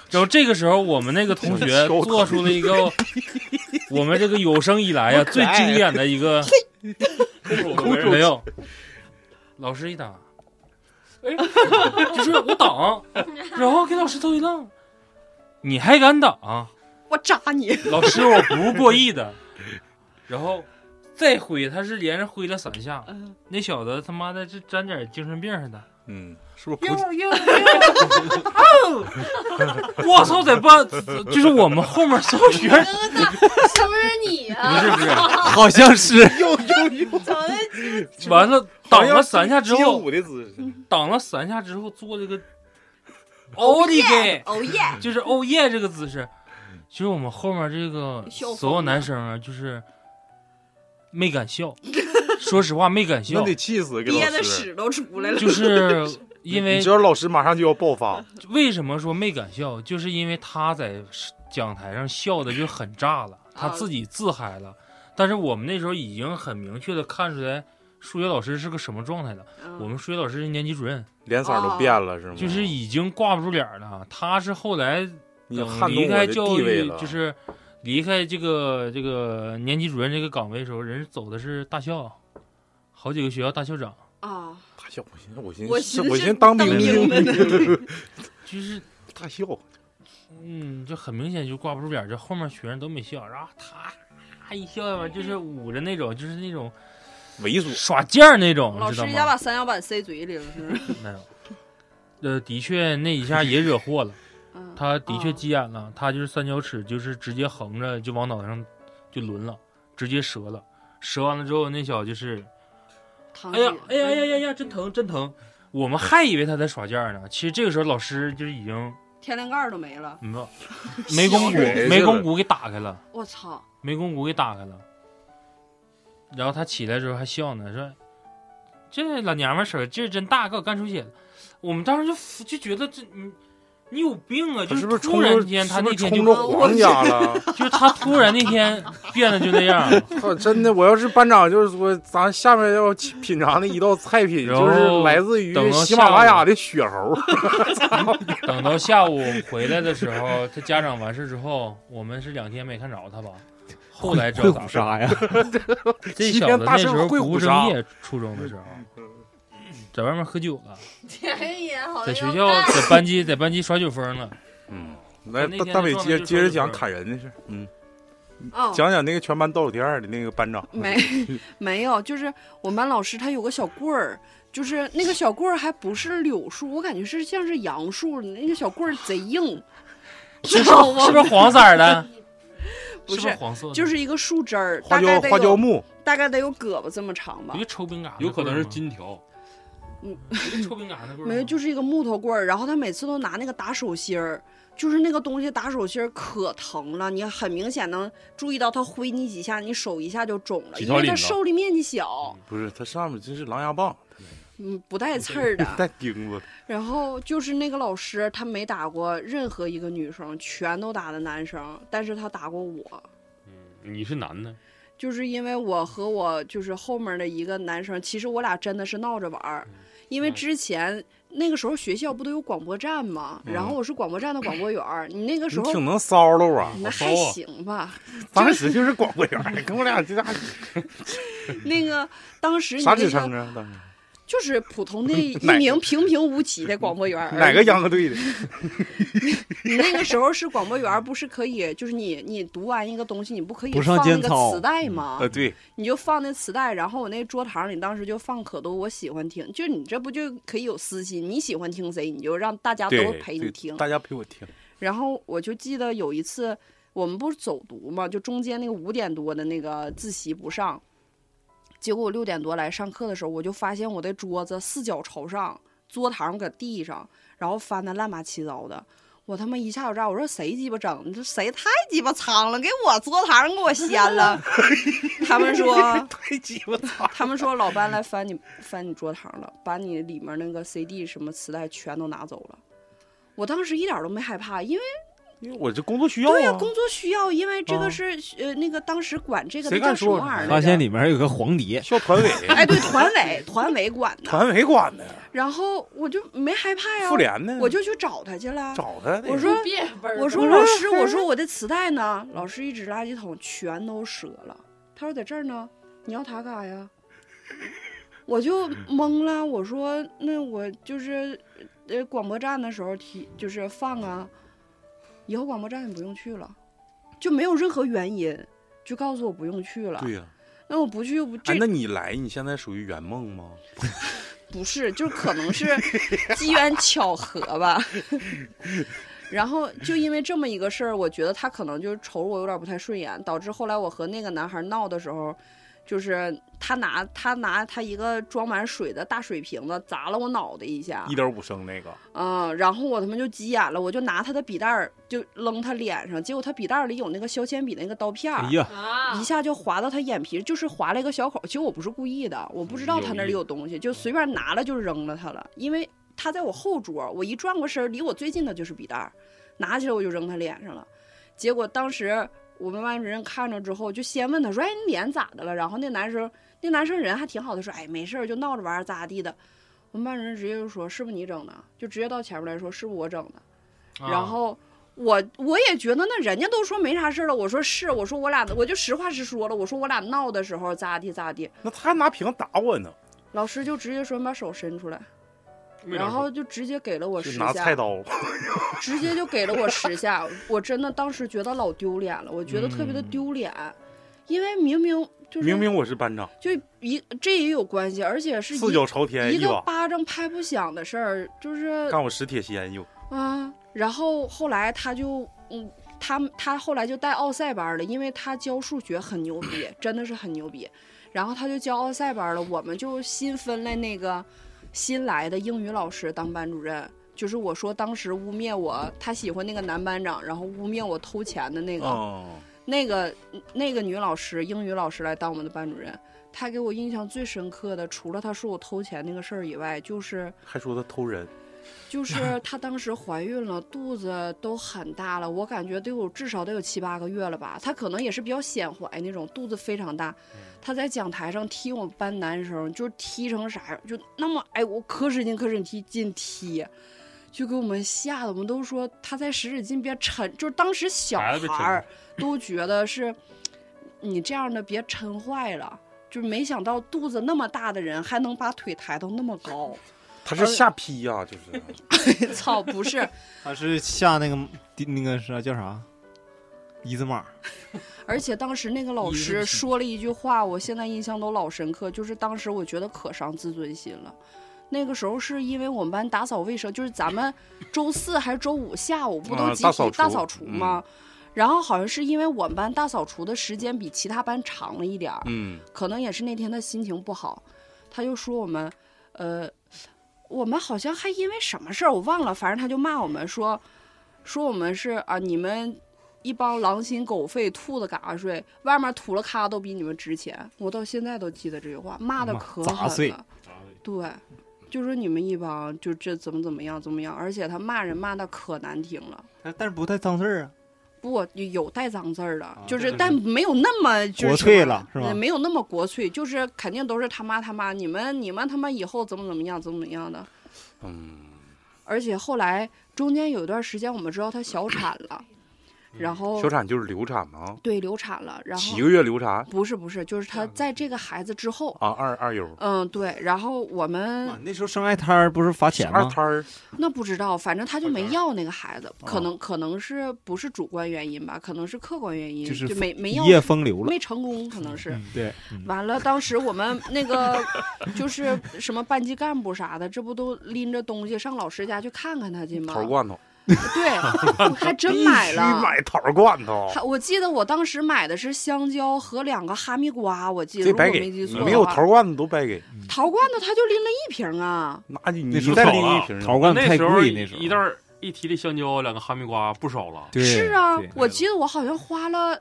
[SPEAKER 4] 然后这个时候，我们那个同
[SPEAKER 10] 敲
[SPEAKER 4] 学
[SPEAKER 10] 疼
[SPEAKER 4] 做出了 一个我们这个有生以来呀、啊最经典的一 个呃 没有，老师一打，哎， 就是我挡，然后给老师头一愣，你还敢挡？
[SPEAKER 5] 我扎你！
[SPEAKER 4] 老师，我不是 故意的。然后再挥，他是连着挥了三下，那小子他妈的这沾点精神病似的。
[SPEAKER 10] 嗯，是不是
[SPEAKER 11] 呦
[SPEAKER 10] 不？
[SPEAKER 11] 呦呦！
[SPEAKER 4] 我操，在班就是我们后面所 有学生，
[SPEAKER 11] 是不是你
[SPEAKER 4] 不
[SPEAKER 11] 啊？
[SPEAKER 4] 是不是，
[SPEAKER 6] 好像是
[SPEAKER 11] 长得
[SPEAKER 4] 完了挡了三下之
[SPEAKER 10] 街
[SPEAKER 4] 后，
[SPEAKER 10] 舞的姿势，
[SPEAKER 5] 嗯
[SPEAKER 4] 挡了三下之后做 这个奥利给，
[SPEAKER 11] 哦耶！
[SPEAKER 4] 就是哦耶这个姿势。其实我们后面这个
[SPEAKER 5] 笑疯了
[SPEAKER 4] 所有男生啊，就是没敢笑，说实话没敢笑
[SPEAKER 10] 那，得气死给
[SPEAKER 5] 憋
[SPEAKER 10] 老
[SPEAKER 5] 的
[SPEAKER 10] 师。
[SPEAKER 5] 屎都出来了。
[SPEAKER 4] 就是 因为
[SPEAKER 10] 你知道老师马上就要爆发，
[SPEAKER 4] 为什么说没敢笑？就是因为他在讲台上笑的就很炸了，他自己自嗨了。但是我们那时候已经很明确的看出来，数学老师是个什么状态了。
[SPEAKER 5] 嗯
[SPEAKER 4] 我们数学老师是年级主任，
[SPEAKER 10] 脸色都变了，是吗？
[SPEAKER 4] 就是已经挂不住脸儿了。他是后来
[SPEAKER 10] 你
[SPEAKER 4] 等
[SPEAKER 10] 撼动
[SPEAKER 4] 离
[SPEAKER 10] 我
[SPEAKER 4] 开
[SPEAKER 10] 的
[SPEAKER 4] 教
[SPEAKER 10] 地位
[SPEAKER 4] 育，
[SPEAKER 10] 了，
[SPEAKER 4] 就是离开这个这个年级主任这个岗位的时候，人走的是大校，好几个学校大校长。
[SPEAKER 5] 啊，
[SPEAKER 10] 大笑。我寻思，我
[SPEAKER 5] 我
[SPEAKER 10] 寻
[SPEAKER 5] 寻
[SPEAKER 10] 思，
[SPEAKER 5] 思
[SPEAKER 10] 我
[SPEAKER 5] 是
[SPEAKER 10] 寻思当
[SPEAKER 5] 当兵
[SPEAKER 10] 兵
[SPEAKER 5] 的
[SPEAKER 10] 的，
[SPEAKER 4] 就是
[SPEAKER 10] 大笑。
[SPEAKER 4] 嗯，就很明显就挂不住脸儿，这后面学生都没笑，然后他他一笑
[SPEAKER 5] 嗯
[SPEAKER 4] 嘛，就是捂着那种，就是那种
[SPEAKER 10] 猥琐，
[SPEAKER 4] 耍贱儿那种，
[SPEAKER 5] 老
[SPEAKER 4] 知道
[SPEAKER 5] 师一下
[SPEAKER 4] 吗？
[SPEAKER 5] 把三角板塞嘴里了，是不是？
[SPEAKER 4] 没有，呃，的确那一下也惹祸了，
[SPEAKER 5] 嗯
[SPEAKER 4] 他的确
[SPEAKER 5] 啊
[SPEAKER 4] 急眼了，他就是三角尺，就是直接横着就往脑袋上就抡了，直接折了，折完了之后那小子就是，
[SPEAKER 5] 堂
[SPEAKER 4] 哎呀
[SPEAKER 5] 姐
[SPEAKER 4] 哎呀哎呀哎呀，真疼真疼，我们还以为他在耍贱儿呢，其实这个时候老师就已经
[SPEAKER 5] 天灵盖儿都没 了，
[SPEAKER 4] 没有眉弓骨
[SPEAKER 10] 水
[SPEAKER 4] 眉
[SPEAKER 10] 是
[SPEAKER 4] 弓
[SPEAKER 10] 吧
[SPEAKER 4] 骨给打开了。
[SPEAKER 5] 我操！
[SPEAKER 4] 眉弓骨给打开了。然后他起来之后还笑呢，说：“这老娘们儿手劲儿真大，给我干出血了。”我们当时就服就觉得这你你有病
[SPEAKER 10] 他
[SPEAKER 4] 啊！就是
[SPEAKER 10] 不是
[SPEAKER 4] 突
[SPEAKER 10] 冲
[SPEAKER 4] 然
[SPEAKER 10] 着
[SPEAKER 4] 间他
[SPEAKER 10] 是
[SPEAKER 4] 那
[SPEAKER 10] 不是
[SPEAKER 4] 天
[SPEAKER 10] 冲
[SPEAKER 4] 就
[SPEAKER 10] 着皇家了？
[SPEAKER 4] 就是他突然那天变得就那样了。
[SPEAKER 10] 操， 真的，我要是班长，就是说咱下面要品尝的一道菜品，
[SPEAKER 4] 然后
[SPEAKER 10] 就是来自于
[SPEAKER 4] 等到
[SPEAKER 10] 喜马拉
[SPEAKER 4] 下
[SPEAKER 10] 雅
[SPEAKER 4] 午
[SPEAKER 10] 的雪猴。
[SPEAKER 4] 等到下午回来的时候，他家长完事之后，我们是两天没看着他吧？后来知
[SPEAKER 6] 会
[SPEAKER 4] 道咋
[SPEAKER 6] 虎鲨 呀，
[SPEAKER 4] 回事这
[SPEAKER 10] 西
[SPEAKER 4] 小
[SPEAKER 10] 边
[SPEAKER 4] 子
[SPEAKER 10] 大
[SPEAKER 4] 那时
[SPEAKER 10] 圣
[SPEAKER 4] 候
[SPEAKER 10] 会
[SPEAKER 4] 不
[SPEAKER 10] 虎
[SPEAKER 4] 务
[SPEAKER 10] 鲨
[SPEAKER 4] 正业，初中的时候，在外面喝酒了，
[SPEAKER 11] 天呀，好
[SPEAKER 4] 在学
[SPEAKER 11] 像
[SPEAKER 4] 校在班级在班级耍酒疯了。
[SPEAKER 10] 嗯，来
[SPEAKER 4] 那
[SPEAKER 10] 大
[SPEAKER 4] 天
[SPEAKER 10] 大
[SPEAKER 4] 的
[SPEAKER 10] 伟
[SPEAKER 4] 状态
[SPEAKER 10] 接
[SPEAKER 4] 就
[SPEAKER 10] 接
[SPEAKER 4] 是
[SPEAKER 10] 着
[SPEAKER 4] 这
[SPEAKER 10] 讲
[SPEAKER 4] 样
[SPEAKER 10] 砍人的事儿，嗯，
[SPEAKER 5] 哦，
[SPEAKER 10] 讲讲那个全班倒数第二的那个班长，
[SPEAKER 5] 没没有，就是我们班老师他有个小棍儿，就是那个小棍儿还不是柳树，我感觉是像是杨树，那个小棍儿贼硬，知道吗
[SPEAKER 4] 是？不是黄色儿的？
[SPEAKER 5] 不
[SPEAKER 4] 是
[SPEAKER 5] 是
[SPEAKER 4] 不黄色的？
[SPEAKER 5] 就是一个树枝儿，
[SPEAKER 10] 花
[SPEAKER 5] 大
[SPEAKER 10] 椒
[SPEAKER 5] 概得
[SPEAKER 10] 花椒
[SPEAKER 5] 有
[SPEAKER 10] 木，
[SPEAKER 5] 大概得有胳膊这么长吧
[SPEAKER 4] 一。个抽啊饼杆，
[SPEAKER 8] 有可能是金条，
[SPEAKER 4] 抽饼杆的棍儿吗
[SPEAKER 5] 没有，就是一个木头棍儿，然后他每次都拿那个打手心儿，就是那个东西打手心儿可疼了，你很明显能注意到他挥你几下，你手一下就肿了，
[SPEAKER 8] 几
[SPEAKER 5] 因
[SPEAKER 8] 条
[SPEAKER 5] 为
[SPEAKER 8] 领
[SPEAKER 5] 他
[SPEAKER 8] 子
[SPEAKER 5] 受力面积小，
[SPEAKER 10] 不是，他上面真是狼牙棒，
[SPEAKER 5] 嗯，不带刺 儿的。
[SPEAKER 10] 带钉子，
[SPEAKER 5] 然后就是那个老师，他没打过任何一个女生，全都打的男生，但是他打过我，
[SPEAKER 8] 你是男的，
[SPEAKER 5] 就是因为我和我就是后面的一个男生，其实我俩真的是闹着玩儿，因为
[SPEAKER 8] 嗯
[SPEAKER 5] 之前。那个时候学校不都有广播站吗？然后我是广播站的广播员儿，你那个时
[SPEAKER 10] 嗯你
[SPEAKER 5] 候
[SPEAKER 10] 挺能骚喽啊！
[SPEAKER 5] 那
[SPEAKER 8] 骚
[SPEAKER 5] 还
[SPEAKER 8] 啊
[SPEAKER 5] 行吧。
[SPEAKER 10] 当时就是广播员儿，跟我俩这家伙
[SPEAKER 5] 那个当时你
[SPEAKER 10] 啥职
[SPEAKER 5] 那
[SPEAKER 10] 称
[SPEAKER 5] 个
[SPEAKER 10] 啊？当时
[SPEAKER 5] 就是 普通的一
[SPEAKER 10] 哪个
[SPEAKER 5] 名平平无奇的广播员儿而已。
[SPEAKER 10] 哪个秧歌队的？
[SPEAKER 5] 你那个时候是广播员儿，不是可以就是你你读完一个东西，你不可以
[SPEAKER 6] 不上
[SPEAKER 5] 放那
[SPEAKER 6] 监
[SPEAKER 5] 个
[SPEAKER 6] 操
[SPEAKER 5] 磁带吗？
[SPEAKER 10] 呃，对，
[SPEAKER 5] 你就放那磁带，然后我那桌堂里当时就放可多我喜欢听，就是你这不就可以有私心，你喜欢听谁，你就让大家都
[SPEAKER 10] 对，
[SPEAKER 5] 陪
[SPEAKER 10] 对
[SPEAKER 5] 你听。
[SPEAKER 10] 大家陪我听。
[SPEAKER 5] 然后我就记得有一次，我们不是走读嘛，就中间那个五点多的那个自习不上，结果我六点多来上课的时候，我就发现我的桌子四脚朝上，桌堂搁地上，然后翻的乱八七糟的。我他妈一下就炸！我说谁鸡巴整的？这谁太鸡巴苍了，给我桌堂给我掀了。 他们说
[SPEAKER 10] 太鸡巴操！
[SPEAKER 5] 他们说老班来翻你翻你桌堂了，把你里面那个 CD 什么磁带全都拿走了。我当时一点都没害怕，因为
[SPEAKER 10] 因为我这工作需要
[SPEAKER 5] 对呀、
[SPEAKER 10] 啊。
[SPEAKER 5] 工作需要，因为这
[SPEAKER 10] 啊
[SPEAKER 5] 个是、呃那个当时管这个的
[SPEAKER 10] 谁
[SPEAKER 5] 叫
[SPEAKER 10] 敢
[SPEAKER 5] 什
[SPEAKER 10] 说
[SPEAKER 5] 么
[SPEAKER 10] 啊我
[SPEAKER 5] 玩意儿
[SPEAKER 6] 发
[SPEAKER 5] 来
[SPEAKER 6] 现
[SPEAKER 5] 着？
[SPEAKER 6] 里面还有个黄碟，
[SPEAKER 10] 校团委，
[SPEAKER 5] 哎，对，团委团委管的。
[SPEAKER 10] 团委管 的，
[SPEAKER 5] 然后我就没害怕呀，
[SPEAKER 10] 妇联的，
[SPEAKER 5] 我就去找他去了。
[SPEAKER 10] 找他的。
[SPEAKER 5] 我说
[SPEAKER 11] 别本儿
[SPEAKER 5] 我说 老师，我说我的磁带呢？老师一指垃圾桶，全都折了。他说在这儿呢，你要它干啥呀？我就
[SPEAKER 10] 嗯
[SPEAKER 5] 懵了，我说那我就是，呃，广播站的时候提就是放啊，以后广播站也不用去了，就没有任何原因，就告诉我不用去了。
[SPEAKER 10] 对呀，
[SPEAKER 5] 那我不去又不这
[SPEAKER 10] 哎，那你来，你现在属于圆梦吗？
[SPEAKER 5] 不是，就是可 能是机缘巧合吧。 然后就因为这么一个事儿，我觉得他可能就是瞅着我有点不太顺眼，导致后来我和那个男孩闹的时候，就是他拿他拿他一个装满水的大水瓶子砸了我脑袋一下
[SPEAKER 10] 一，点五升那个，
[SPEAKER 5] 嗯，然后我他妈就急眼了，我就拿他的笔袋儿就扔他脸上，结果他笔袋儿里有那个削铅笔那个刀片儿
[SPEAKER 6] 哎。呀，
[SPEAKER 11] 啊
[SPEAKER 5] 一，下就划到他眼皮，就是划了一个小口。其实我不是故意的，我不知道他那里有东西，就随便拿了就扔了他了。因为他在我后桌，我一转过身儿，离我最近的就是笔袋儿，拿起来我就扔他脸上了。结果当时我们班主任看着之后，就先问他说：“哎，你脸咋的了？”然后那男生那男生人还挺好的，说：“哎，没事儿，就闹着玩儿，咋地的。”我们班主任直接就说：“是不是你整的？”就直接到前面来说：“是不是我整的？”
[SPEAKER 4] 啊
[SPEAKER 5] 然后我我也觉得那人家都说没啥事儿了，我说是，我说我俩我就实话实说了，我说我俩闹的时候咋地咋地，
[SPEAKER 10] 那他还拿瓶打我呢，
[SPEAKER 5] 老师就直接说你把手伸出来，
[SPEAKER 8] 没
[SPEAKER 5] 然
[SPEAKER 8] 拿
[SPEAKER 5] 后
[SPEAKER 8] 手
[SPEAKER 5] 就直接给了我
[SPEAKER 10] 就
[SPEAKER 5] 十
[SPEAKER 10] 拿菜
[SPEAKER 5] 下，啊
[SPEAKER 10] 刀。
[SPEAKER 5] 直接就给了我十 下，我真的当时觉得老丢脸了，我觉得特别的
[SPEAKER 4] 嗯
[SPEAKER 5] 丢脸，因为明明就是
[SPEAKER 10] 明明我是班长，
[SPEAKER 5] 就一这也有关系，而且是一
[SPEAKER 10] 四脚朝天
[SPEAKER 5] 一
[SPEAKER 10] 一
[SPEAKER 5] 个
[SPEAKER 10] 把
[SPEAKER 5] 巴掌拍不响的事儿，就是
[SPEAKER 10] 干我史铁仙又。
[SPEAKER 5] 啊，然后后来他就，嗯，他他后来就带奥赛班了，因为他教数学很牛逼，真的是很牛逼。然后他就教奥赛班了，我们就新分了那个新来的英语老师当班主任，就是我说当时污蔑我，他喜欢那个男班长，然后污蔑我偷钱的那个，
[SPEAKER 3] 哦
[SPEAKER 10] 嗯，
[SPEAKER 5] 那个那个女老师，英语老师来当我们的班主任。她给我印象最深刻的，除了她说我偷钱那个事儿以外，就是
[SPEAKER 10] 还说他偷人，
[SPEAKER 5] 就是她当时怀孕了，肚子都很大了，我感觉得有至少得有七八个月了吧。她可能也是比较显怀那种，肚子非常大。她在讲台上踢我们班男生，就踢成啥样，就那么哎，我可使劲可使劲踢劲踢，就给我们吓得，我们都说她在使使劲别沉，就是当时小
[SPEAKER 8] 孩子被
[SPEAKER 5] 孩
[SPEAKER 8] 沉
[SPEAKER 5] 儿都觉得是。你这样的别抻坏了。就是没想到肚子那么大的人还能把腿抬到那么高，呃
[SPEAKER 3] 他是下劈
[SPEAKER 10] 啊
[SPEAKER 3] 呀、就 是
[SPEAKER 5] 操，不是，
[SPEAKER 6] 他是下那个那个啥叫啥，一字马，
[SPEAKER 5] 而且当时那个老师说了一句话，我现在印象都老深刻，就是当时我觉得可伤自尊心了。那个时候是因为我们班打扫卫生，就是咱们周四还是周五下午不都
[SPEAKER 3] 啊
[SPEAKER 5] 集
[SPEAKER 3] 大
[SPEAKER 5] 体
[SPEAKER 3] 扫
[SPEAKER 5] 大
[SPEAKER 3] 除嗯
[SPEAKER 5] 扫除吗？然后好像是因为我们班大扫除的时间比其他班长了一点儿，
[SPEAKER 3] 嗯，
[SPEAKER 5] 可能也是那天他心情不好，他就说我们，呃，我们好像还因为什么事儿我忘了，反正他就骂我们说，说我们是啊，你们一帮狼心狗肺、兔子嘎睡，外面吐了咖都比你们值钱。我到现在都记得这句话，骂的
[SPEAKER 6] 妈
[SPEAKER 5] 可
[SPEAKER 6] 杂
[SPEAKER 5] 狠
[SPEAKER 6] 碎
[SPEAKER 5] 了。对，就说你们一帮就这怎么怎么样怎么样，而且他骂人骂的可难听了。
[SPEAKER 6] 但但是不带脏字儿啊，
[SPEAKER 5] 不有带脏字儿的，就
[SPEAKER 6] 啊对
[SPEAKER 5] 是
[SPEAKER 6] 对
[SPEAKER 5] 但没有那么就是
[SPEAKER 6] 国粹了是吧
[SPEAKER 5] 呃没有那么国粹，就是肯定都是他妈他妈，你们你们他妈以后怎么怎么样怎么怎么样的。
[SPEAKER 3] 嗯，
[SPEAKER 5] 而且后来中间有一段时间，我们知道她小产了，
[SPEAKER 6] 嗯
[SPEAKER 5] 然后
[SPEAKER 3] 小产就是流产吗？
[SPEAKER 5] 哦对流产了，然后
[SPEAKER 3] 几个月流产
[SPEAKER 5] 不是不是，就是她在这个孩子之后，
[SPEAKER 3] 啊？二二友
[SPEAKER 5] 嗯对，然后我们
[SPEAKER 6] 那时候生外摊儿不是罚钱
[SPEAKER 3] 二
[SPEAKER 6] 吗？
[SPEAKER 3] 摊儿，
[SPEAKER 5] 那不知道，反正他就没要那个孩
[SPEAKER 6] 哦
[SPEAKER 5] 子，可能可能是不是主观原因吧，可能是客观原因，
[SPEAKER 6] 就是
[SPEAKER 5] 没没
[SPEAKER 6] 一
[SPEAKER 5] 要
[SPEAKER 6] 夜风流了，
[SPEAKER 5] 没成功，可能是。
[SPEAKER 6] 对，嗯
[SPEAKER 5] 完了，当时我们那个就是什么班级干部啥的，这不都拎着东西上老师家去看看他去吗？
[SPEAKER 3] 桃儿罐头，
[SPEAKER 5] 对，我还真买了
[SPEAKER 3] 必须。买桃儿罐头，
[SPEAKER 5] 还我记得我当时买的是香蕉和两个哈密瓜，我记得
[SPEAKER 3] 这
[SPEAKER 5] 如果
[SPEAKER 3] 白
[SPEAKER 5] 没
[SPEAKER 3] 给，
[SPEAKER 5] 记
[SPEAKER 3] 你
[SPEAKER 5] 错
[SPEAKER 3] 没
[SPEAKER 5] 的
[SPEAKER 3] 有
[SPEAKER 5] 话
[SPEAKER 3] 桃儿罐头都白给，
[SPEAKER 5] 桃罐头，他就拎了一瓶啊。
[SPEAKER 3] 那你
[SPEAKER 6] 嗯那时
[SPEAKER 3] 你
[SPEAKER 6] 候
[SPEAKER 3] 再
[SPEAKER 4] 少
[SPEAKER 3] 拎一
[SPEAKER 4] 了
[SPEAKER 3] 瓶
[SPEAKER 6] 桃儿罐头
[SPEAKER 4] 那
[SPEAKER 6] 太
[SPEAKER 4] 时候
[SPEAKER 6] 贵，
[SPEAKER 4] 一
[SPEAKER 6] 那时候
[SPEAKER 4] 一袋儿一提这香蕉，两个哈密瓜不少了。
[SPEAKER 6] 对
[SPEAKER 5] 是啊
[SPEAKER 6] 对，
[SPEAKER 5] 我记得我好像花了，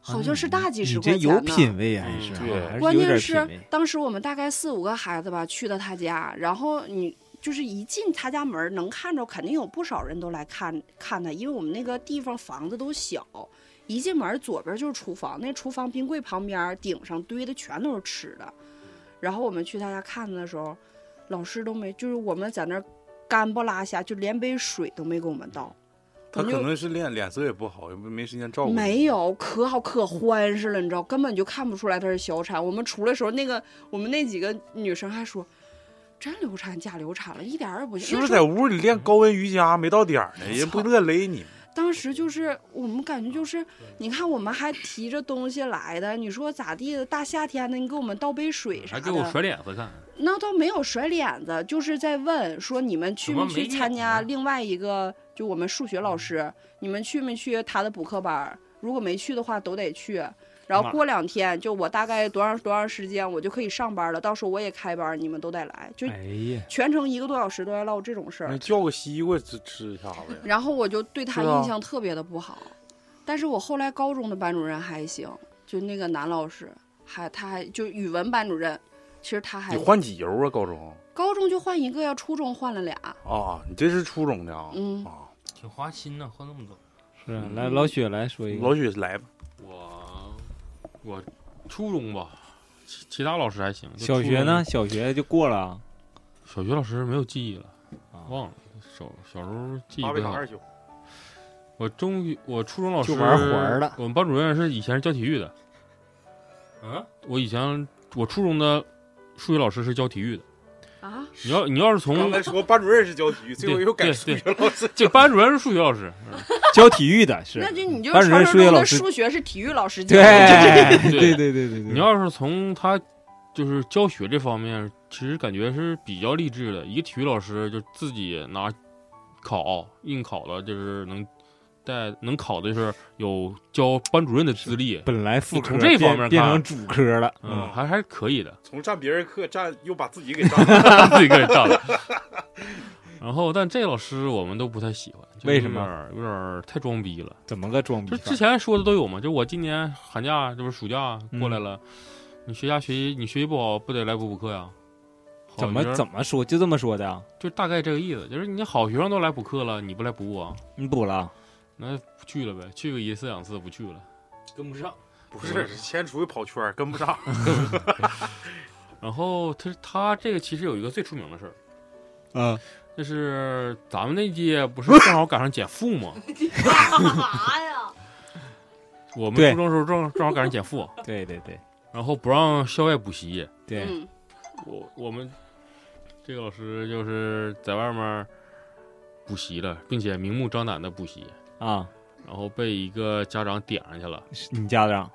[SPEAKER 5] 好像是大几十
[SPEAKER 6] 你
[SPEAKER 5] 块
[SPEAKER 6] 这
[SPEAKER 5] 钱
[SPEAKER 6] 有
[SPEAKER 5] 呢
[SPEAKER 6] 品位还是
[SPEAKER 4] 嗯
[SPEAKER 6] 啊
[SPEAKER 3] 对
[SPEAKER 6] 还
[SPEAKER 5] 哦关
[SPEAKER 6] 有
[SPEAKER 5] 键
[SPEAKER 6] 点品
[SPEAKER 5] 是
[SPEAKER 6] 位。
[SPEAKER 5] 当时我们大概四五个孩子吧，去到他家，然后你就是一进他家门儿，能看着肯定有不少人都来看看他，因为我们那个地方房子都小，一进门儿左边就是厨房，那厨房冰柜旁边儿顶上堆的全都是吃的。然后我们去他家看的时候，老师都没，就是我们在那儿干不拉瞎，就连杯水都没给我们倒。
[SPEAKER 3] 他
[SPEAKER 5] 我们
[SPEAKER 3] 可
[SPEAKER 5] 就
[SPEAKER 3] 能是脸脸色也不好，也没没时间照顾。
[SPEAKER 5] 没，有，可好可欢实了，你知道，根本就看不出来她是小产。我们出来的时候，那个我们那几个女生还说，真流产假流产了，一点儿也不
[SPEAKER 3] 是
[SPEAKER 5] 像。
[SPEAKER 3] 不
[SPEAKER 5] 那时
[SPEAKER 3] 是
[SPEAKER 5] 候
[SPEAKER 3] 在屋里练高温瑜伽没到点儿呢？人不乐勒你，
[SPEAKER 5] 当时就是我们感觉就是，你看我们还提着东西来的，你说咋地的？大夏天的，你给我们倒杯水啥
[SPEAKER 4] 嗯还给我
[SPEAKER 5] 的，
[SPEAKER 4] 甩脸子看，
[SPEAKER 5] 那倒没有甩脸子，就是在问说你们去
[SPEAKER 4] 怎么
[SPEAKER 5] 没去
[SPEAKER 4] 没脸
[SPEAKER 5] 参加
[SPEAKER 4] 呢
[SPEAKER 5] 另外一个，就我们数学老师，你们去没去他的补课班儿？如果没去的话，都得去。然后
[SPEAKER 6] 妈
[SPEAKER 5] 过两天，就我大概多长多长时间，我就可以上班了。到时候我也开班，你们都得来，就
[SPEAKER 6] 哎呀，
[SPEAKER 5] 全程一个多小时都在唠这种事
[SPEAKER 3] 那
[SPEAKER 5] 儿。
[SPEAKER 3] 叫个西瓜吃吃一下子呀。
[SPEAKER 5] 然后我就对他
[SPEAKER 3] 哎是啊
[SPEAKER 5] 印象特别的不好，但是我后来高中的班主任还行，就那个男老师还他还就语文班主任，其实他还
[SPEAKER 3] 你换几油啊？高中
[SPEAKER 5] 高中就换一个呀，初中换了俩。
[SPEAKER 3] 啊，你这是初中的啊？
[SPEAKER 4] 哦
[SPEAKER 5] 嗯
[SPEAKER 3] 啊，
[SPEAKER 4] 挺花心呢，换那么多。
[SPEAKER 6] 是啊来老雪来说一个，
[SPEAKER 3] 老许来吧，
[SPEAKER 4] 我我初中吧，其其他老师还行。就
[SPEAKER 6] 小
[SPEAKER 4] 初
[SPEAKER 6] 学
[SPEAKER 4] 中
[SPEAKER 6] 呢？？小学就过了啊，
[SPEAKER 4] 小学老师没有记忆了，
[SPEAKER 6] 啊
[SPEAKER 4] 忘了。小小时候记忆
[SPEAKER 3] 八
[SPEAKER 4] 不
[SPEAKER 3] 百
[SPEAKER 4] 太
[SPEAKER 3] 打
[SPEAKER 4] 好
[SPEAKER 3] 二。九，
[SPEAKER 4] 我中学我初中老师
[SPEAKER 6] 就玩环儿了
[SPEAKER 4] 我们班主任是以前是教体育的。嗯，我以前我初中的数学老师是教体育的。
[SPEAKER 5] 啊，
[SPEAKER 4] 你要你要是从
[SPEAKER 3] 说班主任是教体育，
[SPEAKER 4] 对对对
[SPEAKER 3] 老 师。
[SPEAKER 4] 这班主任是数学老 师，嗯
[SPEAKER 6] 教体育的是
[SPEAKER 5] 那就你就
[SPEAKER 6] 班
[SPEAKER 5] 传
[SPEAKER 6] 主
[SPEAKER 5] 说
[SPEAKER 6] 任数学
[SPEAKER 5] 中
[SPEAKER 6] 老
[SPEAKER 5] 的
[SPEAKER 6] 师，
[SPEAKER 5] 数学是体育老师教
[SPEAKER 6] 对
[SPEAKER 5] 的，
[SPEAKER 6] 对
[SPEAKER 4] 对
[SPEAKER 6] 对对对对，
[SPEAKER 4] 你要是从他就是教学这方面，其实感觉是比较励志的。一个体育老师就自己拿考硬考了，就是能带能考的就是有教班主任的资历，
[SPEAKER 6] 本来副科
[SPEAKER 4] 从这方
[SPEAKER 6] 变
[SPEAKER 4] 面
[SPEAKER 6] 变成
[SPEAKER 4] 看
[SPEAKER 6] 主科了，
[SPEAKER 4] 嗯，还还是可以的。
[SPEAKER 3] 从占别人课占，又把自己给占了。
[SPEAKER 4] 自己个 人干了。然后，但这老师我们都不太喜欢，就
[SPEAKER 6] 为什么
[SPEAKER 4] 有点儿有点儿太装逼了。
[SPEAKER 6] 怎么个装逼
[SPEAKER 4] 就
[SPEAKER 6] 法？
[SPEAKER 4] 之前说的都有嘛，就我今年寒假，这不是暑假啊
[SPEAKER 6] 嗯
[SPEAKER 4] 过来了，你学家学习，你学习不好，不得来补补课呀？好
[SPEAKER 6] 怎么
[SPEAKER 4] 学生
[SPEAKER 6] 怎么说？就这么说的啊？
[SPEAKER 4] 就大概这个意思，就是你好学生都来补课了，你不来补我，
[SPEAKER 6] 你补了？
[SPEAKER 4] 那不去了呗，去个一次两次不去了。
[SPEAKER 12] 跟不上。
[SPEAKER 3] 不是，先出去跑圈儿，跟不上。
[SPEAKER 4] 然后他他这个其实有一个最出名的事儿，
[SPEAKER 6] 嗯，
[SPEAKER 4] 就是咱们那届不是正好赶上减负吗？
[SPEAKER 13] 干啥呀？
[SPEAKER 4] 我们
[SPEAKER 6] 对
[SPEAKER 4] 初中时候正正好赶上减负，
[SPEAKER 6] 对对对
[SPEAKER 4] 然后不让校外补习。
[SPEAKER 6] 对，
[SPEAKER 5] 嗯
[SPEAKER 4] 我我们这个老师就是在外面补习了，并且明目张胆的补习，
[SPEAKER 6] 啊，
[SPEAKER 4] 然后被一个家长点上去了。
[SPEAKER 6] 是你家啊长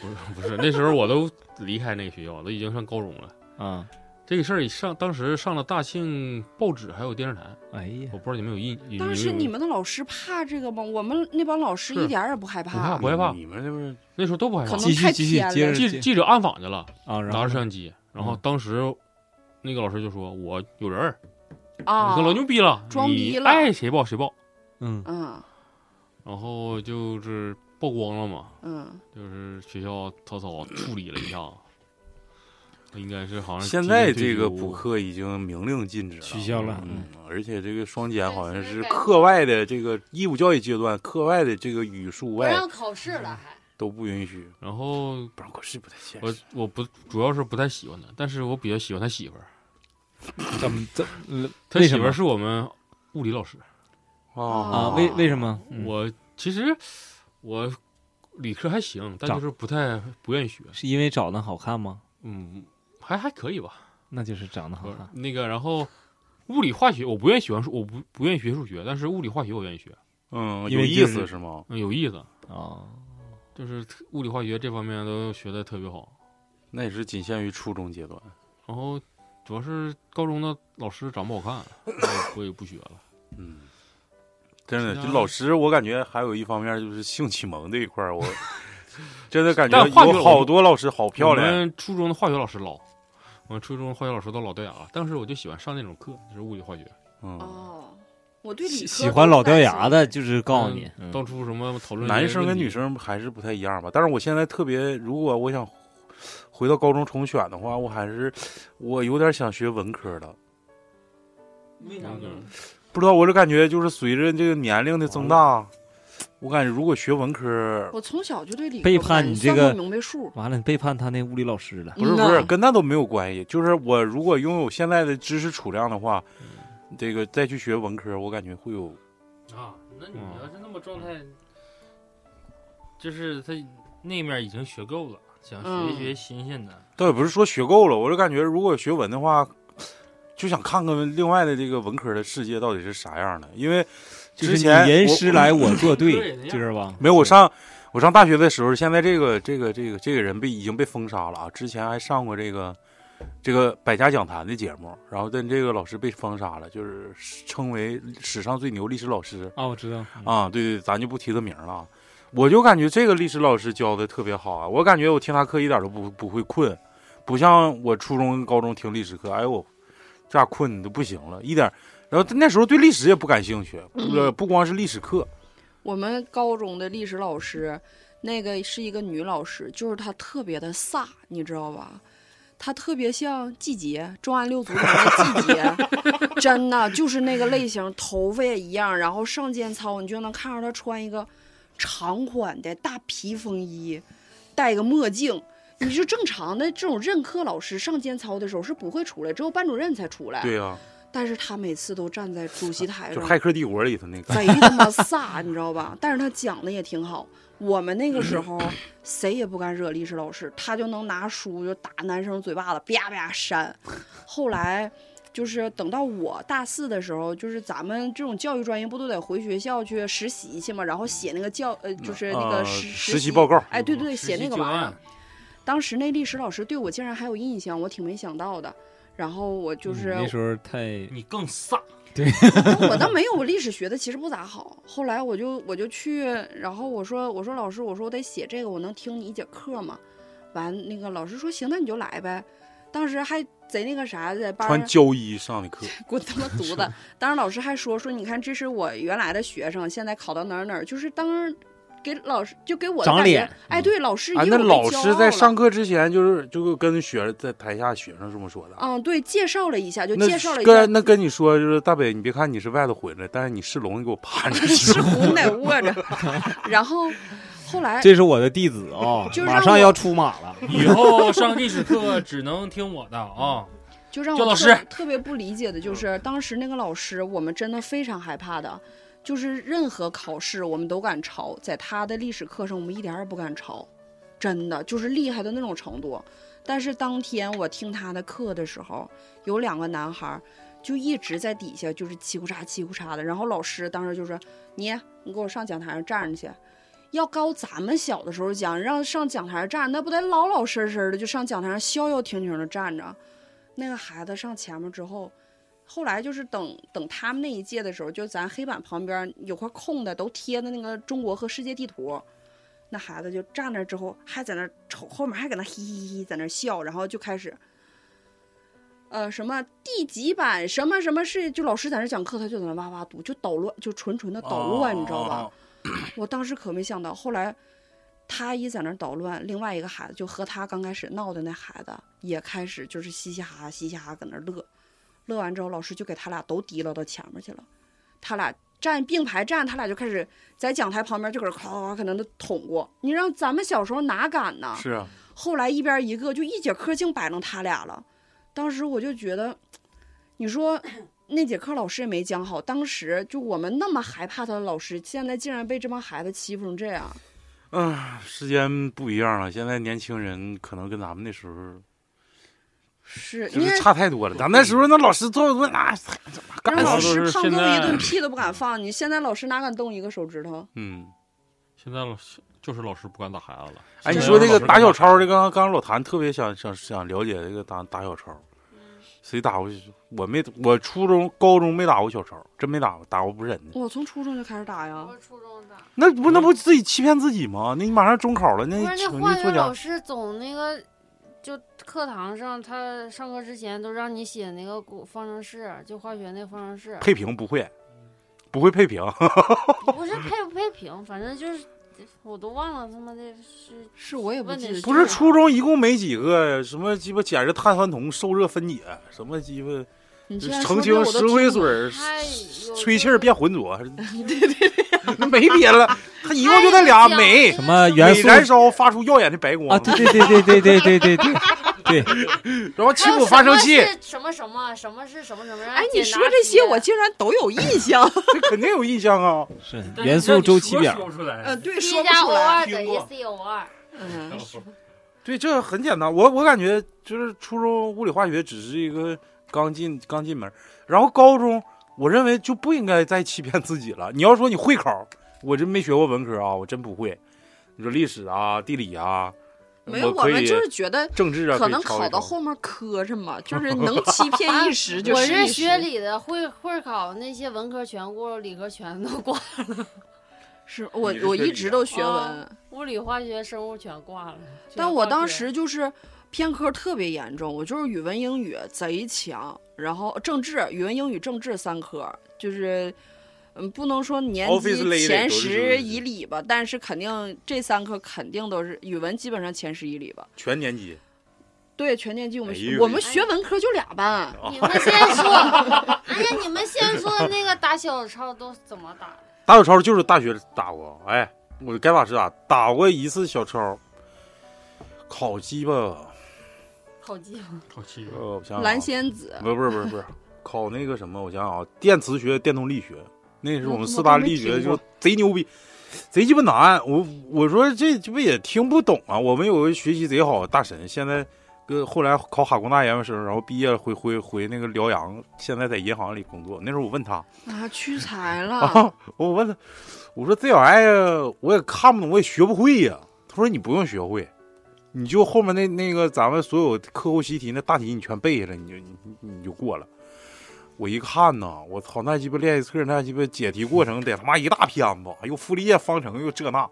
[SPEAKER 4] 不是不是，那时候我都离开那个学校，都已经上高中了。
[SPEAKER 6] 啊，
[SPEAKER 4] 这个事儿一上当时上了大庆报纸还有电视台，
[SPEAKER 6] 哎呀
[SPEAKER 4] 我，不知道你们有印。有
[SPEAKER 5] 当时你们的老师怕这个吗？我们那帮老师
[SPEAKER 4] 是
[SPEAKER 5] 一点儿也不害
[SPEAKER 4] 不怕
[SPEAKER 5] 怕，
[SPEAKER 4] 不害怕，
[SPEAKER 14] 你们这不是
[SPEAKER 4] 那时候都不害
[SPEAKER 5] 可
[SPEAKER 4] 怕。
[SPEAKER 5] 能
[SPEAKER 6] 继续
[SPEAKER 5] 太
[SPEAKER 6] 继续
[SPEAKER 5] 偏了
[SPEAKER 6] 接着
[SPEAKER 4] 记记者暗访去了，
[SPEAKER 6] 啊，然
[SPEAKER 4] 拿
[SPEAKER 6] 后
[SPEAKER 4] 着摄像机，然后
[SPEAKER 6] 嗯
[SPEAKER 4] 当时那个老师就说：“我有人儿，
[SPEAKER 5] 啊
[SPEAKER 4] 你可，老牛逼了，
[SPEAKER 5] 装逼
[SPEAKER 4] 你
[SPEAKER 5] 了
[SPEAKER 4] 爱谁报谁报。
[SPEAKER 6] 嗯
[SPEAKER 5] 嗯”
[SPEAKER 4] 然后就是曝光了嘛，
[SPEAKER 5] 嗯，
[SPEAKER 4] 就是学校草草处理了一下，应该是好像
[SPEAKER 3] 现在
[SPEAKER 4] 今年
[SPEAKER 3] 这
[SPEAKER 4] 退
[SPEAKER 3] 个
[SPEAKER 4] 休
[SPEAKER 3] 补课已经明令禁止了，
[SPEAKER 6] 取消了
[SPEAKER 3] 嗯，而且这个双减好像是课外的这个义务教育阶段，课外的这个语数
[SPEAKER 9] 不
[SPEAKER 3] 外
[SPEAKER 9] 让考试了还。
[SPEAKER 3] 都不允许，
[SPEAKER 4] 然后
[SPEAKER 3] 不让考试不太现
[SPEAKER 4] 我
[SPEAKER 3] 实。
[SPEAKER 4] 我不主要是不太喜欢他，但是我比较喜欢他媳妇儿，
[SPEAKER 6] 怎么怎么
[SPEAKER 4] 他
[SPEAKER 6] 为
[SPEAKER 4] 媳
[SPEAKER 6] 什
[SPEAKER 4] 妇
[SPEAKER 6] 么
[SPEAKER 4] 儿是我们物理老师。
[SPEAKER 3] 哦
[SPEAKER 6] 啊？为为什么？嗯
[SPEAKER 4] 我其实我理科还行，但
[SPEAKER 6] 长
[SPEAKER 4] 就是不太不愿意学，
[SPEAKER 6] 是因为长得好看吗？
[SPEAKER 4] 嗯，还还可以吧。
[SPEAKER 6] 那就是长得好
[SPEAKER 4] 不是
[SPEAKER 6] 看
[SPEAKER 4] 那个，然后物理化学我不愿意喜欢数，我不不愿意学数学，但是物理化学我愿意学，
[SPEAKER 3] 嗯，
[SPEAKER 6] 因
[SPEAKER 3] 有
[SPEAKER 6] 为
[SPEAKER 3] 意
[SPEAKER 6] 就是
[SPEAKER 3] 思是吗？
[SPEAKER 4] 嗯，有意思，
[SPEAKER 6] 啊。
[SPEAKER 4] 就是特物理化学这方面都学的特别好。
[SPEAKER 3] 那也是仅限于初中阶段。
[SPEAKER 4] 然后主要是高中的老师长不好看，我也我也不学了。
[SPEAKER 3] 嗯，真的，
[SPEAKER 4] 其
[SPEAKER 3] 就
[SPEAKER 4] 他
[SPEAKER 3] 老师，我感觉还有一方面就是性启蒙这一块儿， 我真的感觉
[SPEAKER 4] 但化学
[SPEAKER 3] 有好多老师好漂
[SPEAKER 4] 我
[SPEAKER 3] 亮。
[SPEAKER 4] 们初中的化学老师老，我们初中化学老师都老掉牙了，但是我就喜欢上那种课，就是物理化学。
[SPEAKER 3] 嗯，
[SPEAKER 5] 哦，我对理科
[SPEAKER 6] 喜欢老掉牙的，就是告诉你，
[SPEAKER 4] 嗯当初什么讨论
[SPEAKER 3] 男生跟
[SPEAKER 4] 一些问题
[SPEAKER 3] 女，生还是不太一样吧。但是我现在特别，如果我想回到高中重选的话，我还是我有点想学文科了。
[SPEAKER 10] 为啥呢？
[SPEAKER 3] 不知道，我是感觉就是随着这个年龄的增大，我感觉如果学文科，
[SPEAKER 5] 哦我从小就对理科
[SPEAKER 6] 背
[SPEAKER 5] 不
[SPEAKER 6] 叛
[SPEAKER 5] 感
[SPEAKER 6] 你
[SPEAKER 5] 觉
[SPEAKER 6] 这
[SPEAKER 5] 算
[SPEAKER 6] 个
[SPEAKER 5] 不明白数，
[SPEAKER 6] 完了你背叛他那物理老师了。
[SPEAKER 3] 不是
[SPEAKER 5] 嗯
[SPEAKER 3] 不
[SPEAKER 5] 呐
[SPEAKER 3] 是，跟那都没有关系。就是我如果拥有现在的知识储量的话，
[SPEAKER 6] 嗯
[SPEAKER 3] 这个再去学文科，我感觉会有
[SPEAKER 10] 啊，那你
[SPEAKER 4] 嗯
[SPEAKER 10] 要是那么状态，就是他那面已经学够了，想学一学新鲜
[SPEAKER 5] 嗯
[SPEAKER 10] 的。
[SPEAKER 3] 倒也不是说学够了，我就感觉如果学文的话，就想看看另外的这个文科的世界到底是啥样的。因为
[SPEAKER 6] 就
[SPEAKER 3] 之
[SPEAKER 6] 是你
[SPEAKER 3] 前
[SPEAKER 6] 吟
[SPEAKER 3] 我
[SPEAKER 6] 诗来我作
[SPEAKER 10] 对
[SPEAKER 6] 对
[SPEAKER 10] 那，样
[SPEAKER 6] 知道吧？
[SPEAKER 3] 没有我上我上大学的时候，现在这个这个这个这个人被已经被封杀了啊。之前还上过这个这个百家讲坛的节目，然后但这个老师被封杀了，就是称为史上最牛历史老师
[SPEAKER 6] 啊，我知道
[SPEAKER 3] 啊。对对，咱就不提他名了啊。我就感觉这个历史老师教的特别好啊，我感觉我听他课一点都不不会困，不像我初中、高中听历史课，哎呦，这下困的不行了，一点。然后那时候对历史也不感兴趣，
[SPEAKER 5] 嗯
[SPEAKER 3] 不不光是历史课，
[SPEAKER 5] 我们高中的历史老师，那个是一个女老师，就是她特别的飒，你知道吧？她特别像季节，重案六组里面的季 节，真的就是那个类型，头发也一样，然后上肩操，你就能看着她穿一个长款的大披风衣，戴个墨镜。你就正常的这种任课老师上监操的时候是不会出来，只有班主任才出来。
[SPEAKER 3] 对呀、
[SPEAKER 5] 但是他每次都站在主席台
[SPEAKER 3] 就
[SPEAKER 5] 上
[SPEAKER 3] 《骇客帝国》里头那个。
[SPEAKER 5] 贼 他妈飒，你知道吧？但是他讲的也挺好。我们那个时候谁也不敢惹历史老师，他就能拿书就打男生嘴巴子，啪啪扇。后来就是等到我大四的时候，就是咱们这种教育专业不都得回学校去实习去嘛，然后写那个教呃就是那
[SPEAKER 3] 呃
[SPEAKER 5] 个实、
[SPEAKER 3] 实习报告
[SPEAKER 5] 哎，对对，对写那个玩意儿
[SPEAKER 10] 案。
[SPEAKER 5] 当时那历史老师对我竟然还有印象，我挺没想到的。然后我
[SPEAKER 3] 嗯
[SPEAKER 5] 就是
[SPEAKER 6] 那时候太
[SPEAKER 10] 你更飒，
[SPEAKER 5] 我倒没有，我历史学的其实不咋好。后来我就我就去，然后我说我说老师，我说我得写这个，我能听你一节课吗？完，那个老师说行，那你就来呗。当时还贼那个啥，在班
[SPEAKER 3] 穿
[SPEAKER 5] 上
[SPEAKER 3] 胶衣上的课，
[SPEAKER 5] 滚他妈犊子！当时老师还说说，你看这是我原来的学生，现在考到哪儿哪儿，就是当时给老师就给我的
[SPEAKER 6] 长
[SPEAKER 5] 感觉
[SPEAKER 6] 脸嗯
[SPEAKER 5] 哎，对，老师以
[SPEAKER 3] 啊，
[SPEAKER 5] 为
[SPEAKER 3] 那
[SPEAKER 5] 我被
[SPEAKER 3] 老
[SPEAKER 5] 骄
[SPEAKER 3] 师
[SPEAKER 5] 傲
[SPEAKER 3] 在
[SPEAKER 5] 了
[SPEAKER 3] 上课之前就是就跟学在台下学生这么说的，啊
[SPEAKER 5] 嗯，对，介绍了一下，就
[SPEAKER 3] 那
[SPEAKER 5] 介绍了一下
[SPEAKER 3] 跟那跟你说就是大北，你别看你是外头回来，但是你是龙，你给我趴着
[SPEAKER 5] 是红得握着，然后后来
[SPEAKER 6] 这是我的弟子 啊
[SPEAKER 5] 就是，让
[SPEAKER 6] 马上要出马了。
[SPEAKER 10] 以后上历史课只能听我的啊。
[SPEAKER 5] 就让
[SPEAKER 10] 叫
[SPEAKER 5] 我
[SPEAKER 10] 老
[SPEAKER 5] 特
[SPEAKER 10] 师嗯
[SPEAKER 5] 特别不理解的就是，当时那个老师，我们真的非常害怕的，就是任何考试我们都敢抄，在他的历史课上我们一点儿也不敢抄，真的就是厉害的那种程度。但是当天我听他的课的时候，有两个男孩儿就一直在底下就是叽咕喳叽咕喳的，然后老师当时就说：“你你给我上讲台上站着去。”要高咱们小的时候讲，让上讲台上站，那不得老老实实的就上讲台上消消停停的站着。那个孩子上前面之后，后来就是等等他们那一届的时候，就咱黑板旁边有块空的，都贴的那个中国和世界地图。那孩子就站那之后，还在那瞅后面，还搁那嘻嘻嘻在那笑，然后就开始，呃，什么第几版什么什么是，就老师在那讲课，他就在那哇哇读，就捣乱，就纯纯的捣乱，啊你知道
[SPEAKER 6] 哦
[SPEAKER 5] 吧？我当时可没想到，后来他一在那儿捣乱，另外一个孩子就和他刚开始闹的那孩子也开始就是嘻嘻哈哈、嘻嘻哈哈搁那儿乐，乐完之后，老师就给他俩都提溜到前面去了，他俩站并排站，他俩就开始在讲台旁边就搁那夸夸夸搁那儿捅过，你让咱们小时候哪敢呐？
[SPEAKER 3] 是啊，
[SPEAKER 5] 后来一边一个，就一节课净摆弄他俩了。当时我就觉得，你说 那节课老师也没讲好，当时就我们那么害怕他的老师，现在竟然被这帮孩子欺负成这样。
[SPEAKER 3] 啊，时间不一样了，现在年轻人可能跟咱们那时候
[SPEAKER 5] 是
[SPEAKER 3] 就
[SPEAKER 5] 呃因为
[SPEAKER 3] 是差太多了。咱那时候那老师做的那哎怎么干
[SPEAKER 5] 让老
[SPEAKER 3] 啥都
[SPEAKER 4] 都是
[SPEAKER 5] 师
[SPEAKER 3] 是，
[SPEAKER 5] 胖
[SPEAKER 4] 现
[SPEAKER 5] 揍一
[SPEAKER 4] 在
[SPEAKER 5] 顿，屁都不敢放。你现在老师哪敢动一个手指头？
[SPEAKER 3] 嗯。
[SPEAKER 4] 现在老师就是老师不敢打孩子了。
[SPEAKER 3] 哎，你
[SPEAKER 4] 现在
[SPEAKER 3] 说这
[SPEAKER 4] 老
[SPEAKER 3] 个
[SPEAKER 4] 师
[SPEAKER 3] 打小抄，
[SPEAKER 4] 敢
[SPEAKER 3] 这刚刚刚老谭特别想想想了解这个打打小抄，谁打过？我没，我初中、高中没打过小抄，真没打过，打过不是人的。
[SPEAKER 5] 我从初中就开始打呀。
[SPEAKER 9] 我初中的。
[SPEAKER 3] 那不那不自己欺骗自己吗？那你马上中考了，那
[SPEAKER 9] 不是那
[SPEAKER 3] 成
[SPEAKER 9] 化
[SPEAKER 3] 绩
[SPEAKER 9] 学
[SPEAKER 3] 作假
[SPEAKER 9] 老，师总那个，就课堂上他上课之前都让你写那个古方程式，就化学那个方程式，
[SPEAKER 3] 配平不会，不会配平，
[SPEAKER 9] 不是配不配平，反正就是我都忘了他妈的是
[SPEAKER 5] 是我也不
[SPEAKER 9] 问
[SPEAKER 5] 记
[SPEAKER 9] 题
[SPEAKER 5] 得。
[SPEAKER 3] 不是初中一共没几个什么鸡巴碱热碳酸铜受热分解，什么鸡巴
[SPEAKER 5] 你现在说
[SPEAKER 3] 澄
[SPEAKER 5] 这
[SPEAKER 3] 清
[SPEAKER 5] 我都
[SPEAKER 3] 石灰
[SPEAKER 5] 听
[SPEAKER 3] 水
[SPEAKER 5] 了
[SPEAKER 3] 儿
[SPEAKER 9] 太有
[SPEAKER 2] 哦
[SPEAKER 3] 吹
[SPEAKER 9] 这
[SPEAKER 3] 气儿
[SPEAKER 9] 个
[SPEAKER 3] 变浑浊，对对对，没别的了，它一共就那
[SPEAKER 9] 太
[SPEAKER 3] 俩
[SPEAKER 9] 讲
[SPEAKER 3] 镁
[SPEAKER 9] 究
[SPEAKER 6] 什么
[SPEAKER 9] 了
[SPEAKER 6] 元
[SPEAKER 3] 镁
[SPEAKER 6] 素
[SPEAKER 3] 燃烧发出耀眼的白
[SPEAKER 6] 啊，
[SPEAKER 3] 光，
[SPEAKER 6] 对对对对对对对对对对，
[SPEAKER 3] 然后气
[SPEAKER 9] 还有
[SPEAKER 3] 鼓发
[SPEAKER 9] 什
[SPEAKER 3] 生
[SPEAKER 9] 么
[SPEAKER 3] 器，
[SPEAKER 9] 是什么什么什么是什么什么？
[SPEAKER 5] 哎，你说这些我
[SPEAKER 9] 就
[SPEAKER 5] 竟然都有印象。
[SPEAKER 3] 这肯定有印象啊。
[SPEAKER 6] 是
[SPEAKER 4] 但是
[SPEAKER 6] 元
[SPEAKER 4] 让
[SPEAKER 6] 素
[SPEAKER 4] 你
[SPEAKER 6] 周期
[SPEAKER 4] 说
[SPEAKER 6] 表，
[SPEAKER 4] 说出来
[SPEAKER 5] 嗯，对，
[SPEAKER 9] 一
[SPEAKER 5] 说不
[SPEAKER 9] 加
[SPEAKER 5] 出
[SPEAKER 9] O
[SPEAKER 5] 来。
[SPEAKER 9] 二等于 C O 二，
[SPEAKER 5] 嗯，
[SPEAKER 3] 对，这很简单。我我感觉就是初中物理化学只是一个刚进刚进门，然后高中我认为就不应该再欺骗自己了。你要说你会考，我真没学过文科啊，我真不会。你说历史啊、地理啊，
[SPEAKER 5] 没有，我
[SPEAKER 3] 可
[SPEAKER 5] 们
[SPEAKER 3] 以
[SPEAKER 5] 就是觉得
[SPEAKER 3] 政治啊，
[SPEAKER 5] 可
[SPEAKER 3] 以
[SPEAKER 5] 能
[SPEAKER 3] 抄一
[SPEAKER 5] 考到
[SPEAKER 3] 抄
[SPEAKER 5] 后面磕碜嘛， 就是能欺骗一 时就
[SPEAKER 9] 我
[SPEAKER 5] 是
[SPEAKER 9] 是
[SPEAKER 5] 一
[SPEAKER 9] 学
[SPEAKER 5] 时。
[SPEAKER 9] 理的，会会考那些文科全过，理科全都挂，
[SPEAKER 5] 是我
[SPEAKER 3] 你是
[SPEAKER 5] 我
[SPEAKER 3] 学
[SPEAKER 5] 一
[SPEAKER 3] 理
[SPEAKER 5] 直
[SPEAKER 3] 啊
[SPEAKER 5] 都学
[SPEAKER 9] 哦
[SPEAKER 5] 文，
[SPEAKER 9] 物理、化学、生物全挂了。
[SPEAKER 5] 但
[SPEAKER 9] 全
[SPEAKER 5] 我
[SPEAKER 9] 挂
[SPEAKER 5] 当
[SPEAKER 9] 学
[SPEAKER 5] 时就是偏科特别严重，我就是语文、英语贼强，然后政治、语文、英语、政治三科，就是嗯，不能说年
[SPEAKER 3] Office 类
[SPEAKER 5] 级
[SPEAKER 3] 的
[SPEAKER 5] 前
[SPEAKER 3] 都是
[SPEAKER 5] 十以里吧，但是肯定这三科肯定都是语文基本上前十以里吧。
[SPEAKER 3] 全年级。
[SPEAKER 5] 对，全年级我们、
[SPEAKER 3] 哎
[SPEAKER 5] 学
[SPEAKER 3] 呦哎
[SPEAKER 5] 我们学文科就俩班，
[SPEAKER 3] 啊
[SPEAKER 9] 你们 先说，哎呀，你们先说那个打小抄都怎么打的？
[SPEAKER 3] 打小抄就是大学打过，哎，我该打是打，打过一次小抄，考鸡巴，
[SPEAKER 9] 考鸡吗？
[SPEAKER 4] 考七
[SPEAKER 3] 呃，我想想啊
[SPEAKER 5] 蓝仙子。
[SPEAKER 3] 不是不是不是不是，考那个什么，我想想啊，电磁学、电动力学，那是我们四大
[SPEAKER 5] 嗯
[SPEAKER 3] 力
[SPEAKER 5] 我
[SPEAKER 3] 学，
[SPEAKER 5] 都没听
[SPEAKER 3] 就
[SPEAKER 5] 过
[SPEAKER 3] 贼牛逼，贼鸡巴难。我我说这这不也听不懂啊？我们有个学习贼好的大神，现在跟后来考哈工大研究生，然后毕业回回回那个辽阳，现在在银行里工作。那时候我问他，
[SPEAKER 5] 啊，屈才
[SPEAKER 3] 啊
[SPEAKER 5] 了！
[SPEAKER 3] 我问他，我说这玩意儿我也看不懂，我也学不会呀、他说你不用学会，你就后面那那个咱们所有课后习题那大题你全背下来，你就你你你就过了。我一看呐，我操，那鸡巴练习册那鸡巴解题过程得他妈一大篇子，又傅立叶方程又这那，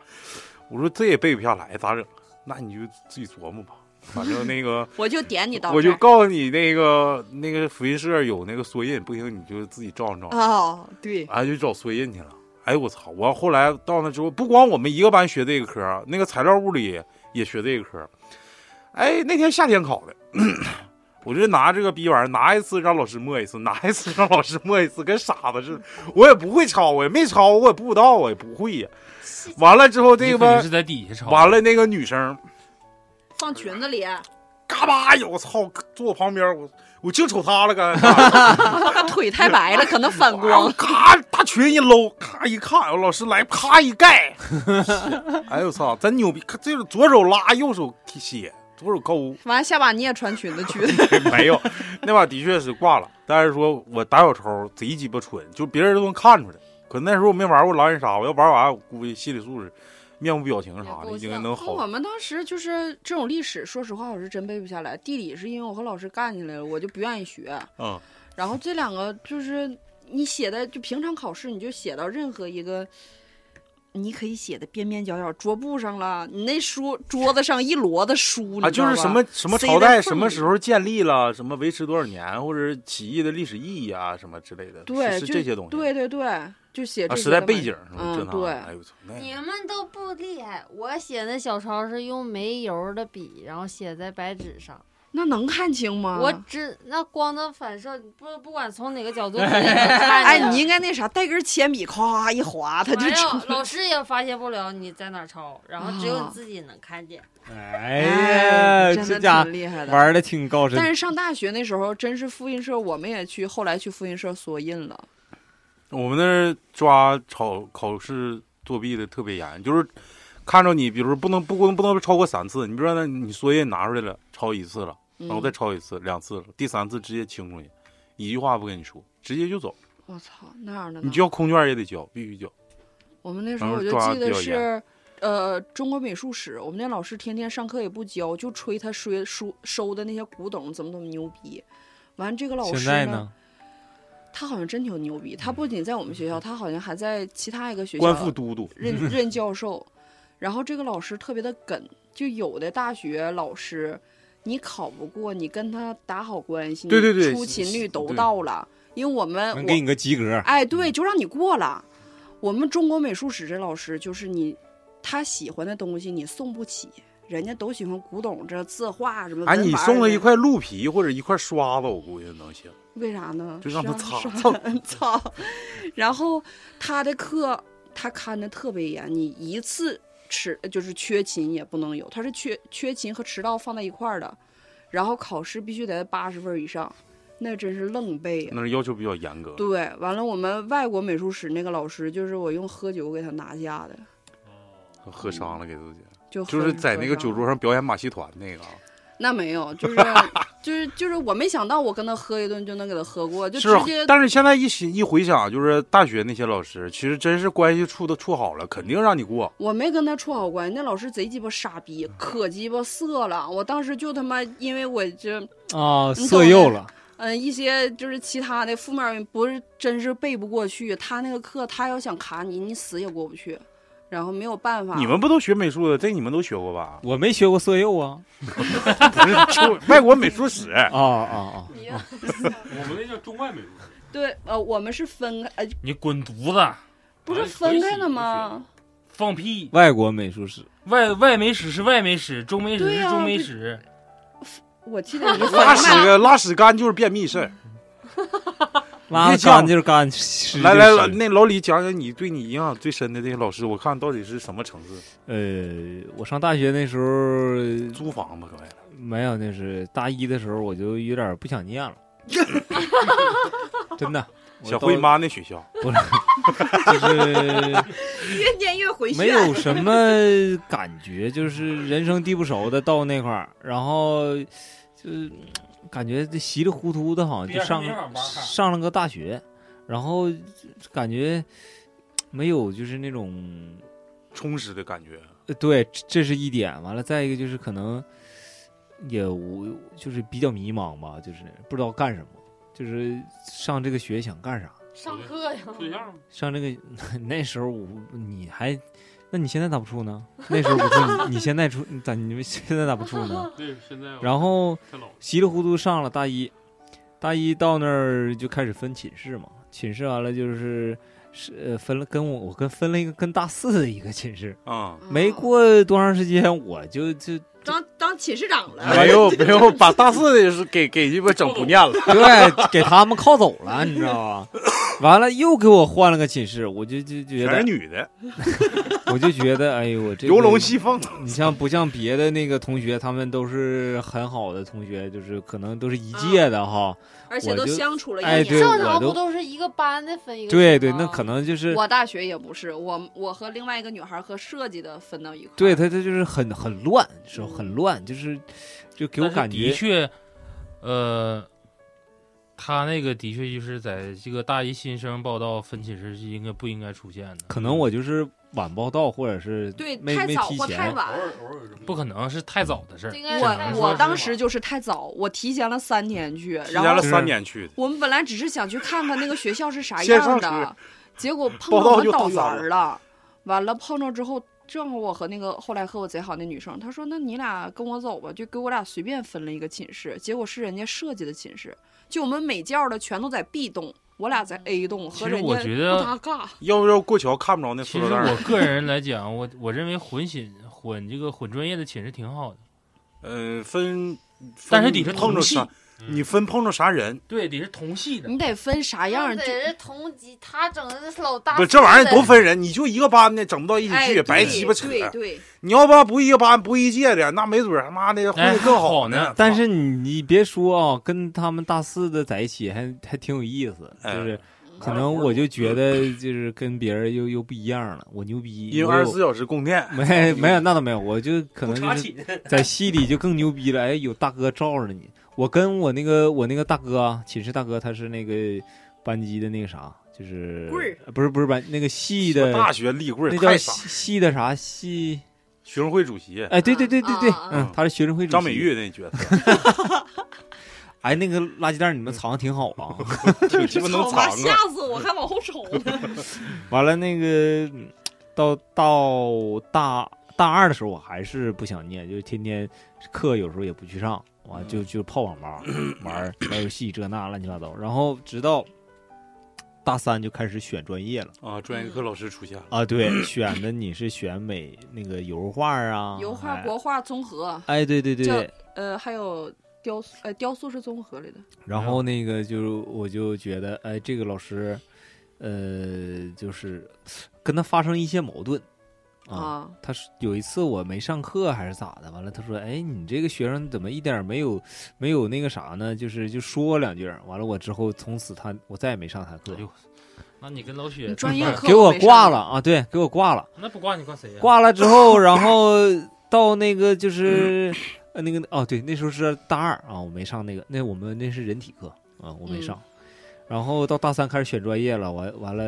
[SPEAKER 3] 我说这也背不下来，咋整？那你就自己琢磨吧，反正那个。
[SPEAKER 5] 我就点你到
[SPEAKER 3] 我
[SPEAKER 5] 这
[SPEAKER 3] 就
[SPEAKER 5] 儿。
[SPEAKER 3] 告诉你，那个那个福音社有那个缩印，不行你就自己照上照。
[SPEAKER 5] 哦，对，
[SPEAKER 3] 啊，就找缩印去了。哎，我操！我后来到那之后，不光我们一个班学这个科儿，那个材料物理也学这个科儿。哎，那天夏天考的， 我就拿这个逼玩意儿，拿一次让老师默一次，拿一次让老师默一次，跟傻子似的。我也不会抄，我也没抄，我也不知道，我也不会呀。完了之后，这
[SPEAKER 15] 你
[SPEAKER 3] 个
[SPEAKER 15] 肯定
[SPEAKER 3] 班
[SPEAKER 15] 是在底下抄。
[SPEAKER 3] 完了，那个女生
[SPEAKER 5] 放裙子里。啊
[SPEAKER 3] 嘎巴呀，我操，坐我旁边，我我净瞅他了，干啥？
[SPEAKER 5] 腿太白了，可能反光。
[SPEAKER 3] 咔，大裙一搂，咔一看，我老师来，啪一盖， 哎呦我操，真牛逼！看这个左手拉，右手写，左手勾，
[SPEAKER 5] 完了，下把你也穿裙 子去的，
[SPEAKER 3] 没有，那把的确是挂了。但是说我打小抽贼鸡巴蠢，就别人都能看出来。可那时候我没玩过狼人杀，我要玩完，我估计心理素质、面部表情啥的应该能
[SPEAKER 5] 那
[SPEAKER 3] 好
[SPEAKER 5] 我。们当时就是这种历史，说实话，我是真背不下来。地理是因为我和老师干起来了，我就不愿意学。
[SPEAKER 3] 嗯，
[SPEAKER 5] 然后这两个就是你写的，就平常考试你就写到任何一个。你可以写的边边角角，桌布上了，你那书桌子上一摞的书，
[SPEAKER 3] 啊，
[SPEAKER 5] 你知道
[SPEAKER 3] 就是
[SPEAKER 5] 吧
[SPEAKER 3] 什么什么
[SPEAKER 5] 塞
[SPEAKER 3] 朝
[SPEAKER 5] 在
[SPEAKER 3] 代
[SPEAKER 5] 缝
[SPEAKER 3] 什么
[SPEAKER 5] 里
[SPEAKER 3] 时候建立了，什么维持多少年，或者起义的历史意义啊，什么之类的，
[SPEAKER 5] 对，
[SPEAKER 3] 是是
[SPEAKER 5] 就
[SPEAKER 3] 这些东西。
[SPEAKER 5] 对对对，就写
[SPEAKER 3] 啊，
[SPEAKER 5] 这
[SPEAKER 3] 时
[SPEAKER 5] 些
[SPEAKER 3] 代
[SPEAKER 5] 的
[SPEAKER 3] 背
[SPEAKER 5] 嘛
[SPEAKER 3] 景什么这
[SPEAKER 5] 嗯，
[SPEAKER 3] 那
[SPEAKER 5] 对
[SPEAKER 3] 的，，哎呦我操，那
[SPEAKER 9] 你们都不厉害，我写的小抄是用煤油的笔，然后写在白纸上。
[SPEAKER 5] 那能看清吗？
[SPEAKER 9] 我只那光的反射，不不管从哪个 角度肯定 能看
[SPEAKER 5] 哎，
[SPEAKER 9] 见
[SPEAKER 5] 你应该那啥，带根铅笔，咵一划，它就
[SPEAKER 9] 完
[SPEAKER 5] 出
[SPEAKER 9] 了，老师也发现不了你在哪儿抄，然后只有
[SPEAKER 5] 哦
[SPEAKER 9] 你自己能看见。
[SPEAKER 3] 嗯
[SPEAKER 6] 哎呀，
[SPEAKER 5] 真
[SPEAKER 6] 这
[SPEAKER 5] 的
[SPEAKER 6] 家
[SPEAKER 5] 挺厉害的。
[SPEAKER 6] 玩的挺高深
[SPEAKER 5] 但，是上大学那时候，真是复印社，我们也去，后来去复印社索印了。
[SPEAKER 3] 我们那儿抓考考试作弊的特别严，就是看着你，比如说不能不不能不能超过三次，你比如说那你作业拿出来了，抄一次了，
[SPEAKER 5] 嗯
[SPEAKER 3] 然后再抄一次、两次了，第三次直接清出去，一句话不跟你说，直接就走，
[SPEAKER 5] 我操，那样的呢
[SPEAKER 3] 你交空卷也得交，必须交。
[SPEAKER 5] 我们那时候
[SPEAKER 3] 然
[SPEAKER 5] 我
[SPEAKER 3] 后
[SPEAKER 5] 就
[SPEAKER 3] 抓
[SPEAKER 5] 记得
[SPEAKER 3] 表
[SPEAKER 5] 是
[SPEAKER 3] 演，
[SPEAKER 5] 呃，中国美术史，我们那老师天天上课也不教，就吹他收收收的那些古董怎么怎么牛逼。完，这个老
[SPEAKER 6] 现
[SPEAKER 5] 师
[SPEAKER 6] 在呢？
[SPEAKER 5] 他好像真挺牛逼，他不仅在我们学
[SPEAKER 6] 嗯
[SPEAKER 5] 校，他好像还在其他一个学校
[SPEAKER 3] 官复都督，
[SPEAKER 5] 任任教授，然后这个老师特别的梗，就有的大学老师，你考不过，你跟他打好关系，
[SPEAKER 3] 对对对
[SPEAKER 5] 你出勤率都
[SPEAKER 3] 对
[SPEAKER 5] 到了，因为我们
[SPEAKER 6] 能
[SPEAKER 5] 我
[SPEAKER 6] 给你个及格，
[SPEAKER 5] 哎
[SPEAKER 3] 嗯
[SPEAKER 5] 对，就让你过了。我们中国美术史这老师就是你，他喜欢的东西你送不起，人家都喜欢古董这字画什么文玩儿
[SPEAKER 3] 哎，
[SPEAKER 5] 的。
[SPEAKER 3] 你送他一块鹿皮或者一块刷子，我估计能行，
[SPEAKER 5] 为啥呢？
[SPEAKER 3] 就让他擦
[SPEAKER 5] 是啊
[SPEAKER 3] 蹭。
[SPEAKER 5] 操！然后他的课他看的特别严，你一次迟就是缺勤也不能有，他是缺缺勤和迟到放在一块儿的，然后考试必须得八十分以上，那真是愣背啊呀。
[SPEAKER 3] 那是要求比较严格。
[SPEAKER 5] 对，完了，我们外国美术史那个老师，就是我用喝酒给他拿下的，
[SPEAKER 3] 喝伤了给自己，
[SPEAKER 5] 就
[SPEAKER 3] 就是在那个酒
[SPEAKER 5] 酒
[SPEAKER 3] 桌上表演马戏团那个啊，
[SPEAKER 5] 那没有，就是 就是就是我没想到我跟他喝一顿就能给他喝过，就是直接，
[SPEAKER 3] 但是现在一想一回想，就是大学那些老师，其实真是关系处的处好了，肯定让你过。
[SPEAKER 5] 我没跟他处好关系，那老师贼鸡巴傻逼，可鸡巴色了。我当时就他妈，因为我这
[SPEAKER 6] 啊，
[SPEAKER 5] 你
[SPEAKER 6] 色诱了，？
[SPEAKER 5] 嗯一些就是其他的负面原因，不是真是背不过去。他那个课，他要想卡你，你死也过不去。然后没有办法，
[SPEAKER 3] 你们不都学美术的？这你们都学过吧
[SPEAKER 6] 我没学过色诱啊，
[SPEAKER 3] 不是， 就外国美术史。
[SPEAKER 6] 啊啊啊！
[SPEAKER 16] 我们那叫中外美术史，
[SPEAKER 5] 对呃，我们是分开，呃，
[SPEAKER 4] 你滚犊子，
[SPEAKER 5] 不是分开的吗？
[SPEAKER 4] 放屁！
[SPEAKER 6] 外国美术史，
[SPEAKER 4] 外外美史是外美史，中美史
[SPEAKER 5] 对
[SPEAKER 4] 是
[SPEAKER 5] 呀
[SPEAKER 4] 中美
[SPEAKER 5] 这
[SPEAKER 4] 史。
[SPEAKER 5] 我记 得你是分
[SPEAKER 3] 拉屎
[SPEAKER 5] 开。
[SPEAKER 3] 个拉屎干就是便秘事儿。
[SPEAKER 6] 拉
[SPEAKER 3] 别讲
[SPEAKER 6] 干就是干，湿
[SPEAKER 3] 来
[SPEAKER 6] 就
[SPEAKER 3] 来
[SPEAKER 6] 湿
[SPEAKER 3] 来，那老李讲讲你对你影响最深的这些老师，我看到底是什么城市？
[SPEAKER 6] 呃，我上大学那时候
[SPEAKER 3] 租房吧，各位。
[SPEAKER 6] 没有，那是大一的时候，我就有点不想念 了，真的。我
[SPEAKER 3] 小
[SPEAKER 6] 到
[SPEAKER 3] 慧妈那学校，
[SPEAKER 6] 不是，就是
[SPEAKER 5] 越念越回
[SPEAKER 6] 没有什么感觉，就是人生地不熟的到那块儿，然后就是感觉这稀里糊涂的，好像就上
[SPEAKER 4] 别让别让玩儿
[SPEAKER 6] 上了个大学，然后感觉没有就是那种
[SPEAKER 3] 充实的感觉。
[SPEAKER 6] 呃对，这这是一点。完了，再一个就是可能也无就是比较迷茫吧，就是不知道干什么，就是上这个学想干啥。
[SPEAKER 9] 上课呀，
[SPEAKER 16] 处对象吗？
[SPEAKER 6] 上这个 那时候我你还，那你现在咋不处呢？那时候不处，你你 现在处你咋你们现在咋不处 呢？
[SPEAKER 16] 对，现在我
[SPEAKER 6] 然后
[SPEAKER 16] 太老了，
[SPEAKER 6] 稀里糊涂上了大一，大一到那儿就开始分寝室嘛，寝室完了就是是呃分了跟我我跟分了一个跟大四的一个寝室，
[SPEAKER 3] 嗯，
[SPEAKER 6] 没过多长时间我就就
[SPEAKER 5] 当当寝室长了，
[SPEAKER 6] 哎
[SPEAKER 3] 没有没有， 把大四的是给给鸡巴整不念了。
[SPEAKER 6] 对，给他们铐走了，你知道吧？完了又给我换了个寝室，我就就就觉
[SPEAKER 10] 全是
[SPEAKER 6] 得，
[SPEAKER 10] 女的，
[SPEAKER 6] 我就觉得，哎呦，我这
[SPEAKER 10] 游
[SPEAKER 6] 个
[SPEAKER 10] 龙戏凤，
[SPEAKER 6] 你像不像别的那个同学，他们都是很好的同学，就是可能都是一届的
[SPEAKER 5] 啊
[SPEAKER 6] 哈。
[SPEAKER 5] 而且都
[SPEAKER 6] 我就
[SPEAKER 5] 相处了一
[SPEAKER 6] 哎
[SPEAKER 5] 年。
[SPEAKER 6] 对
[SPEAKER 9] 正
[SPEAKER 6] 我
[SPEAKER 9] 常
[SPEAKER 6] 都
[SPEAKER 9] 不都是一个班的分一个组吗？
[SPEAKER 6] 对对，那可能就是
[SPEAKER 5] 我大学也不是，我我和另外一个女孩和设计的分到一块儿。
[SPEAKER 6] 对他，他就是很很乱，是吧很乱，就是就给我
[SPEAKER 4] 但
[SPEAKER 6] 感
[SPEAKER 4] 是
[SPEAKER 6] 觉
[SPEAKER 4] 的确，呃，他那个的确就是在这个大一新生报道分寝室是应该不应该出现的，
[SPEAKER 6] 可能我就是晚报到，或者是
[SPEAKER 5] 对
[SPEAKER 6] 没
[SPEAKER 5] 太
[SPEAKER 6] 没
[SPEAKER 5] 早
[SPEAKER 6] 提
[SPEAKER 5] 或太
[SPEAKER 6] 前。
[SPEAKER 5] 晚。
[SPEAKER 4] 不可能是太早的事儿
[SPEAKER 9] 这。应该是太
[SPEAKER 5] 我
[SPEAKER 9] 晚
[SPEAKER 5] 我
[SPEAKER 9] 了
[SPEAKER 5] 当时就是太早，我提前了三天去，
[SPEAKER 10] 提前
[SPEAKER 5] 然
[SPEAKER 10] 了
[SPEAKER 5] 后
[SPEAKER 10] 三年去的，
[SPEAKER 5] 我们本来只是想去看看那个学校是啥
[SPEAKER 10] 先
[SPEAKER 5] 样
[SPEAKER 10] 上车
[SPEAKER 5] 的，结果碰
[SPEAKER 10] 报
[SPEAKER 5] 到
[SPEAKER 10] 道
[SPEAKER 5] 我们
[SPEAKER 10] 就
[SPEAKER 5] 导
[SPEAKER 10] 到
[SPEAKER 5] 员
[SPEAKER 10] 早了
[SPEAKER 5] 儿了，完了碰着之后。正好我和那个后来和我贼好那女生，她说：“那你俩跟我走吧。”就给我俩随便分了一个寝室，结果是人家设计的寝室，就我们每觉的全都在 B 栋，我搭俩在 A 栋，
[SPEAKER 4] 其
[SPEAKER 5] 和
[SPEAKER 4] 实
[SPEAKER 5] 人
[SPEAKER 4] 我
[SPEAKER 5] 家
[SPEAKER 4] 觉
[SPEAKER 5] 不
[SPEAKER 4] 得
[SPEAKER 5] 搭嘎。
[SPEAKER 10] 要不要过桥看不着那塑
[SPEAKER 4] 其
[SPEAKER 10] 料
[SPEAKER 4] 实
[SPEAKER 10] 袋儿
[SPEAKER 4] 我个人来讲，我我认为混寝混这个混专业的寝室挺好的。
[SPEAKER 10] 嗯，分，
[SPEAKER 4] 但是
[SPEAKER 10] 分
[SPEAKER 4] 你是
[SPEAKER 10] 碰
[SPEAKER 4] 同
[SPEAKER 10] 着
[SPEAKER 4] 系
[SPEAKER 10] 啥，你分碰着啥人，
[SPEAKER 4] 对，得是同系的
[SPEAKER 5] 你。得分啥样儿
[SPEAKER 9] 那
[SPEAKER 5] 就
[SPEAKER 9] 得是同级，他整的是老大。
[SPEAKER 10] 不，这玩意儿多。分人，你就一个班的整不到一起
[SPEAKER 5] 哎
[SPEAKER 10] 去，白
[SPEAKER 5] 对
[SPEAKER 10] 鸡巴扯。
[SPEAKER 5] 对对，
[SPEAKER 10] 你要不不一个班不一届的，那没准儿他妈的混
[SPEAKER 4] 哎
[SPEAKER 10] 的更
[SPEAKER 4] 好呢
[SPEAKER 10] 呢。
[SPEAKER 6] 但是你你别说啊，跟他们大四的在一起还还挺有意思，
[SPEAKER 10] 哎
[SPEAKER 6] 就是可能我就觉得就是跟别人又又不一样了，我牛逼，
[SPEAKER 10] 因为
[SPEAKER 6] 我
[SPEAKER 10] 二
[SPEAKER 6] 有
[SPEAKER 10] 十四小时供电，
[SPEAKER 6] 没没有那倒没有，我就可能就是在戏里就更牛逼了，哎，有大哥罩着你。我跟我那个我那个大哥啊，寝室大哥，他是那个班级的那个啥，就是
[SPEAKER 5] 棍儿
[SPEAKER 6] 呃不是不是班那个系
[SPEAKER 10] 我
[SPEAKER 6] 的，
[SPEAKER 10] 大学立棍儿
[SPEAKER 6] 那叫
[SPEAKER 10] 太傻了。
[SPEAKER 6] 系系的啥系？
[SPEAKER 10] 学生会主席
[SPEAKER 6] 哎，对对对对对
[SPEAKER 5] 啊啊，
[SPEAKER 6] 嗯，他是学生会主席
[SPEAKER 10] 张美。玉那角色，
[SPEAKER 6] 哎，那个垃圾袋你们藏的挺好 啊。
[SPEAKER 10] 挺鸡巴 能藏
[SPEAKER 5] 吓
[SPEAKER 10] 啊！
[SPEAKER 5] 死我，还往后瞅呢。
[SPEAKER 6] 完了那个嗯到到大大二的时候，我还是不想念，就是天天课有时候也不去上，完
[SPEAKER 10] 嗯
[SPEAKER 6] 就就泡 网吧玩儿玩游戏这那乱七八糟。然后直到大三就开始选专业了
[SPEAKER 10] 啊，专业课老师出现了，
[SPEAKER 6] 啊，对， 选的你是选美那个油画啊，
[SPEAKER 5] 油画、
[SPEAKER 6] 哎
[SPEAKER 5] 国画综合，
[SPEAKER 6] 哎，对对对
[SPEAKER 5] 叫
[SPEAKER 6] 对，
[SPEAKER 5] 呃，还有雕塑，呃，雕塑是综合类的。
[SPEAKER 6] 然后那个就我就觉得，哎，这个老师，呃，就是跟他发生一些矛盾啊。
[SPEAKER 5] 啊，
[SPEAKER 6] 他是有一次我没上课还是咋的，完了他说，哎，你这个学生怎么一点儿没有没有那个啥呢？就是就说我两句儿，完了我之后从此他我再也没上他课
[SPEAKER 4] 哎，呦，那你跟老雪
[SPEAKER 5] 你专业课
[SPEAKER 6] 哎给我
[SPEAKER 5] 没上
[SPEAKER 6] 挂了，啊，对，给我挂了。
[SPEAKER 4] 嗯那不挂你挂谁呀、
[SPEAKER 6] 挂了之 后，然后到那个就是、呃那个哦，对，那时候是大二啊，我没上那个，那我们那是人体课啊，我没上。
[SPEAKER 5] 嗯
[SPEAKER 6] 然后到大三开始选专业了，完完了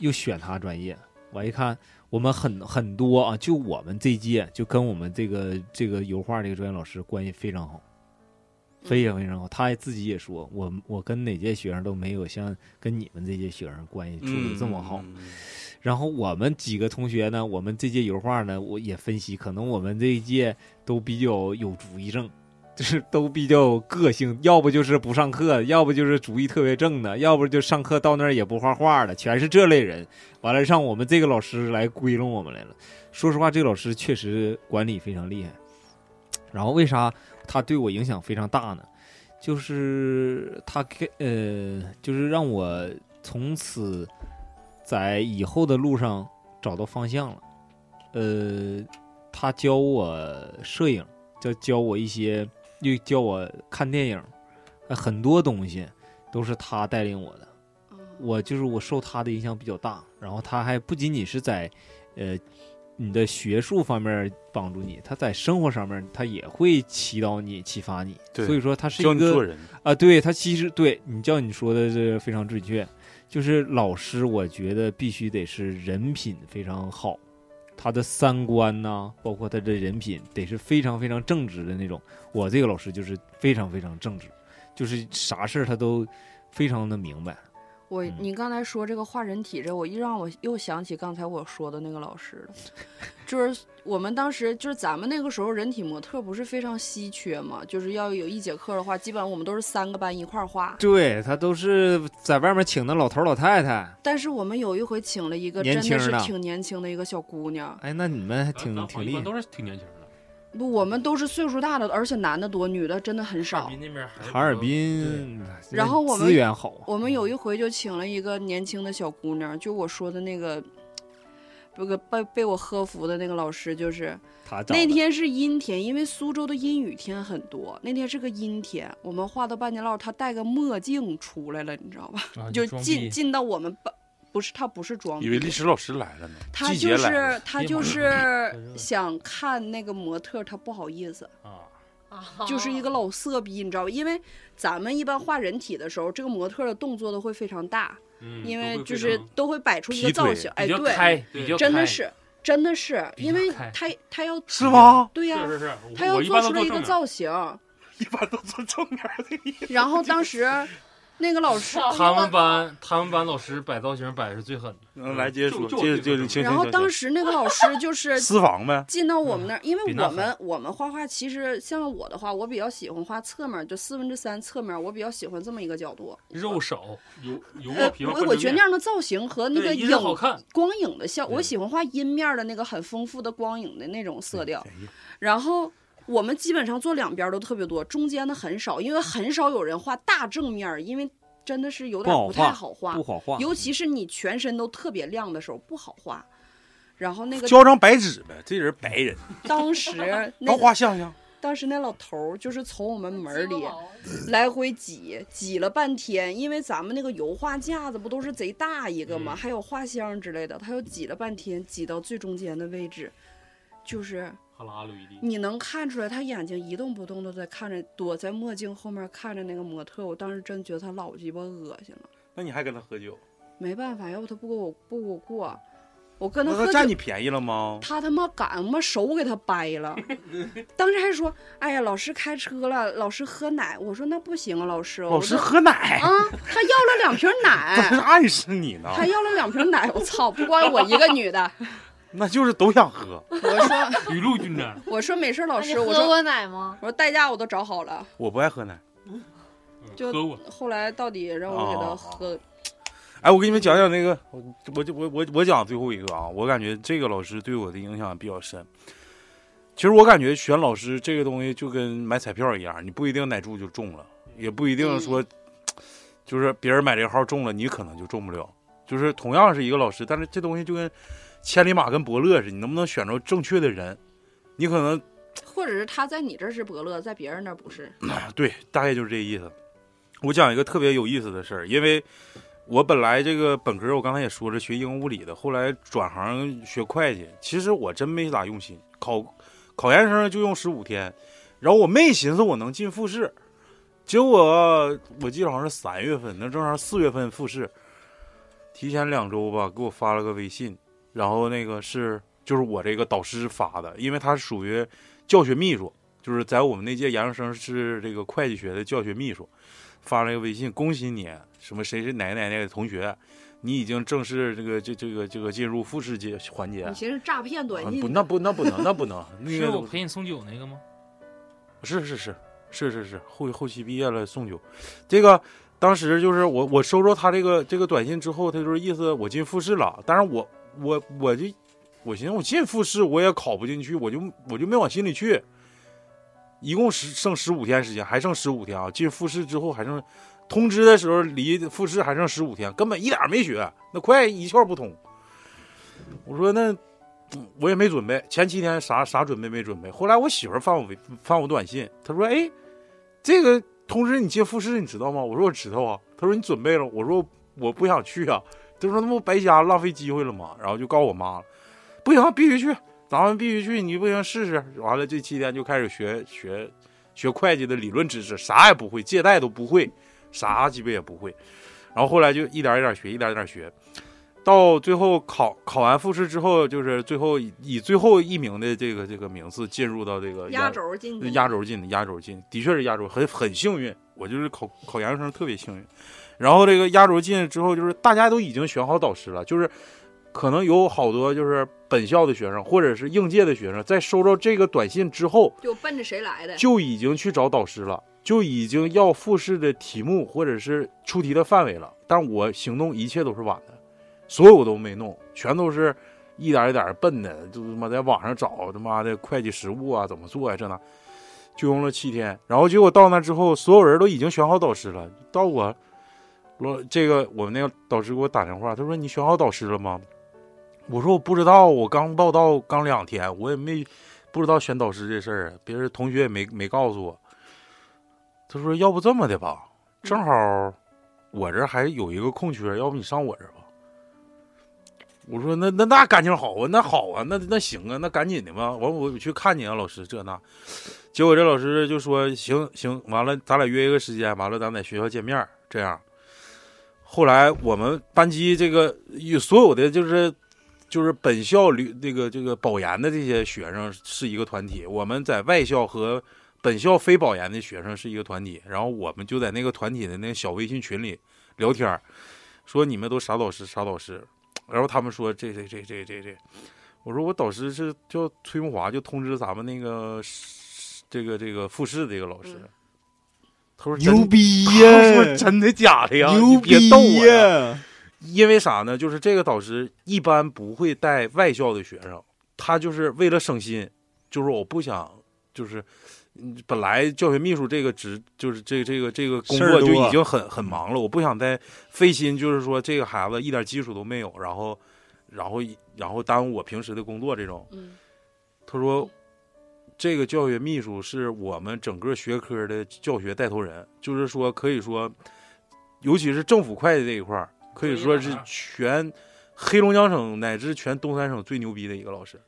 [SPEAKER 6] 又选他专业，我一看我们很很多啊，就我们这一届就跟我们这个这个油画这个专业老师关系非常好。非
[SPEAKER 5] 嗯
[SPEAKER 6] 常非常好，他也自己也说，我我跟哪届学生都没有像跟你们这届学生关系处的这么好。
[SPEAKER 10] 嗯，
[SPEAKER 6] 然后我们几个同学呢，我们这届油画呢，我也分析，可能我们这一届都比较有主意症， 就是都比较有个性，要不就是不上课，要不就是主意特别正的，要不就上课到那儿也不画画的，全是这类人。完了，让我们这个老师来归拢我们来了。说实话，这个老师确实管理非常厉害。然后为啥他对我影响非常大呢？就是他给呃，就是让我从此在以后的路上找到方向了。呃，他教我摄影，教教我一些，又教我看电影，呃很多东西都是他带领我的。我就是我受他的影响比较大，然后他还不仅仅是在，呃，你的学术方面帮助你，他在生活上面他也会祈祷你、启发你。
[SPEAKER 10] 对
[SPEAKER 6] 所以说他是一
[SPEAKER 10] 教
[SPEAKER 6] 个
[SPEAKER 10] 你做人，
[SPEAKER 6] 啊，对他其实对你叫你说的这非常准确，就是老师，我觉得必须得是人品非常好，他的三观呐、包括他的人品得是非常非常正直的那种。我这个老师就是非常非常正直，就是啥事儿他都非常的明白。
[SPEAKER 5] 我
[SPEAKER 6] 嗯
[SPEAKER 5] 你刚才说这个画人体这，我一让我又想起刚才我说的那个老师了， 就是我们当时就是咱们那个时候人体模特不是非常稀缺嘛，就是要有一节课的话，基本上我们都是三个班一块儿画。
[SPEAKER 6] 对他都是在外面请的老头老太太，
[SPEAKER 5] 但是我们有一回请了一个
[SPEAKER 6] 年
[SPEAKER 5] 真
[SPEAKER 6] 轻
[SPEAKER 5] 的
[SPEAKER 6] 人
[SPEAKER 5] 是
[SPEAKER 6] 呢
[SPEAKER 5] 挺年轻的一个小姑娘，
[SPEAKER 6] 哎，那你们还挺
[SPEAKER 8] 咱咱好
[SPEAKER 6] 挺
[SPEAKER 8] 一
[SPEAKER 6] 厉
[SPEAKER 8] 般
[SPEAKER 6] 害。
[SPEAKER 8] 都是挺年轻的，
[SPEAKER 5] 不我们都是岁数大的，而且男的多，女的真的很
[SPEAKER 4] 哈尔
[SPEAKER 5] 少。
[SPEAKER 4] 滨那边还
[SPEAKER 6] 哈尔滨，
[SPEAKER 5] 然后我们
[SPEAKER 6] 资源好啊，
[SPEAKER 5] 我们有一回就请了一个年轻的小姑娘，就我说的那个，这个被被我喝服的那个老师，就是
[SPEAKER 4] 啊
[SPEAKER 6] 他找
[SPEAKER 5] 那
[SPEAKER 6] 的
[SPEAKER 5] 天是阴天，因为苏州的阴雨天很多，那天是个阴天，我们画到半截道，她戴个墨镜出来了，你知道吧？
[SPEAKER 4] 啊
[SPEAKER 5] 就
[SPEAKER 4] 你装
[SPEAKER 5] 进
[SPEAKER 4] 逼
[SPEAKER 5] 进到我们班，不是她不是装逼
[SPEAKER 3] 以为历史老师来了呢，
[SPEAKER 5] 他
[SPEAKER 3] 季
[SPEAKER 5] 就
[SPEAKER 3] 节来
[SPEAKER 5] 是
[SPEAKER 3] 了，哎
[SPEAKER 5] 他
[SPEAKER 4] 别
[SPEAKER 5] 就
[SPEAKER 4] 忙
[SPEAKER 5] 是
[SPEAKER 4] 了
[SPEAKER 5] 想看那个模特，他不好意思，
[SPEAKER 4] 啊，
[SPEAKER 5] 就是一个老色逼，你知道吧？因为咱们一般画人体的时候，这个模特的动作都会非常大，
[SPEAKER 1] 嗯，
[SPEAKER 5] 因
[SPEAKER 1] 都
[SPEAKER 5] 为
[SPEAKER 1] 会
[SPEAKER 5] 就
[SPEAKER 1] 非
[SPEAKER 5] 是
[SPEAKER 1] 常
[SPEAKER 5] 都会摆出一个
[SPEAKER 3] 劈
[SPEAKER 5] 造
[SPEAKER 3] 腿
[SPEAKER 5] 型，哎，
[SPEAKER 4] 比较
[SPEAKER 5] 对，
[SPEAKER 4] 开，比较
[SPEAKER 5] 真的
[SPEAKER 4] 开
[SPEAKER 5] 是，真的是，
[SPEAKER 4] 比
[SPEAKER 5] 因
[SPEAKER 4] 较
[SPEAKER 5] 为
[SPEAKER 4] 开
[SPEAKER 5] 他他要
[SPEAKER 3] 是吗？
[SPEAKER 5] 对呀、
[SPEAKER 1] 是是是，
[SPEAKER 5] 他
[SPEAKER 1] 我
[SPEAKER 5] 要
[SPEAKER 1] 一
[SPEAKER 5] 做
[SPEAKER 1] 般
[SPEAKER 5] 出
[SPEAKER 1] 都做
[SPEAKER 5] 了一个
[SPEAKER 1] 正
[SPEAKER 5] 造型，
[SPEAKER 3] 一般都做正面的，
[SPEAKER 5] 然后当时那个老师，
[SPEAKER 4] 他们
[SPEAKER 5] 哦
[SPEAKER 4] 班他们班老师摆造型摆是最狠的，
[SPEAKER 3] 嗯，来接着说，
[SPEAKER 1] 就
[SPEAKER 3] 接着
[SPEAKER 1] 就这个
[SPEAKER 3] 接着行
[SPEAKER 5] 然后
[SPEAKER 3] 行
[SPEAKER 5] 当
[SPEAKER 3] 行，
[SPEAKER 5] 时那个老师就是
[SPEAKER 3] 私房呗，
[SPEAKER 5] 进到我们
[SPEAKER 1] 嗯
[SPEAKER 5] 那儿，因为
[SPEAKER 4] 比那
[SPEAKER 5] 我们我们画画其实像我的话，我比较喜欢画侧面，就四分之三侧面，我比较喜欢这么一个角度。
[SPEAKER 4] 肉手
[SPEAKER 1] 油油
[SPEAKER 5] 呃
[SPEAKER 1] 爆，皮
[SPEAKER 5] 我我觉得那样的造型和那个
[SPEAKER 4] 对一
[SPEAKER 5] 影
[SPEAKER 4] 是好看，
[SPEAKER 5] 光影的效，我
[SPEAKER 4] 对
[SPEAKER 5] 喜欢画阴面的那个很丰富的光影的那种色调。然后我们基本上做两边都特别多，中间的很少，因为很少有人画大正面，因为真的是有
[SPEAKER 6] 不
[SPEAKER 5] 点
[SPEAKER 6] 好
[SPEAKER 5] 不太
[SPEAKER 6] 画
[SPEAKER 5] 好画
[SPEAKER 6] 不，好画，
[SPEAKER 5] 尤其是你全身都特别亮的时候不好画。然后那个
[SPEAKER 3] 交张白纸呗，这人白人，
[SPEAKER 5] 当 时那个
[SPEAKER 3] 能画像像，
[SPEAKER 5] 当时那老头儿就是从我们门儿里
[SPEAKER 17] 毛
[SPEAKER 5] 来回挤，挤了半天，因为咱们那个油画架子不都是贼大一个
[SPEAKER 3] 嗯
[SPEAKER 5] 吗？还有画箱之类的，他又挤了半天，挤到最中间的位置，就是
[SPEAKER 1] 哈喇溜一地，
[SPEAKER 5] 你能看出来他眼睛一动不动的在看着，躲在墨镜后面看着那个模特。我当时真觉得他老鸡巴恶心了，
[SPEAKER 3] 那你还跟他喝酒？
[SPEAKER 5] 没办法，要不他不给我不给我过，我跟他
[SPEAKER 3] 那
[SPEAKER 5] 喝
[SPEAKER 3] 他
[SPEAKER 5] 酒
[SPEAKER 3] 占你便宜了吗？
[SPEAKER 5] 他他妈敢，我妈手给他掰 了。当时还说：“哎呀，老师开车了，老师喝奶。”我说：“那不行啊，老师。”
[SPEAKER 3] 老师喝奶，
[SPEAKER 5] 啊，他要了两瓶
[SPEAKER 3] 他是
[SPEAKER 5] 奶，
[SPEAKER 3] 暗示你呢，
[SPEAKER 5] 哎他要了两瓶奶。我操，不光我一个女的。
[SPEAKER 3] 那就是都想喝。
[SPEAKER 5] 我说
[SPEAKER 1] 雨露均沾。
[SPEAKER 5] 我说没事，
[SPEAKER 9] 那
[SPEAKER 5] 老
[SPEAKER 9] 你
[SPEAKER 5] 师，
[SPEAKER 9] 喝
[SPEAKER 5] 我说我
[SPEAKER 9] 过奶吗？
[SPEAKER 5] 说代驾我都找好了。
[SPEAKER 3] 我不爱喝奶。
[SPEAKER 5] 就
[SPEAKER 1] 喝过，
[SPEAKER 5] 后来到底让我给他
[SPEAKER 3] 哦
[SPEAKER 5] 喝，
[SPEAKER 3] 哎，我给你们讲讲那个，我我就我我我讲最后一个啊，我感觉这个老师对我的影响比较深。其实我感觉选老师这个东西就跟买彩票一样，你不一定哪注就中了，也不一定说，就是别人买这个号中了，你可能就中不了。就是同样是一个老师，但是这东西就跟千里马跟伯乐似的，你能不能选着正确的人，你可能
[SPEAKER 5] 或者是他在你这儿是伯乐，在别人那儿不是。
[SPEAKER 3] 对，大概就是这意思。我讲一个特别有意思的事儿，因为我本来这个本科我刚才也说了，学英语物理的，后来转行学会计。其实我真没咋用心，考考研生就用十五天，然后我没寻思我能进复试，结果我记得好像是三月份，那正好四月份复试，提 前两周吧，给我发了个微信，然后那个是就是我这个导师发的，因为他属于教学秘书，就是在我们那届研究生是这个会计学的教学秘书，发了一个微信，恭喜你，什么谁是哪个哪个哪个同学，你已经正式这个这这个这个进入复试阶环节。
[SPEAKER 5] 你寻思诈骗短
[SPEAKER 3] 啊
[SPEAKER 5] 信
[SPEAKER 3] 不，？那不那不能，那不 能，那
[SPEAKER 4] 是
[SPEAKER 3] 个
[SPEAKER 4] 我陪你送酒那个吗？
[SPEAKER 3] 是是是是是是，后后期毕业了送酒，这个当时就是我我收着他这个这个短信之后，他就是意思我进复试了，但是我我我就我寻思我进复试我也考不进去，我就我就没往心里去。一共十剩十五天时间，还剩十五天啊！进复试之后还剩，通知的时候离复试还剩十五天，根本一点儿没学，那快一窍不通。我说那嗯我也没准备，前七天啥啥准备没准备。后来我媳妇儿发我微发我短信，她说：“哎，这个通知你进复试，你知道吗？”我说：“我知道啊。”她说：“你准备了？”我说：“我不想去啊。”她说：“那不白瞎浪费机会了吗？”然后就告我妈了，不行，必须去，咱们必须去，你不行试试。完了，这七天就开始学学学会计的理论知识，啥也不会，借贷都不会，啥鸡巴也不会。然后后来就一点儿一点儿学，一点儿一点儿学。到最后考考完复试之后，就是最后以以最后一名的这个这个名次进入到这个
[SPEAKER 5] 压轴进去，
[SPEAKER 3] 压轴进的，压轴进，的确是压轴，很很幸运。我就是考考研究生特别幸运。然后这个压轴进之后，就是大家都已经选好导师了，就是可能有好多就是本校的学生或者是应届的学生，在收到这个短信之后，
[SPEAKER 5] 就奔着谁来的？
[SPEAKER 3] 就已经去找导师了，就已经要复试的题目或者是出题的范围了。但我行动一切都是晚的，所有都没弄，全都是一点一点笨的，就他妈在网上找他妈的会计实务啊，怎么做呀、这那，就用了七天。然后结果到那之后，所有人都已经选好导师了。到我，我这个我们那个导师给我打电话，他说你选好导师了吗？我说我不知道，我刚报到刚两天，我也没不知道选导师这事儿，别人同学也没没告诉我。他说要不这么的吧，正好我这儿还有一个空缺，要不你上我这儿吧。我说那那那感情好啊，那好啊，那那行啊，那赶紧的吧。完我去看你啊，老师这那。结果这老师就说行行，完了咱俩约一个时间，完了咱在学校见面儿这样。后来我们班级这个有所有的就是就是本校旅这个这个保研的这些学生是一个团体，我们在外校和本校非保研的学生是一个团体，然后我们就在那个团体的那个小微信群里聊天儿，说你们都啥导师啥导师，然后他们说这这这这这这，我说我导师是叫崔木华，就通知咱们那个是这个这个复试这个老师，他说真
[SPEAKER 6] 牛逼
[SPEAKER 3] 他说
[SPEAKER 6] 呀！
[SPEAKER 3] 真的假的呀？
[SPEAKER 6] 牛
[SPEAKER 3] 你别
[SPEAKER 6] 逼
[SPEAKER 3] 逗我呀！
[SPEAKER 6] 呀！
[SPEAKER 3] 因为啥呢？就是这个导师一般不会带外校的学生，他就是为了省心，就是我不想，就是嗯本来教学秘书这个职，就是这这个这个工
[SPEAKER 6] 事儿
[SPEAKER 3] 作就
[SPEAKER 6] 多
[SPEAKER 3] 已经很很忙了，我不想再费心，就是说这个孩子一点基础都没有，然后然后然后耽误我平时的工作这种。
[SPEAKER 5] 嗯
[SPEAKER 3] 他说，这个教学秘书是我们整个学科的教学带头人，就是说可以说，尤其是政府会计这一块儿，可以说是全黑龙江省乃至全东三省最牛逼的一个老师。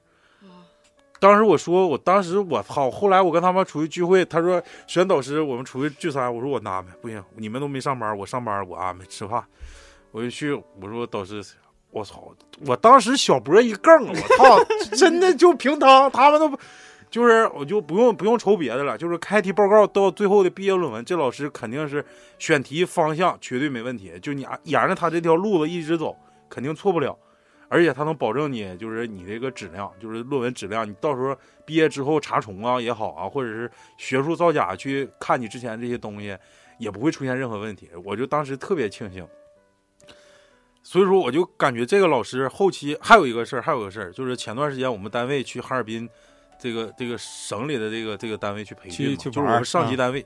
[SPEAKER 3] 当时我说，我当时我操！后来我跟他们出去聚会，他说选导师，我们出去聚餐。我说我安排不行，你们都没上班，我上班我安排吃饭。我就去，我说导师，我操！我当时小脖一梗，我操！ 真的就凭他，他们都不，就是我就不用不用愁别的了，就是开题报告到最后的毕业论文，这老师肯定是选题方向绝对没问题，就你啊沿着他这条路子一直走，肯定错不了。而且他能保证你，就是你这个质量，就是论文质量。你到时候毕业之后查重啊也好啊，或者是学术造假去看你之前这些东西，也不会出现任何问题。我就当时特别庆幸，所以说我就感觉这个老师后期还有一个事儿，还有一个事儿，就是前段时间我们单位去哈尔滨，这个这个省里的这个这个单位去培训嘛，
[SPEAKER 6] 去去
[SPEAKER 3] 就是
[SPEAKER 6] 玩
[SPEAKER 3] 我
[SPEAKER 6] 儿
[SPEAKER 3] 们上级
[SPEAKER 6] 啊
[SPEAKER 3] 单位，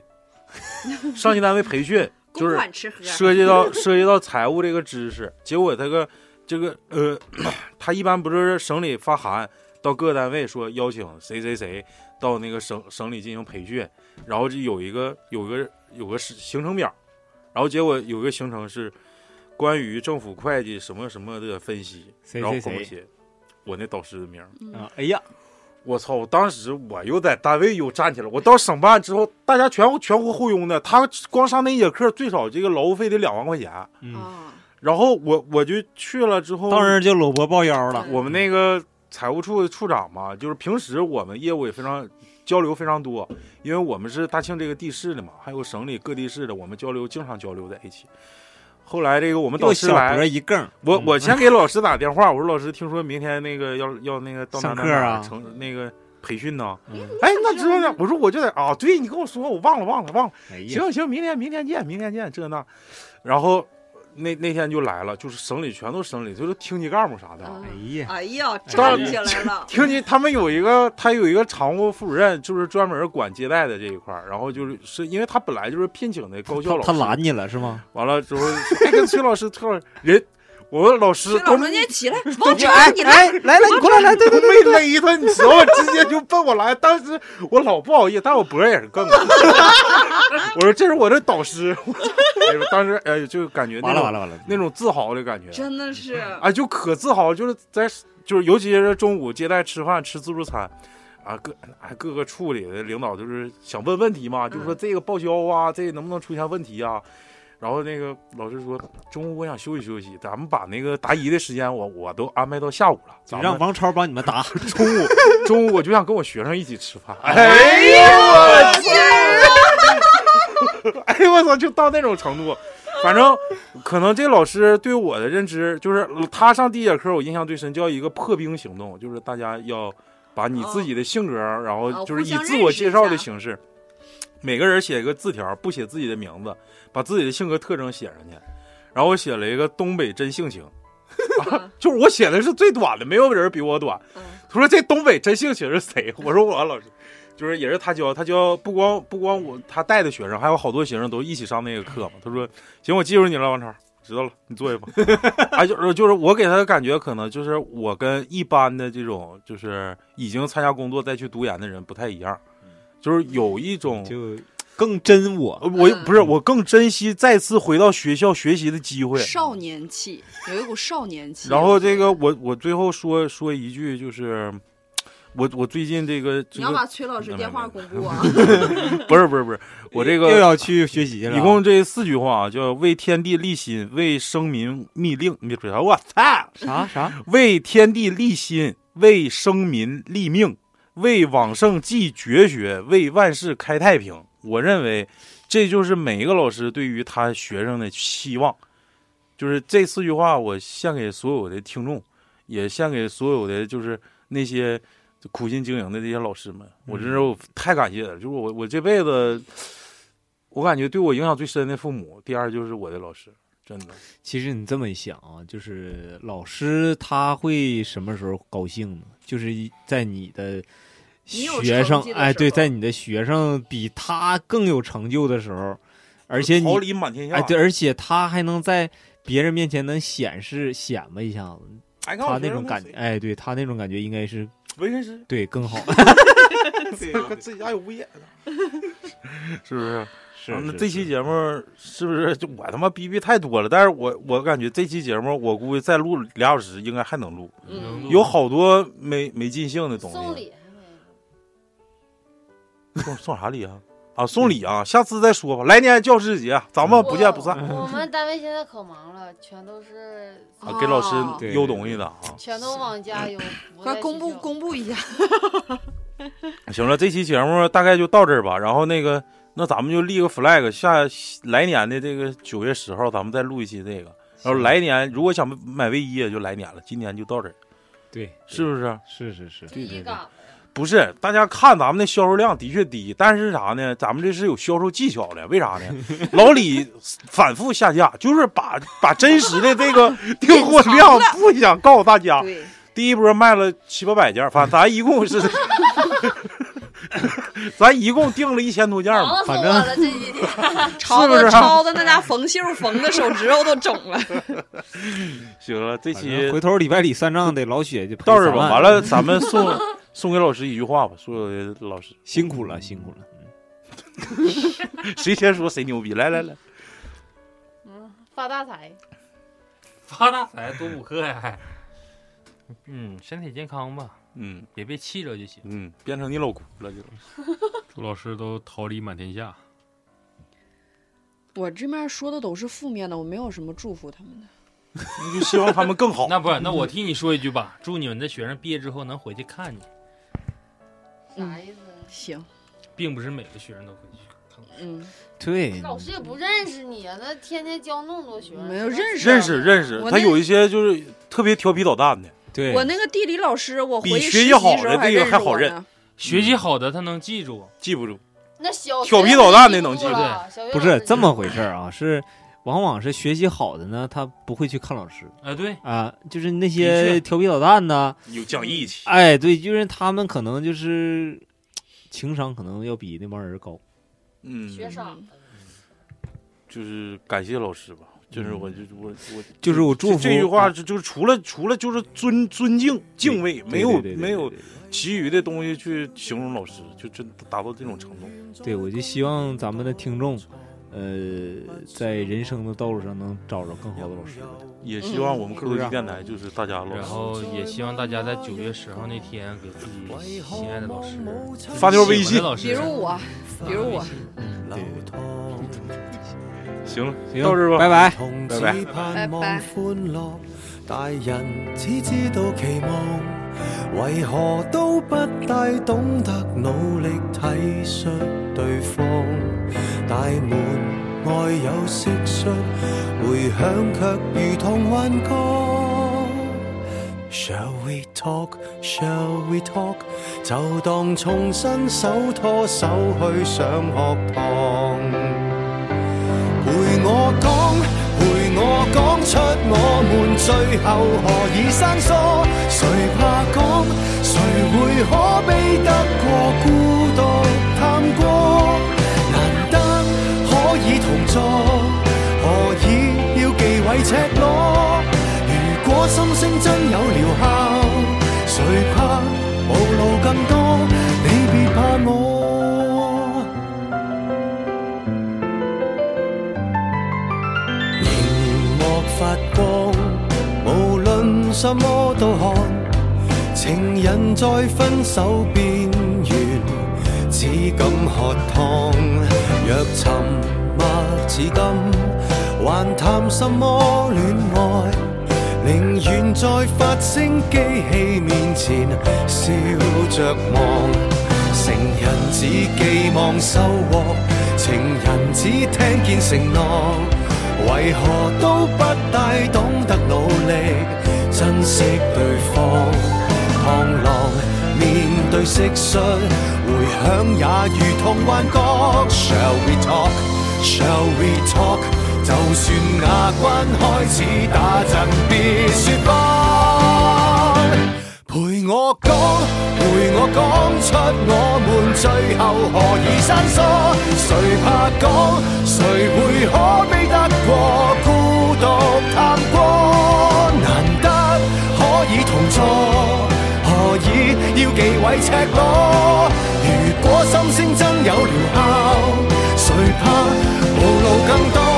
[SPEAKER 3] 上级单位培训就
[SPEAKER 5] 公
[SPEAKER 3] 是
[SPEAKER 5] 款吃喝，
[SPEAKER 3] 涉及 到涉及到财务这个知识，结果这个这个呃， 他一般不是省里发函到各个单位说邀请谁谁谁到那个省省里进行培训，然后就有一个有个有个是行程表，然后结果有个行程是关于政府会计什么什么的分析，
[SPEAKER 6] 谁
[SPEAKER 3] 然后
[SPEAKER 6] 谁
[SPEAKER 3] 给我
[SPEAKER 6] 谁
[SPEAKER 3] 写我那导师的名儿。
[SPEAKER 6] 啊！哎呀，
[SPEAKER 3] 我操！我当时我又在单位又站起来，我到省办之后，大家全全乎后拥的，他光上那一节课最少这个劳务费得两万块钱。
[SPEAKER 6] 嗯，
[SPEAKER 5] 啊，
[SPEAKER 3] 然后我我就去了之后，
[SPEAKER 6] 当时就搂脖抱腰了。
[SPEAKER 3] 我们那个财务处的处长嘛，就是平时我们业务也非常交流非常多，因为我们是大庆这个地市的嘛，还有省里各地市的，我们交流经常交流在一起。后来这个我们导
[SPEAKER 6] 又
[SPEAKER 3] 师
[SPEAKER 6] 小脖
[SPEAKER 3] 来，
[SPEAKER 6] 一梗，
[SPEAKER 3] 我
[SPEAKER 6] 嗯
[SPEAKER 3] 我先给老师打电话，我说老师，听说明天那个要要那个到哪
[SPEAKER 6] 上
[SPEAKER 3] 哪
[SPEAKER 6] 课啊
[SPEAKER 3] 哪成那个培训呢？
[SPEAKER 6] 嗯
[SPEAKER 3] 哎，那知道了。我说我就在啊，对你跟我说，我忘了忘了忘了。
[SPEAKER 6] 哎呀，
[SPEAKER 3] 行行，明天明天见，明天见，这那，然后那那天就来了，就是省里全都省里，就是厅级干部啥的啊。
[SPEAKER 5] 啊
[SPEAKER 6] 哎呀，
[SPEAKER 5] 哎呀，
[SPEAKER 3] 当
[SPEAKER 5] 站起来了，
[SPEAKER 3] 厅级他们有一个，他有一个常务副主任，就是专门管接待的这一块儿然后就是是因为他本来就是聘请的高校
[SPEAKER 6] 他
[SPEAKER 3] 老师，
[SPEAKER 6] 他拦你了是吗？
[SPEAKER 3] 完了之后，哎，跟崔老师，崔老师人，我说老师，
[SPEAKER 5] 崔
[SPEAKER 3] 都哎
[SPEAKER 5] 老师，
[SPEAKER 3] 没
[SPEAKER 5] 你起来， 王成，你来，
[SPEAKER 6] 哎来来，你过来来，对
[SPEAKER 3] 都
[SPEAKER 6] 对对，
[SPEAKER 3] 没勒他，你知道吗？直接就奔我来，当时我老不好意思，但我脖也是梗 的。我说这是我的导师， 我说哎呦，当时哎呦就感觉那
[SPEAKER 6] 完了
[SPEAKER 3] 种
[SPEAKER 6] 完了完了，
[SPEAKER 3] 那种自豪的感觉，
[SPEAKER 5] 真的是，
[SPEAKER 3] 啊，就可自豪，就是在就是尤其是中午接待吃饭吃自助餐，啊各哎各个处里的领导就是想问问题嘛，就是说这个报销啊，这个能不能出现问题啊？然后那个老师说，中午我想休息休息，咱们把那个答疑的时间我我都安排到下午了，咱
[SPEAKER 6] 你
[SPEAKER 3] 们
[SPEAKER 6] 让王超帮你们答。
[SPEAKER 3] 中午中午我就想跟我学生一起吃饭，哎呦我
[SPEAKER 2] 啊
[SPEAKER 3] 操！ 哎呦我操，就到那种程度。反正可能这老师对我的认知就是，他上第一节课我印象最深，叫一个破冰行动，就是大家要把你自己的性格，然后就是以自我介绍的形式，每个人写一个字条，不写自己的名字，把自己的性格特征写上去。然后我写了一个东北真性情，啊就是我写的是最短的，没有人比我短。他说这东北真性情是谁？我说我老师，就是也是他教，他教不光不光我他带的学生，还有好多学生都一起上那个课嘛。他说行，我记住你了，王超，知道了，你作业 吧。哎，就是就是我给他的感觉，可能就是我跟一般的这种就是已经参加工作再去读研的人不太一样，就是有一种
[SPEAKER 6] 嗯就更真我。
[SPEAKER 3] 呃我不是我更珍惜再次回到学校学习的机会。
[SPEAKER 5] 少年气，有一股少年气。
[SPEAKER 3] 然后这个我我最后说说一句，就是我我最近这个
[SPEAKER 5] 你
[SPEAKER 3] 这
[SPEAKER 5] 要把
[SPEAKER 3] 个
[SPEAKER 5] 崔老师电话公布啊！
[SPEAKER 3] 不是不是不是我这
[SPEAKER 6] 又
[SPEAKER 3] 个
[SPEAKER 6] 要去学习了啊，
[SPEAKER 3] 一共这四句话啊，叫为天地立心，为生民密啊令。你别说，我操！
[SPEAKER 6] 啊啥啥
[SPEAKER 3] 为天地立心，为生民立命，为往圣继绝学，为万世开太平。我认为，这就是每一个老师对于他学生的期望。就是这四句话，我献给所有的听众，也献给所有的就是那些苦心经营的这些老师们。我真是我太感谢了，就是我我这辈子，我感觉对我影响最深的父母，第二就是我的老师，真的。
[SPEAKER 6] 其实你这么一想啊，就是老师他会什么时候高兴呢？就是一在你的
[SPEAKER 5] 你有
[SPEAKER 6] 学生
[SPEAKER 5] 成绩，的
[SPEAKER 6] 哎，
[SPEAKER 5] 时
[SPEAKER 6] 对，
[SPEAKER 5] 候
[SPEAKER 6] 在你的学生比他更有成就的时候，而且
[SPEAKER 3] 桃
[SPEAKER 6] 你
[SPEAKER 3] 李满天下，
[SPEAKER 6] 哎，对，而且他还能在别人面前能显示显摆一下子，
[SPEAKER 3] 还看我
[SPEAKER 6] 他
[SPEAKER 3] 学
[SPEAKER 6] 那
[SPEAKER 3] 生
[SPEAKER 6] 种
[SPEAKER 3] 不
[SPEAKER 6] 感
[SPEAKER 3] 谁
[SPEAKER 6] 觉，哎，对他那种感觉应该是
[SPEAKER 3] 纹身师，
[SPEAKER 6] 对更好，
[SPEAKER 3] 自己家有物业， 是不是？
[SPEAKER 6] 是
[SPEAKER 3] 啊那这期节目是不是就我他妈逼逼太多了？但是我我感觉这期节目我估计再录俩小时应该还能录，
[SPEAKER 5] 嗯，
[SPEAKER 3] 有好多没没尽兴的东西。
[SPEAKER 9] 送礼
[SPEAKER 3] 送送啥礼啊？啊，送礼啊！下次再说吧。来年教师节啊咱
[SPEAKER 10] 啊
[SPEAKER 3] 们不见不散
[SPEAKER 9] 还 没我们单位现在可忙了，全都是
[SPEAKER 3] 啊！给老
[SPEAKER 5] 哦
[SPEAKER 3] 师邮东西的啊。
[SPEAKER 9] 全都往家 邮，不
[SPEAKER 5] 快
[SPEAKER 9] 在
[SPEAKER 5] 公布
[SPEAKER 9] 学校
[SPEAKER 5] 公布一 下，
[SPEAKER 3] 行了，这期节目大概就到这儿吧。然后那个，那咱们就立个 flag，下来年的这个九月十号，咱们再录一期这个。然后来年如果想买卫衣，也就来年了。今年就到这儿，
[SPEAKER 6] 对，
[SPEAKER 3] 是不是？
[SPEAKER 6] 是是是，
[SPEAKER 9] 第一岗
[SPEAKER 3] 不是，大家看咱们的销售量的确低，但是啥呢？咱们这是有销售技巧的，为啥呢？老李反复下架，就是把把真实的 这个订货量不想告诉 大家。
[SPEAKER 5] 对，
[SPEAKER 3] 第一波卖了七八百件儿，反正咱一共是，咱一共订了一千多件儿嘛。
[SPEAKER 9] 忙死
[SPEAKER 6] 反
[SPEAKER 9] 我
[SPEAKER 6] 正
[SPEAKER 9] 了这几天。
[SPEAKER 5] 超
[SPEAKER 3] 是不是
[SPEAKER 5] 子
[SPEAKER 3] 啊
[SPEAKER 5] 超子那家缝袖缝的手指头都肿 了。
[SPEAKER 3] 行了，这
[SPEAKER 6] 反
[SPEAKER 3] 期
[SPEAKER 6] 正回头礼拜里算账得老雪就赔
[SPEAKER 3] 到这儿
[SPEAKER 6] 三
[SPEAKER 3] 吧。
[SPEAKER 6] 万
[SPEAKER 3] 完了，咱们送送给老师一句话吧，所有的老师，
[SPEAKER 6] 辛苦了辛苦了，
[SPEAKER 3] 谁先说谁牛逼。来来来，
[SPEAKER 9] 嗯发大财，
[SPEAKER 4] 发大财，多补课 呀！还
[SPEAKER 6] 嗯，
[SPEAKER 4] 身体健康吧，
[SPEAKER 3] 嗯
[SPEAKER 4] 别被气着就行。
[SPEAKER 3] 嗯，变成你老姑了就。
[SPEAKER 18] 祝老师都桃李满天下。
[SPEAKER 5] 我这面说的都是负面的，我没有什么祝福他们的。
[SPEAKER 3] 你就希望他们更好。
[SPEAKER 4] 那不是，那我替你说一句吧，祝你们的学生毕业之后能回去看你，
[SPEAKER 5] 嗯
[SPEAKER 9] 啥意思？
[SPEAKER 5] 行，
[SPEAKER 4] 并不是每个学生都回去看你。
[SPEAKER 5] 嗯，
[SPEAKER 10] 哎
[SPEAKER 6] 对，
[SPEAKER 9] 老师也不认识你啊，那天天教那么多学生，
[SPEAKER 5] 没有认
[SPEAKER 9] 啊
[SPEAKER 5] 识啊
[SPEAKER 3] 认识认识
[SPEAKER 5] 我，那嗯
[SPEAKER 3] 他有一些就是特别调皮捣蛋的，
[SPEAKER 6] 对，
[SPEAKER 5] 我那个地理老师，我回
[SPEAKER 3] 比
[SPEAKER 5] 去
[SPEAKER 3] 学
[SPEAKER 5] 实
[SPEAKER 3] 习
[SPEAKER 5] 习
[SPEAKER 3] 好
[SPEAKER 5] 时
[SPEAKER 3] 的
[SPEAKER 5] 候还
[SPEAKER 3] 这个
[SPEAKER 5] 认识
[SPEAKER 3] 还好
[SPEAKER 5] 我
[SPEAKER 3] 认
[SPEAKER 5] 呢。
[SPEAKER 4] 学习好的他能记住，
[SPEAKER 3] 记不住。
[SPEAKER 9] 那
[SPEAKER 5] 哦
[SPEAKER 9] 小
[SPEAKER 3] 调皮捣蛋那能记
[SPEAKER 9] 住
[SPEAKER 3] 住
[SPEAKER 9] 了，小学
[SPEAKER 6] 不
[SPEAKER 9] 老
[SPEAKER 6] 是
[SPEAKER 9] 师
[SPEAKER 6] 这么回事儿啊，是往往是学习好的呢，他不会去看老师
[SPEAKER 4] 啊、对，
[SPEAKER 6] 啊，就是那
[SPEAKER 4] 的
[SPEAKER 6] 些
[SPEAKER 4] 确
[SPEAKER 6] 调皮捣蛋的，
[SPEAKER 3] 有讲义气，
[SPEAKER 6] 哎，对，就是他们可能就是情商可能要比那帮人高，
[SPEAKER 3] 嗯，
[SPEAKER 9] 学傻了。
[SPEAKER 3] 就是感谢老师吧。就是我，就我我，
[SPEAKER 6] 嗯就是我祝
[SPEAKER 3] 这
[SPEAKER 6] 福嗯
[SPEAKER 3] 这句话，就就是除了除了就是尊尊敬敬畏，没有
[SPEAKER 6] 对对对对
[SPEAKER 3] 没有
[SPEAKER 6] 对对
[SPEAKER 3] 其余的东西去形容老师，就真达到这种程度。
[SPEAKER 6] 对对，我就希望咱们的听众，呃，在人生的道路上能找着更好的老师。
[SPEAKER 3] 也希望我们科罗基电台就是大家
[SPEAKER 4] 然
[SPEAKER 3] 老师
[SPEAKER 4] 后也希望大家在九月十号那天给自己心爱的老师
[SPEAKER 3] 发条微信
[SPEAKER 4] 喜欢的。老师，
[SPEAKER 5] 比如我，比如我，
[SPEAKER 6] 对对对，
[SPEAKER 3] 行了，
[SPEAKER 6] 嗯行，
[SPEAKER 3] 到这儿吧
[SPEAKER 6] 拜拜。
[SPEAKER 2] 同
[SPEAKER 3] 拜
[SPEAKER 2] 志
[SPEAKER 3] 拜
[SPEAKER 2] 盼望
[SPEAKER 5] 拜拜
[SPEAKER 2] 歡樂，大人只知道期望，為何都不大懂得努力體恤對方？大門外有蟋蟀，回響卻如同幻覺。Shall we talk? Shall we talk? 就當重新手拖手去上學堂。陪我講，陪我講出我們最後何以生疏？誰怕講？誰會可悲得過孤獨探戈？難得可以同坐，何以要忌諱赤裸？如果心聲真有療效，誰怕暴露更多？你別怕我。熒幕發光，無論什麼都看。情人在分手邊緣，只敢喝湯。若沉默似金，還談什麼戀愛？寧願在發聲機器面前笑着望。成人只寄望收穫，情人只聽見承諾。為何都不大懂得努力珍惜對方？螳螂面對蟋蟀，回響也如同幻覺。Shall we talk? Shall we talk? 就算那關開始打陣，別説謊。陪我講，陪我講出我們最後何以生疏？誰怕講？誰會可比得過孤獨探戈？難得可以同坐，何以要忌諱赤裸？如果心聲真有療效，誰怕暴露更多？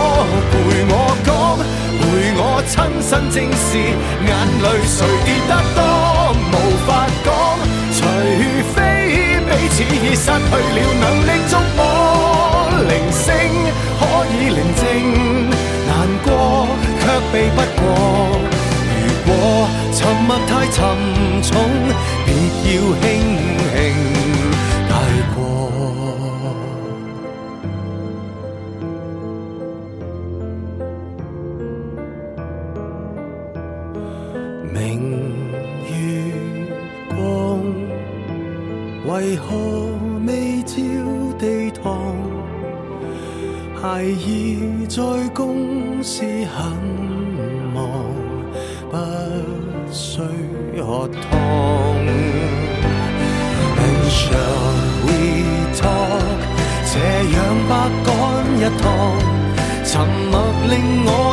[SPEAKER 2] 陪我講，陪我親身正視，眼淚誰跌得多？無法講，除非彼此已失去了能力觸摸，鈴聲可以寧靜，難過卻避不過。如果沉默太沉重，別要輕輕帶過。明月光，為何未照地堂？孩兒在公司很忙，不需喝湯。And shall we talk？這樣百趕一趟，沉默令我